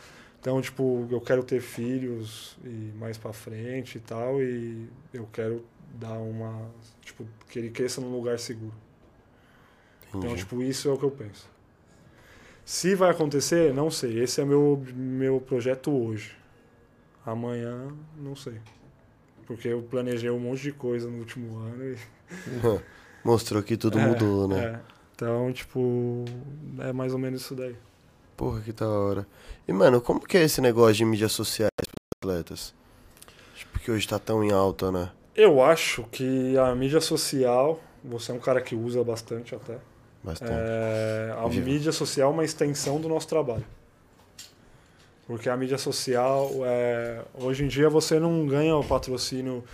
S5: Então, tipo, eu quero ter filhos e mais pra frente e tal, e eu quero dar uma. Tipo, que ele cresça num lugar seguro. Então,
S4: Entendi.
S5: tipo, isso é o que eu penso. Se vai acontecer, não sei. Esse é meu, meu projeto hoje. Amanhã, não sei. Porque eu planejei um monte de coisa no último ano e.
S4: Mostrou que tudo
S5: É,
S4: mudou, né?
S5: é. Então, tipo, é mais ou menos isso daí.
S4: Porra, que da hora. E, mano, como que é esse negócio de mídias sociais para atletas? Tipo, que hoje tá tão em alta, né?
S5: Eu acho que a mídia social, você é um cara que usa bastante até.
S4: Bastante.
S5: É, a
S4: Tá Viva.
S5: mídia social é uma extensão do nosso trabalho. Porque a mídia social, é, hoje em dia, você não ganha o patrocínio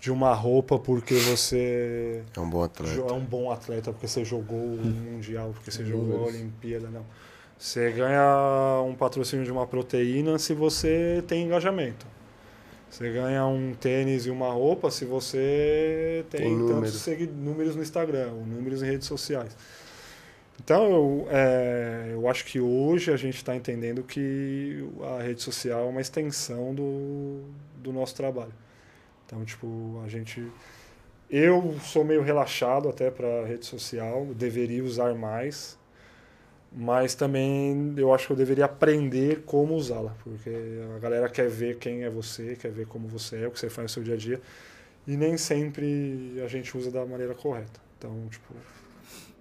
S5: de uma roupa porque você
S4: É, um bom
S5: jo- é
S4: atleta. Hum.
S5: um bom atleta, porque você jogou o Mundial, porque você jogou a Olimpíada, não. Você ganha um patrocínio de uma proteína se você tem engajamento. Você ganha um tênis e uma roupa se você tem,
S4: Tem número.
S5: tantos segui- números no Instagram, ou números em redes sociais. Então, eu, é, eu acho que hoje a gente está entendendo que a rede social é uma extensão do, do nosso trabalho. Então, tipo, a gente. Eu sou meio relaxado até para rede social, deveria usar mais, mas também eu acho que eu deveria aprender como usá-la, porque a galera quer ver quem é você, quer ver como você é, o que você faz no seu dia a dia, e nem sempre a gente usa da maneira correta. Então, tipo,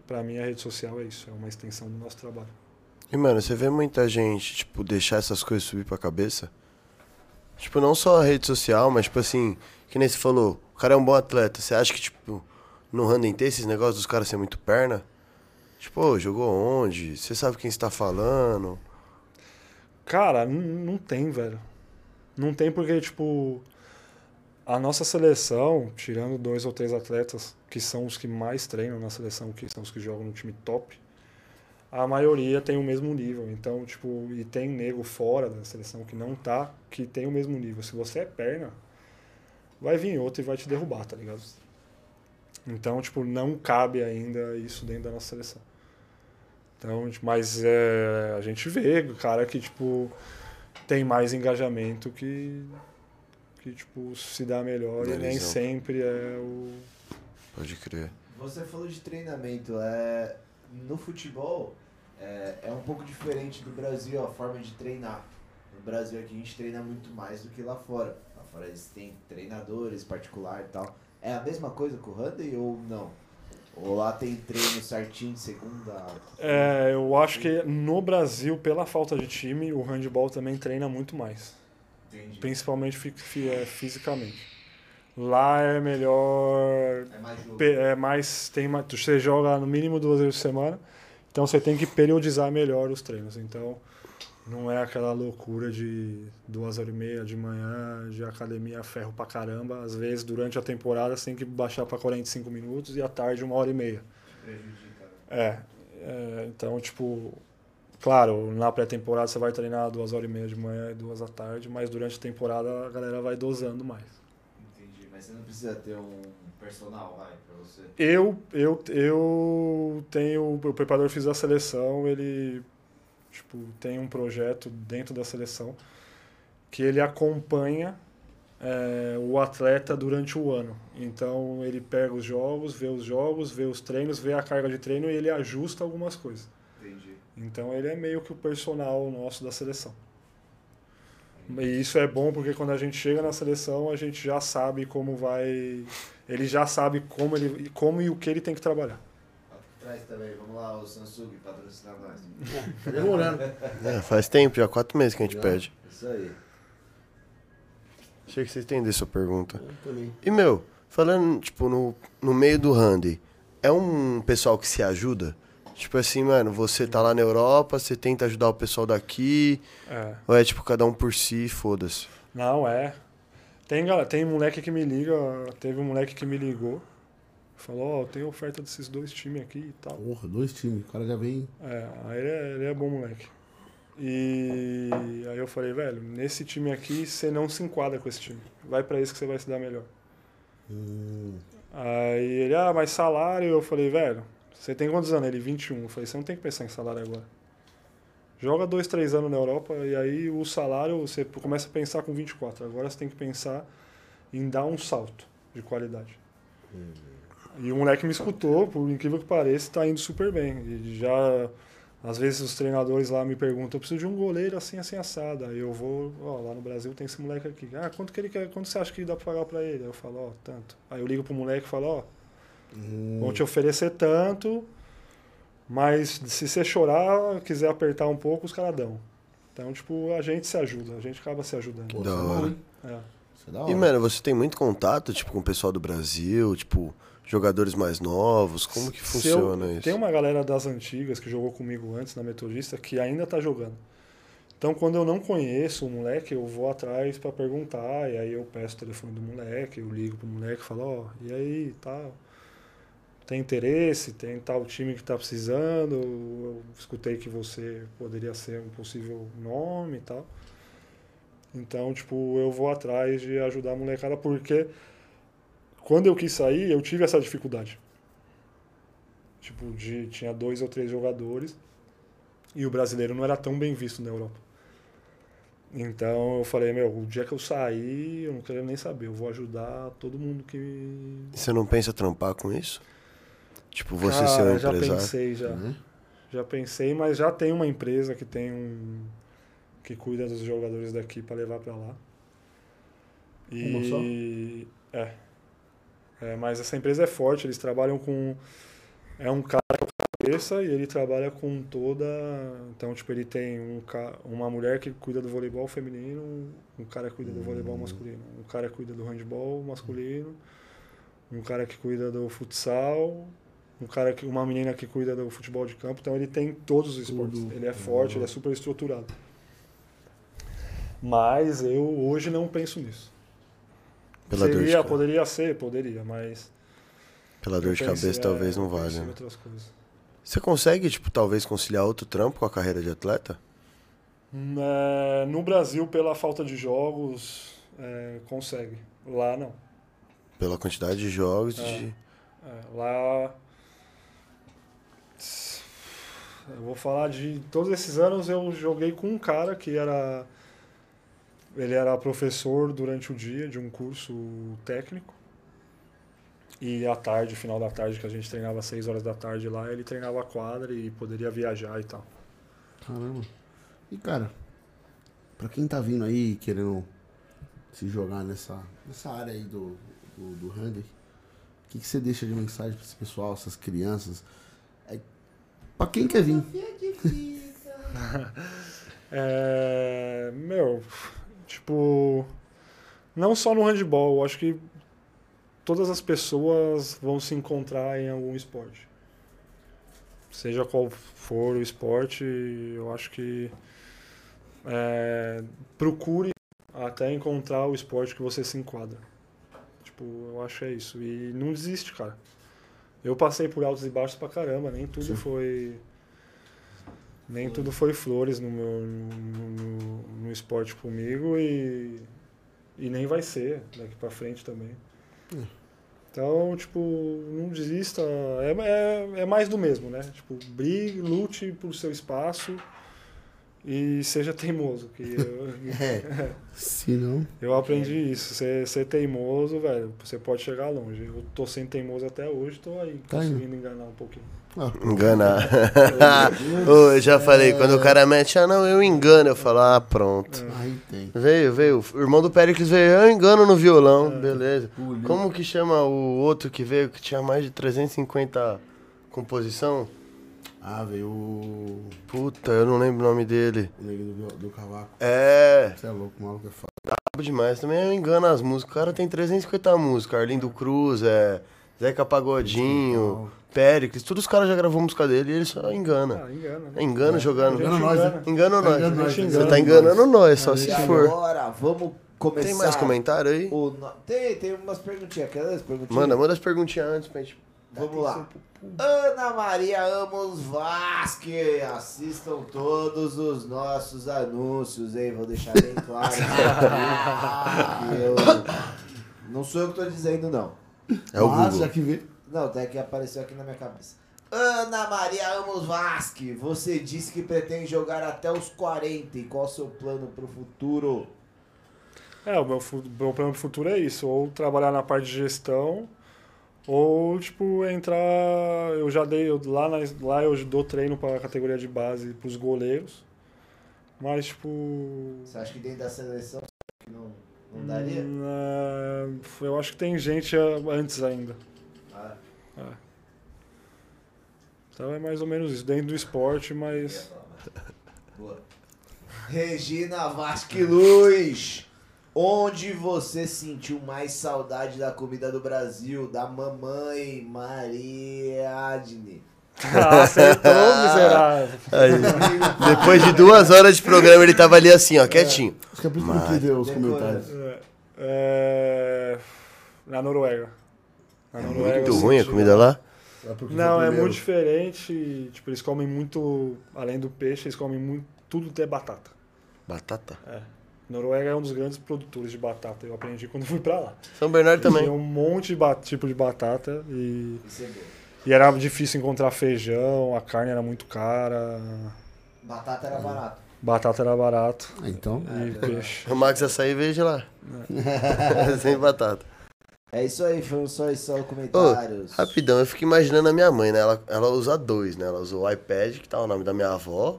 S5: para mim a rede social é isso, é uma extensão do nosso trabalho.
S4: E, mano, você vê muita gente, tipo, deixar essas coisas subir pra cabeça? Tipo, não só a rede social, mas, tipo assim, que nem você falou, o cara é um bom atleta. Você acha que, tipo, no Random tem esses negócios dos caras ser muito perna? Tipo, ô, jogou onde? Você sabe quem você tá falando?
S5: Cara, n- não tem, velho. Não tem porque, tipo, a nossa seleção, tirando dois ou três atletas que são os que mais treinam na seleção, que são os que jogam no time top, a maioria tem o mesmo nível. Então, tipo, e tem nego fora da seleção que não tá, que tem o mesmo nível. Se você é perna, vai vir outro e vai te derrubar, tá ligado? Então, tipo, não cabe ainda isso dentro da nossa seleção. Então, tipo, mas é, a gente vê o cara que, tipo, tem mais engajamento que, que tipo, se dá melhor e nem
S4: Analisão.
S5: sempre é o...
S4: Pode crer.
S2: Você falou de treinamento. É, no futebol, é, é um pouco diferente do Brasil a forma de treinar. No Brasil aqui a gente treina muito mais do que lá fora. Lá fora eles têm treinadores particular e tal. É a mesma coisa com o Handy ou não? Ou lá tem treino certinho de segunda? a-
S5: É, eu acho que no Brasil, pela falta de time, o handball também treina muito mais.
S2: Entendi.
S5: Principalmente fi- fi- é, fisicamente. Lá é melhor
S2: É mais jogo.
S5: Pe- é mais tem ma- tu- você joga no mínimo duas vezes por semana então você tem que periodizar melhor os treinos então não é aquela loucura de duas horas e meia de manhã de academia ferro pra caramba às vezes durante a temporada você tem que baixar pra 45 minutos e à tarde uma hora e meia é, é, então tipo claro na pré-temporada você vai treinar duas horas e meia de manhã e duas à tarde mas durante a temporada a galera vai dosando mais
S2: Entendi. Mas você não precisa ter um personal, vai, pra você.
S5: Eu, eu, eu tenho. O preparador físico da seleção, ele tipo, tem um projeto dentro da seleção que ele acompanha é, o atleta durante o ano. Então ele pega os jogos, vê os jogos, vê os treinos, vê a carga de treino e ele ajusta algumas coisas.
S2: Entendi.
S5: Então ele é meio que o personal nosso da seleção. E isso é bom porque quando a gente chega na seleção, a gente já sabe como vai. Ele já sabe como, ele, como e o que ele tem que trabalhar.
S2: Traz também, vamos lá, o Samsung patrocinar nós.
S3: Tá demorando.
S4: É, faz tempo já, quatro meses que a gente
S3: Já.
S4: pede.
S2: Isso aí.
S4: Achei que você entendeu sua pergunta.
S3: Eu também.
S4: E, meu, falando, tipo, no, no meio do handy, é um pessoal que se ajuda? Tipo assim, mano, você tá lá na Europa, você tenta ajudar o pessoal daqui,
S5: É.
S4: ou é tipo cada um por si, foda-se.
S5: Não, é. Tem, galera, tem moleque que me liga, teve um moleque que me ligou, falou, ó, tem oferta desses dois times aqui e tal.
S3: Porra, dois times. O cara já vem.
S5: É, aí ele é, ele é bom moleque. E aí eu falei, velho, nesse time aqui você não se enquadra com esse time. Vai pra isso que você vai se dar melhor.
S3: Hum,
S5: Aí ele, ah, mas salário? Eu falei, velho, você tem quantos anos? Ele, 21. Eu falei, você não tem que pensar em salário agora. Joga dois, três anos na Europa e aí o salário você começa a pensar com 24. Agora você tem que pensar em dar um salto de qualidade. E o moleque me escutou, por incrível que pareça, tá indo super bem. E já, às vezes, os treinadores lá me perguntam, eu preciso de um goleiro assim, assim, assado. Aí eu vou, ó, lá no Brasil tem esse moleque aqui. Ah, quanto que ele quer, quanto você acha que dá pra pagar pra ele? Aí eu falo, ó, tanto. Aí eu ligo pro moleque e falo, ó,
S3: hum.
S5: vão te oferecer tanto, mas se você chorar, quiser apertar um pouco, os caras dão. Então, tipo, a gente se ajuda, a gente acaba se ajudando.
S3: pô, isso é
S4: Da
S3: bom,
S4: hora.
S3: hein?
S5: É.
S3: Isso é da
S4: E,
S3: hora.
S4: mano, você tem muito contato, tipo, com o pessoal do Brasil, tipo, jogadores mais novos, como que
S5: Se eu-
S4: funciona isso?
S5: Tem uma galera das antigas que jogou comigo antes na Metodista que ainda tá jogando. Então, quando eu não conheço o moleque, eu vou atrás pra perguntar, e aí eu peço o telefone do moleque, eu ligo pro moleque e falo, ó, e aí, tal. Tem interesse, tem tal time que tá precisando, eu escutei que você poderia ser um possível nome e tal. Então, tipo, eu vou atrás de ajudar a molecada, porque quando eu quis sair, eu tive essa dificuldade. Tipo, de, tinha dois ou três jogadores e o brasileiro não era tão bem visto na Europa. Então eu falei, meu, o dia que eu sair, eu não quero nem saber, eu vou ajudar todo mundo que me.
S4: E Você não pensa trampar com isso? Tipo, você ser um
S5: Cara, já
S4: empresário?
S5: pensei já.
S3: Né?
S5: Já pensei, mas já tem uma empresa que tem um que cuida dos jogadores daqui para levar para lá.
S3: Uma só?
S5: E é. É, mas essa empresa é forte, eles trabalham com é um cara que é o cabeça e ele trabalha com toda, então tipo ele tem um ca... uma mulher que cuida do voleibol feminino, um cara que cuida do
S4: Hum.
S5: voleibol masculino, um cara que cuida do handball masculino, um cara que cuida do futsal, um cara que, uma menina que cuida do futebol de campo, então ele tem todos os esportes.
S3: Tudo.
S5: Ele é forte,
S4: Uhum.
S5: ele é super estruturado. Mas eu hoje não penso nisso.
S4: Pela dor, de,
S5: Seria,
S4: ca-
S5: poderia ser, poderia, mas
S4: pela dor de
S5: eu pensei,
S4: cabeça
S5: é,
S4: talvez não
S5: eu pensei
S4: valha.
S5: em
S4: né?
S5: outras coisas.
S4: Você consegue, tipo, talvez conciliar outro trampo com a carreira de atleta?
S5: É, no Brasil, pela falta de jogos, é, consegue. Lá não.
S4: Pela quantidade de jogos,
S5: É.
S4: de...
S5: É, lá. Eu vou falar de. Todos esses anos eu joguei com um cara que era. Ele era professor durante o dia de um curso técnico. E à tarde, final da tarde, que a gente treinava às 6 horas da tarde lá, ele treinava a quadra e poderia viajar e tal.
S3: Caramba. E, cara, pra quem tá vindo aí querendo se jogar nessa, nessa área aí do, do, do handy, o que, que você deixa de mensagem pra esse pessoal, essas crianças? É, pra quem quer vir?
S5: É, meu, tipo, não só no handball, eu acho que todas as pessoas vão se encontrar em algum esporte. Seja qual for o esporte, eu acho que é, procure até encontrar o esporte que você se enquadra. Tipo, eu acho que é isso. E não desiste, cara. Eu passei por altos e baixos pra caramba, nem tudo
S3: Sim.
S5: foi. Nem tudo foi flores no, meu, no, no- no esporte comigo e, e nem vai ser daqui pra frente também.
S3: É.
S5: Então, tipo, não desista. É, é, é mais do mesmo, né? Tipo, brigue, lute por seu espaço e seja teimoso. Que eu,
S3: É. Se não.
S5: eu aprendi isso. Ser, ser teimoso, velho, você pode chegar longe. Eu tô sendo teimoso até hoje, tô aí
S3: Tá aí.
S5: conseguindo enganar um pouquinho.
S3: Ah,
S4: Enganar. Ô, eu já falei, quando o cara mete, ah, não, eu engano. Eu falo, ah, pronto.
S3: aí tem.
S4: Veio, veio. O irmão do Pericles veio, eu engano no violão, beleza. Como que chama o outro que veio, que tinha mais de 350 Composição?
S3: Ah, veio o.
S4: Puta, eu não lembro o nome dele.
S3: O negro do, viol- do cavaco.
S4: É,
S3: Você é louco, o maluco é foda.
S4: brabo demais. Também eu engano as músicas. O cara tem 350 músicas. Arlindo Cruz, é, Zeca Pagodinho, Péricles. Todos os caras já gravou música dele e ele só engana. É
S5: Ah, engana. né?
S4: Engana jogando.
S3: Engana nós, né? Tá
S4: Engana nós.
S3: enganando nós, tá
S4: Você tá
S3: enganando
S4: enganando nós, só se
S2: E
S4: for.
S2: agora, vamos começar.
S4: Tem mais comentário aí?
S2: o no- Tem, tem umas perguntinhas. Quer as perguntinhas?
S4: Manda, manda as perguntinhas antes pra gente.
S2: Vamos lá. Ana Maria Amos Vasque, assistam todos os nossos anúncios, hein? Vou deixar bem claro. que eu... Não sou eu que tô dizendo, não.
S4: É o
S3: Mas,
S4: Google.
S3: já que vê.
S2: Não, até que apareceu aqui na minha cabeça. Ana Maria Amos Vasque, você disse que pretende jogar até os 40. E qual o seu plano pro futuro?
S5: É, o meu, fu- meu plano pro futuro é isso, ou trabalhar na parte de gestão, ou, tipo, entrar... Eu já dei, eu- lá, na, lá eu dou treino pra categoria de base, pros goleiros, mas, tipo...
S2: Você acha que dentro da seleção que não, não daria?
S5: hum, é, eu acho que tem gente ah, antes ainda.
S2: Ah,
S5: Então é mais ou menos isso, dentro do esporte, mas...
S2: Boa. Regina Vasque Luz. Onde você sentiu mais saudade da comida do Brasil? Da mamãe Maria Adne.
S5: Ah, acertou, miserável.
S4: Aí. Depois de duas horas de programa, ele tava ali assim, ó, quietinho.
S3: Acho que é por isso que eu não quis ver os
S2: Decora.
S3: comentários.
S5: É, é, na Noruega. Na Noruega
S4: É Muito
S5: eu
S4: ruim a
S5: senti-
S4: comida lá.
S3: É porque foi
S5: Não, é
S3: primeiro.
S5: muito diferente. Tipo, eles comem muito. Além do peixe, eles comem muito. Tudo é batata.
S4: Batata.
S5: Noruega é um dos grandes produtores de batata. Eu aprendi quando fui pra lá.
S4: São Bernardo
S5: Tem
S4: também.
S5: um monte de ba- tipo de batata e,
S2: Isso é bom.
S5: e era difícil encontrar feijão, a carne era muito cara,
S2: Batata
S4: Uhum.
S2: era barato.
S5: batata era barato
S3: Ah, Então,
S4: É,
S5: e peixe.
S4: O Max açaí veio de lá. Sem batata.
S2: É isso aí, foram só e só
S4: Ô,
S2: comentários.
S4: rapidão, eu fico imaginando a minha mãe, né? Ela, ela usa dois, né? Ela usa o iPad, que tá o nome da minha avó,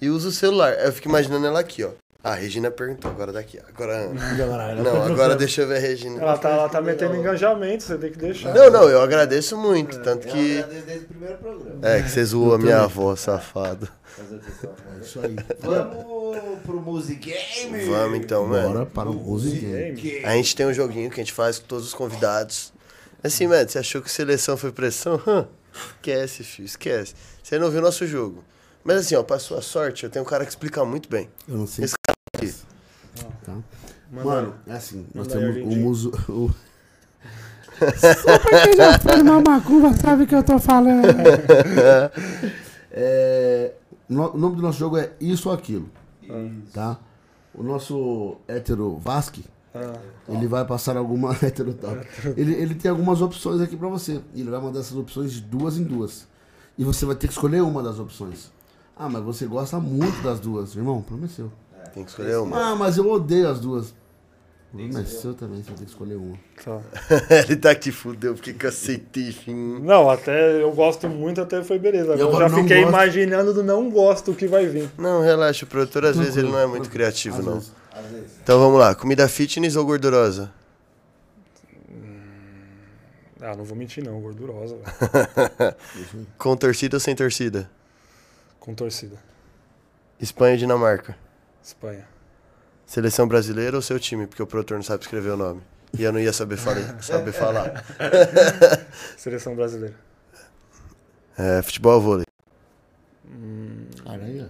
S4: e usa o celular. Aí Eu fico imaginando ela aqui, ó. Ah, a Regina perguntou, agora daqui. Agora a Ana. Não, agora deixa eu ver a Regina.
S5: Ela tá, ela tá metendo engajamento, você tem que deixar.
S4: Não, não, eu agradeço muito. Tanto
S2: Eu
S4: que.
S2: agradeço desde o primeiro programa.
S4: É, que você zoou a minha avó, safado.
S2: Fazer o pessoal
S3: é
S2: fazer.
S3: isso aí.
S2: Vamos pro Music Game.
S4: Vamos então, mano.
S3: Bora para o Rose Game.
S2: Que-
S4: A gente tem um joguinho que a gente faz com todos os convidados. Assim, mano, você achou que seleção foi pressão? Hã? Esquece, filho, esquece. Você não viu nosso jogo. Mas assim, ó, pra sua sorte, eu tenho um cara que explica muito bem.
S3: Eu não sei.
S4: Esse aqui.
S3: Tá?
S5: Manda-
S3: Mano, é assim, nós
S5: Manda
S3: temos
S5: aí,
S3: o
S5: Lindinho.
S3: muso. O...
S7: Quem já fez uma macumba um sabe o que eu tô falando.
S3: É, no- o nome do nosso jogo é Isso ou Aquilo. Tá? O nosso hétero Vasque,
S5: Ah,
S3: ele vai passar alguma. hétero tal. Ele, ele tem algumas opções aqui pra você. E ele vai mandar essas opções de duas em duas. E você vai ter que escolher uma das opções. Ah, mas você gosta muito das duas, irmão. Prometeu.
S4: Tem que escolher uma.
S3: Ah, mas eu odeio as duas. Prometeu também, você vai ter que escolher uma.
S5: tá.
S4: Ele tá aqui, fudeu, porque que eu aceitei, enfim.
S5: Não, até eu gosto muito, até foi beleza.
S3: Eu
S5: Eu, já
S3: não
S5: fiquei
S3: gosto.
S5: imaginando do não gosto o que vai vir.
S4: Não, relaxa, o produtor às vezes ele não é muito criativo, não. Então vamos lá, comida fitness ou gordurosa?
S5: Ah, não vou mentir não, gordurosa, velho.
S4: Com torcida ou sem torcida?
S5: com torcida.
S4: Espanha e Dinamarca.
S5: Espanha.
S4: Seleção brasileira ou seu time? Porque o produtor não sabe escrever o nome. E eu não ia saber, fala- saber falar.
S5: Seleção brasileira.
S4: É, futebol ou vôlei?
S3: Caralho.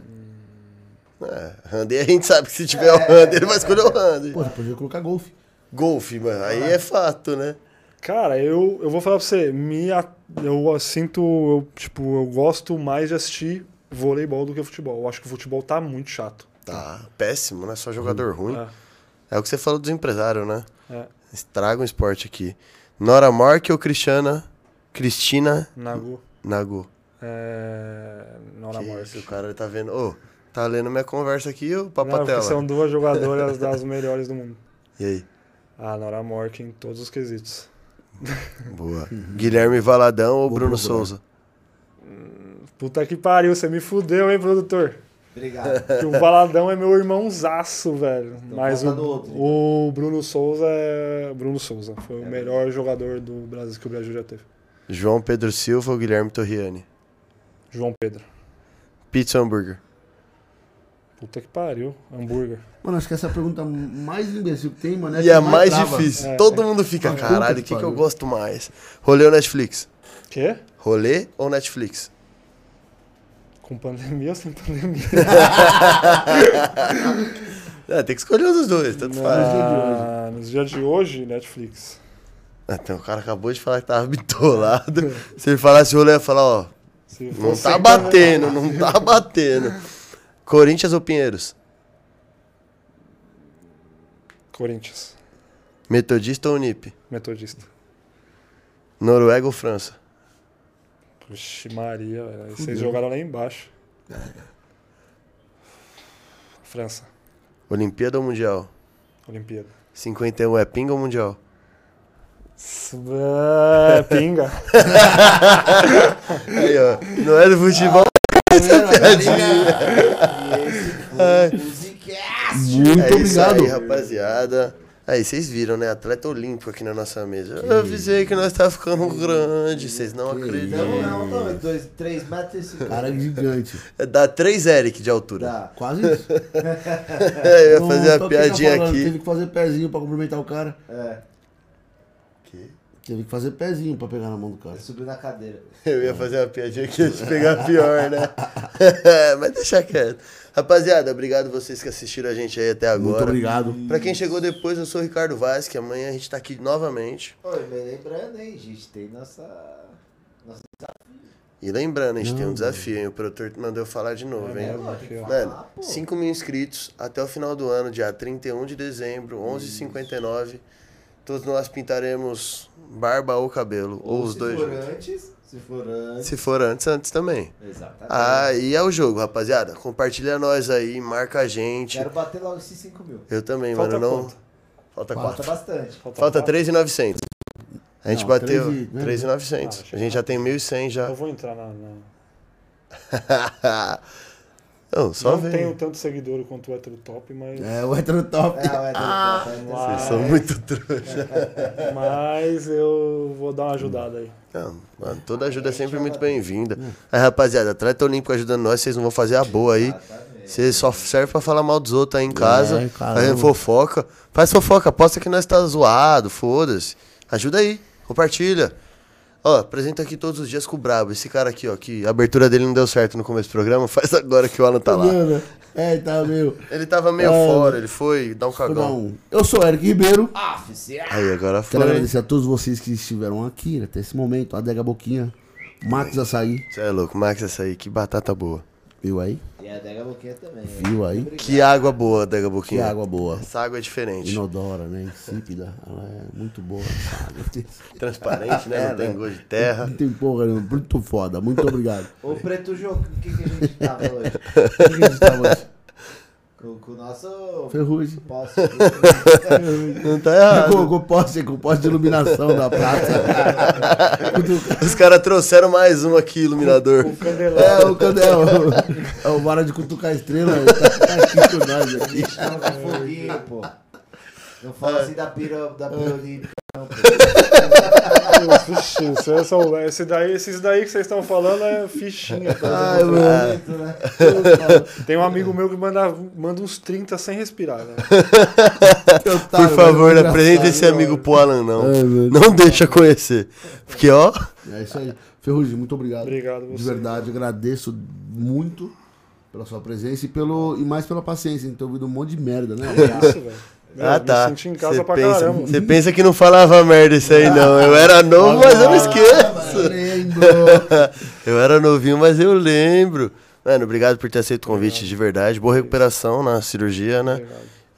S4: É, Handy a gente sabe que se tiver o Handy, ele vai escolher o Handy.
S3: Pô, você podia colocar golfe.
S4: Golfe, mano, aí é fato, né?
S5: Cara, eu, eu vou falar pra você, me, a- eu sinto, eu, tipo, eu gosto mais de assistir voleibol do que futebol. Eu acho que o futebol tá muito chato.
S4: Tá, péssimo, né? Só jogador ruim.
S5: É.
S4: É o que você falou dos empresários, né?
S5: É.
S4: Estraga o esporte aqui. Nora Mark ou Cristiana? Cristina
S5: Nagu,
S4: Nago.
S5: é... Nora
S4: Que isso,
S5: Morte.
S4: o cara tá vendo. Ô, tá lendo minha conversa aqui, ô
S5: Não, porque é um
S4: papatela.
S5: são duas jogadoras das melhores do mundo.
S4: E aí?
S5: Ah, Nora Morte em todos os quesitos.
S4: Boa.
S5: Uhum.
S4: Guilherme Valadão ou Bruno Souza?
S5: Puta que pariu, você me fudeu, hein, produtor?
S2: Obrigado.
S5: Que o Valadão é meu irmãozaço, velho. Mas o,
S2: foca no outro,
S5: o Bruno Souza é. Bruno Souza foi o melhor jogador do Brasil que o Brasil já teve.
S4: João Pedro Silva ou Guilherme Torriani?
S5: João Pedro.
S4: Pizza ou hambúrguer?
S5: Puta que pariu. Hambúrguer.
S3: Mano, acho que essa é a pergunta mais imbecil que tem, mano.
S4: E
S3: a
S4: é
S3: que
S4: mais
S3: trava.
S4: difícil.
S5: É.
S4: Todo mundo fica,
S3: Ah, puta
S4: caralho, o
S3: que
S4: que, que eu
S3: pariu.
S4: gosto mais? Rolê ou Netflix?
S5: Quê?
S4: Rolê ou Netflix?
S5: Com pandemia ou sem pandemia?
S4: É, tem que escolher um dos dois, tanto faz.
S5: Ah, nos dias de hoje, Netflix.
S4: Até o É, um cara acabou de falar que tava bitolado. Se ele falasse rolê, eu ia falar, ó,
S5: Se
S4: não
S5: fosse
S4: tá
S5: sem
S4: batendo, não tá batendo. Corinthians ou Pinheiros?
S5: pandemia- Corinthians.
S4: Metodista ou Unip?
S5: Metodista.
S4: Noruega ou França?
S5: Vixe Maria, velho. Aí Vocês jogaram lá embaixo. França.
S4: Olimpíada ou Mundial?
S5: Olimpíada.
S4: 51 é pinga ou Mundial?
S5: Sba- Pinga.
S4: Aí, ó, não é do futebol. É
S3: Muito
S4: é isso
S3: obrigado.
S4: aí, rapaziada. Aí, vocês viram, né? Atleta olímpico aqui na nossa mesa. Eu avisei que nós tá ficando grande, vocês não
S2: Então, Não,
S4: acreditam.
S2: não, não. 3 metros e 50.
S3: Cara gigante.
S4: É, Dá 3 Eric de altura.
S2: Dá.
S3: Quase isso.
S4: Eu ia
S3: Não,
S4: fazer
S3: só
S4: uma
S3: que tá
S4: piadinha
S3: falando,
S4: aqui.
S3: Teve que fazer pezinho pra cumprimentar o cara.
S2: É,
S3: Teve que fazer pezinho pra pegar na mão do cara.
S2: subiu é na cadeira.
S4: Eu ia fazer uma piadinha que ia te pegar pior, né? Mas deixa quieto. Rapaziada, obrigado vocês que assistiram a gente aí até agora.
S3: Muito obrigado.
S4: Pra quem chegou depois, eu sou o Ricardo Vaz, que amanhã a gente tá aqui novamente.
S2: Oi, mas lembrando, hein, gente, tem nossa.
S4: E lembrando, a gente tem um desafio, hein? O produtor mandou eu falar de novo, hein?
S2: Ó, tem que
S4: Mano,
S2: falar, É, pô.
S4: 5 mil inscritos até o final do ano, dia 31 de dezembro, 11h59. Todos nós pintaremos barba ou cabelo, ou, os
S2: se
S4: dois.
S2: for
S4: juntos.
S2: antes, se for antes.
S4: Se for antes, antes também.
S2: Exatamente.
S4: Ah, e é o jogo, rapaziada. Compartilha nós aí, marca a gente.
S2: Quero bater logo esses 5 mil.
S4: Eu também,
S5: Falta
S4: mano. Não...
S5: quanto?
S4: Falta
S2: Falta
S4: 4.
S2: bastante.
S4: Falta 3,900. A gente
S3: Não,
S4: bateu
S3: três e- né?
S4: 3,900.
S5: Ah,
S4: a gente já tem 1.100 já.
S5: Eu vou entrar na. na-
S4: Não, só
S5: não
S4: vem.
S5: tenho tanto seguidor quanto o hétero top, mas.
S3: É, o hétero top.
S2: É, ué, ah,
S4: Vocês são muito trouxa.
S5: Mas eu vou dar uma ajudada aí.
S4: Não, mano, toda ajuda é sempre muito bem-vinda. Aí, rapaziada, Atleta Olímpico ajudando nós, vocês não vão fazer a boa aí. Vocês só serve pra falar mal dos outros aí em casa,
S3: caramba.
S4: fazendo fofoca. Faz fofoca, aposta que nós tá zoado, foda-se. Ajuda aí, compartilha. Ó, apresenta aqui todos os dias com o Brabo. Esse cara aqui, ó, que a abertura dele não deu certo no começo do programa, faz agora que o Alan tá lá.
S3: Não, né? É, tá meu.
S4: Ele tava meio
S3: Ah,
S4: fora, ele foi dar um cagão.
S3: Não. Eu sou o Eric Ribeiro.
S2: é.
S4: Aí agora
S3: Quero
S4: foi.
S3: agradecer a todos vocês que estiveram aqui até esse momento. Adega Boquinha, Max Açaí,
S4: Você é louco, Max, essa aí, que batata boa.
S3: viu aí?
S2: E a Dega Boquinha também. né?
S3: Viu aí?
S4: Que água boa, Dega
S3: Que
S4: Boquinha.
S3: água boa.
S4: Essa água é diferente.
S3: Inodora, né? Insípida. Ela é muito boa. sabe?
S4: Transparente, né? Não tem gosto de terra.
S3: Não tem porra nenhuma. Muito foda. Muito obrigado.
S2: Ô, Preto Jogo, o que, que a gente tava hoje?
S3: Onde que a gente tava hoje?
S2: Com, com o nosso. né?
S3: Ferrugem.
S2: Posso.
S4: Não tá
S3: Com,
S4: errado.
S3: com poste, com poste de iluminação da praça.
S4: Os caras trouxeram mais um aqui, iluminador.
S5: O candelabro.
S3: É o Candel. É o vara de cutucar estrela. ele Tá aqui com nós aqui.
S2: Não, com foguinho, pô. Não
S3: É.
S2: fala assim da pira, da pira olímpica.
S5: Vixe, isso é só- esse daí, esses daí que vocês estão falando é fichinha. tá?
S4: Ah,
S3: Ai, mano.
S5: Tem um amigo meu que manda, manda uns 30 sem respirar, né?
S3: que otário,
S4: Por favor,
S3: velho,
S4: não
S3: engraçado.
S4: apresenta
S3: né? É.
S4: esse amigo pro Alan,
S3: Ai,
S4: não.
S3: meu
S4: Não deixa conhecer. Porque, ó,
S3: É isso aí. Ferrugem, muito obrigado.
S5: Obrigado, você.
S3: De verdade, agradeço muito pela sua presença e, pelo, e mais pela paciência em ter ouvido um monte de merda, né?
S5: Isso, velho. Meu,
S4: ah tá.
S5: É, Me senti em casa
S4: Você
S5: pra
S4: pensa,
S5: caramba.
S4: você pensa que não falava merda isso aí, não. Eu era novo, mas eu não esqueço.
S3: Lembro.
S4: Eu era novinho, mas eu lembro. Mano, obrigado por ter aceito o convite de verdade. Boa recuperação na cirurgia, né?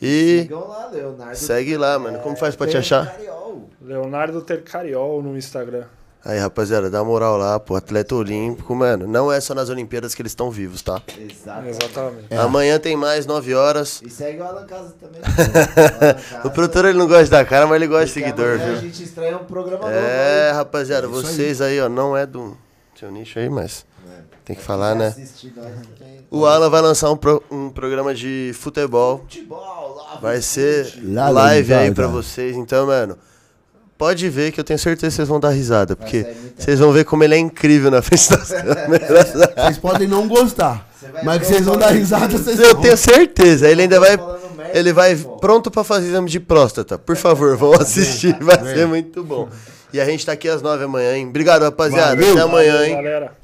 S4: E
S2: Sigam lá, Leonardo.
S4: segue lá, mano. Como faz pra te achar?
S2: Cariol.
S5: Leonardo Tercariol no Instagram.
S4: Aí, rapaziada, dá moral lá, pô. Atleta olímpico, mano. Não é só nas Olimpíadas que eles estão vivos, tá?
S2: Exato.
S5: Exatamente.
S4: Amanhã tem mais, 9 horas.
S2: E segue o Alan Casa também. Alan Casa.
S4: O produtor ele não gosta da cara, mas ele gosta de seguidor,
S2: amanhã A
S4: viu?
S2: gente estreia um programa novo.
S4: É, rapaziada, vocês aí, ó, não é do seu nicho aí, mas tem que
S2: É
S4: falar, né?
S2: Assistir nós também.
S4: O Alan vai lançar um, pro- um programa de futebol.
S2: Futebol, lá.
S4: Vai ser
S3: Lá,
S4: live aí
S3: lá,
S4: pra
S3: lá.
S4: vocês. Então, mano, Pode ver que eu tenho certeza que vocês vão dar risada, porque
S2: sair muita-
S4: vocês vão ver como ele é incrível na frente das câmeras.
S3: Vocês podem não gostar.
S2: vai
S3: Mas que
S2: ver
S3: vocês
S2: o
S3: vão dar
S2: Paulo
S3: risada, vocês
S4: Eu
S3: vão.
S4: tenho certeza. Ele ainda vai.
S2: falando merda,
S4: Ele vai
S2: pô.
S4: pronto pra fazer exame de próstata. Por favor, vão assistir. Vai ser muito bom. E a gente tá aqui às nove da manhã, hein? Obrigado, rapaziada.
S3: Valeu.
S4: Até amanhã, hein?
S5: Galera.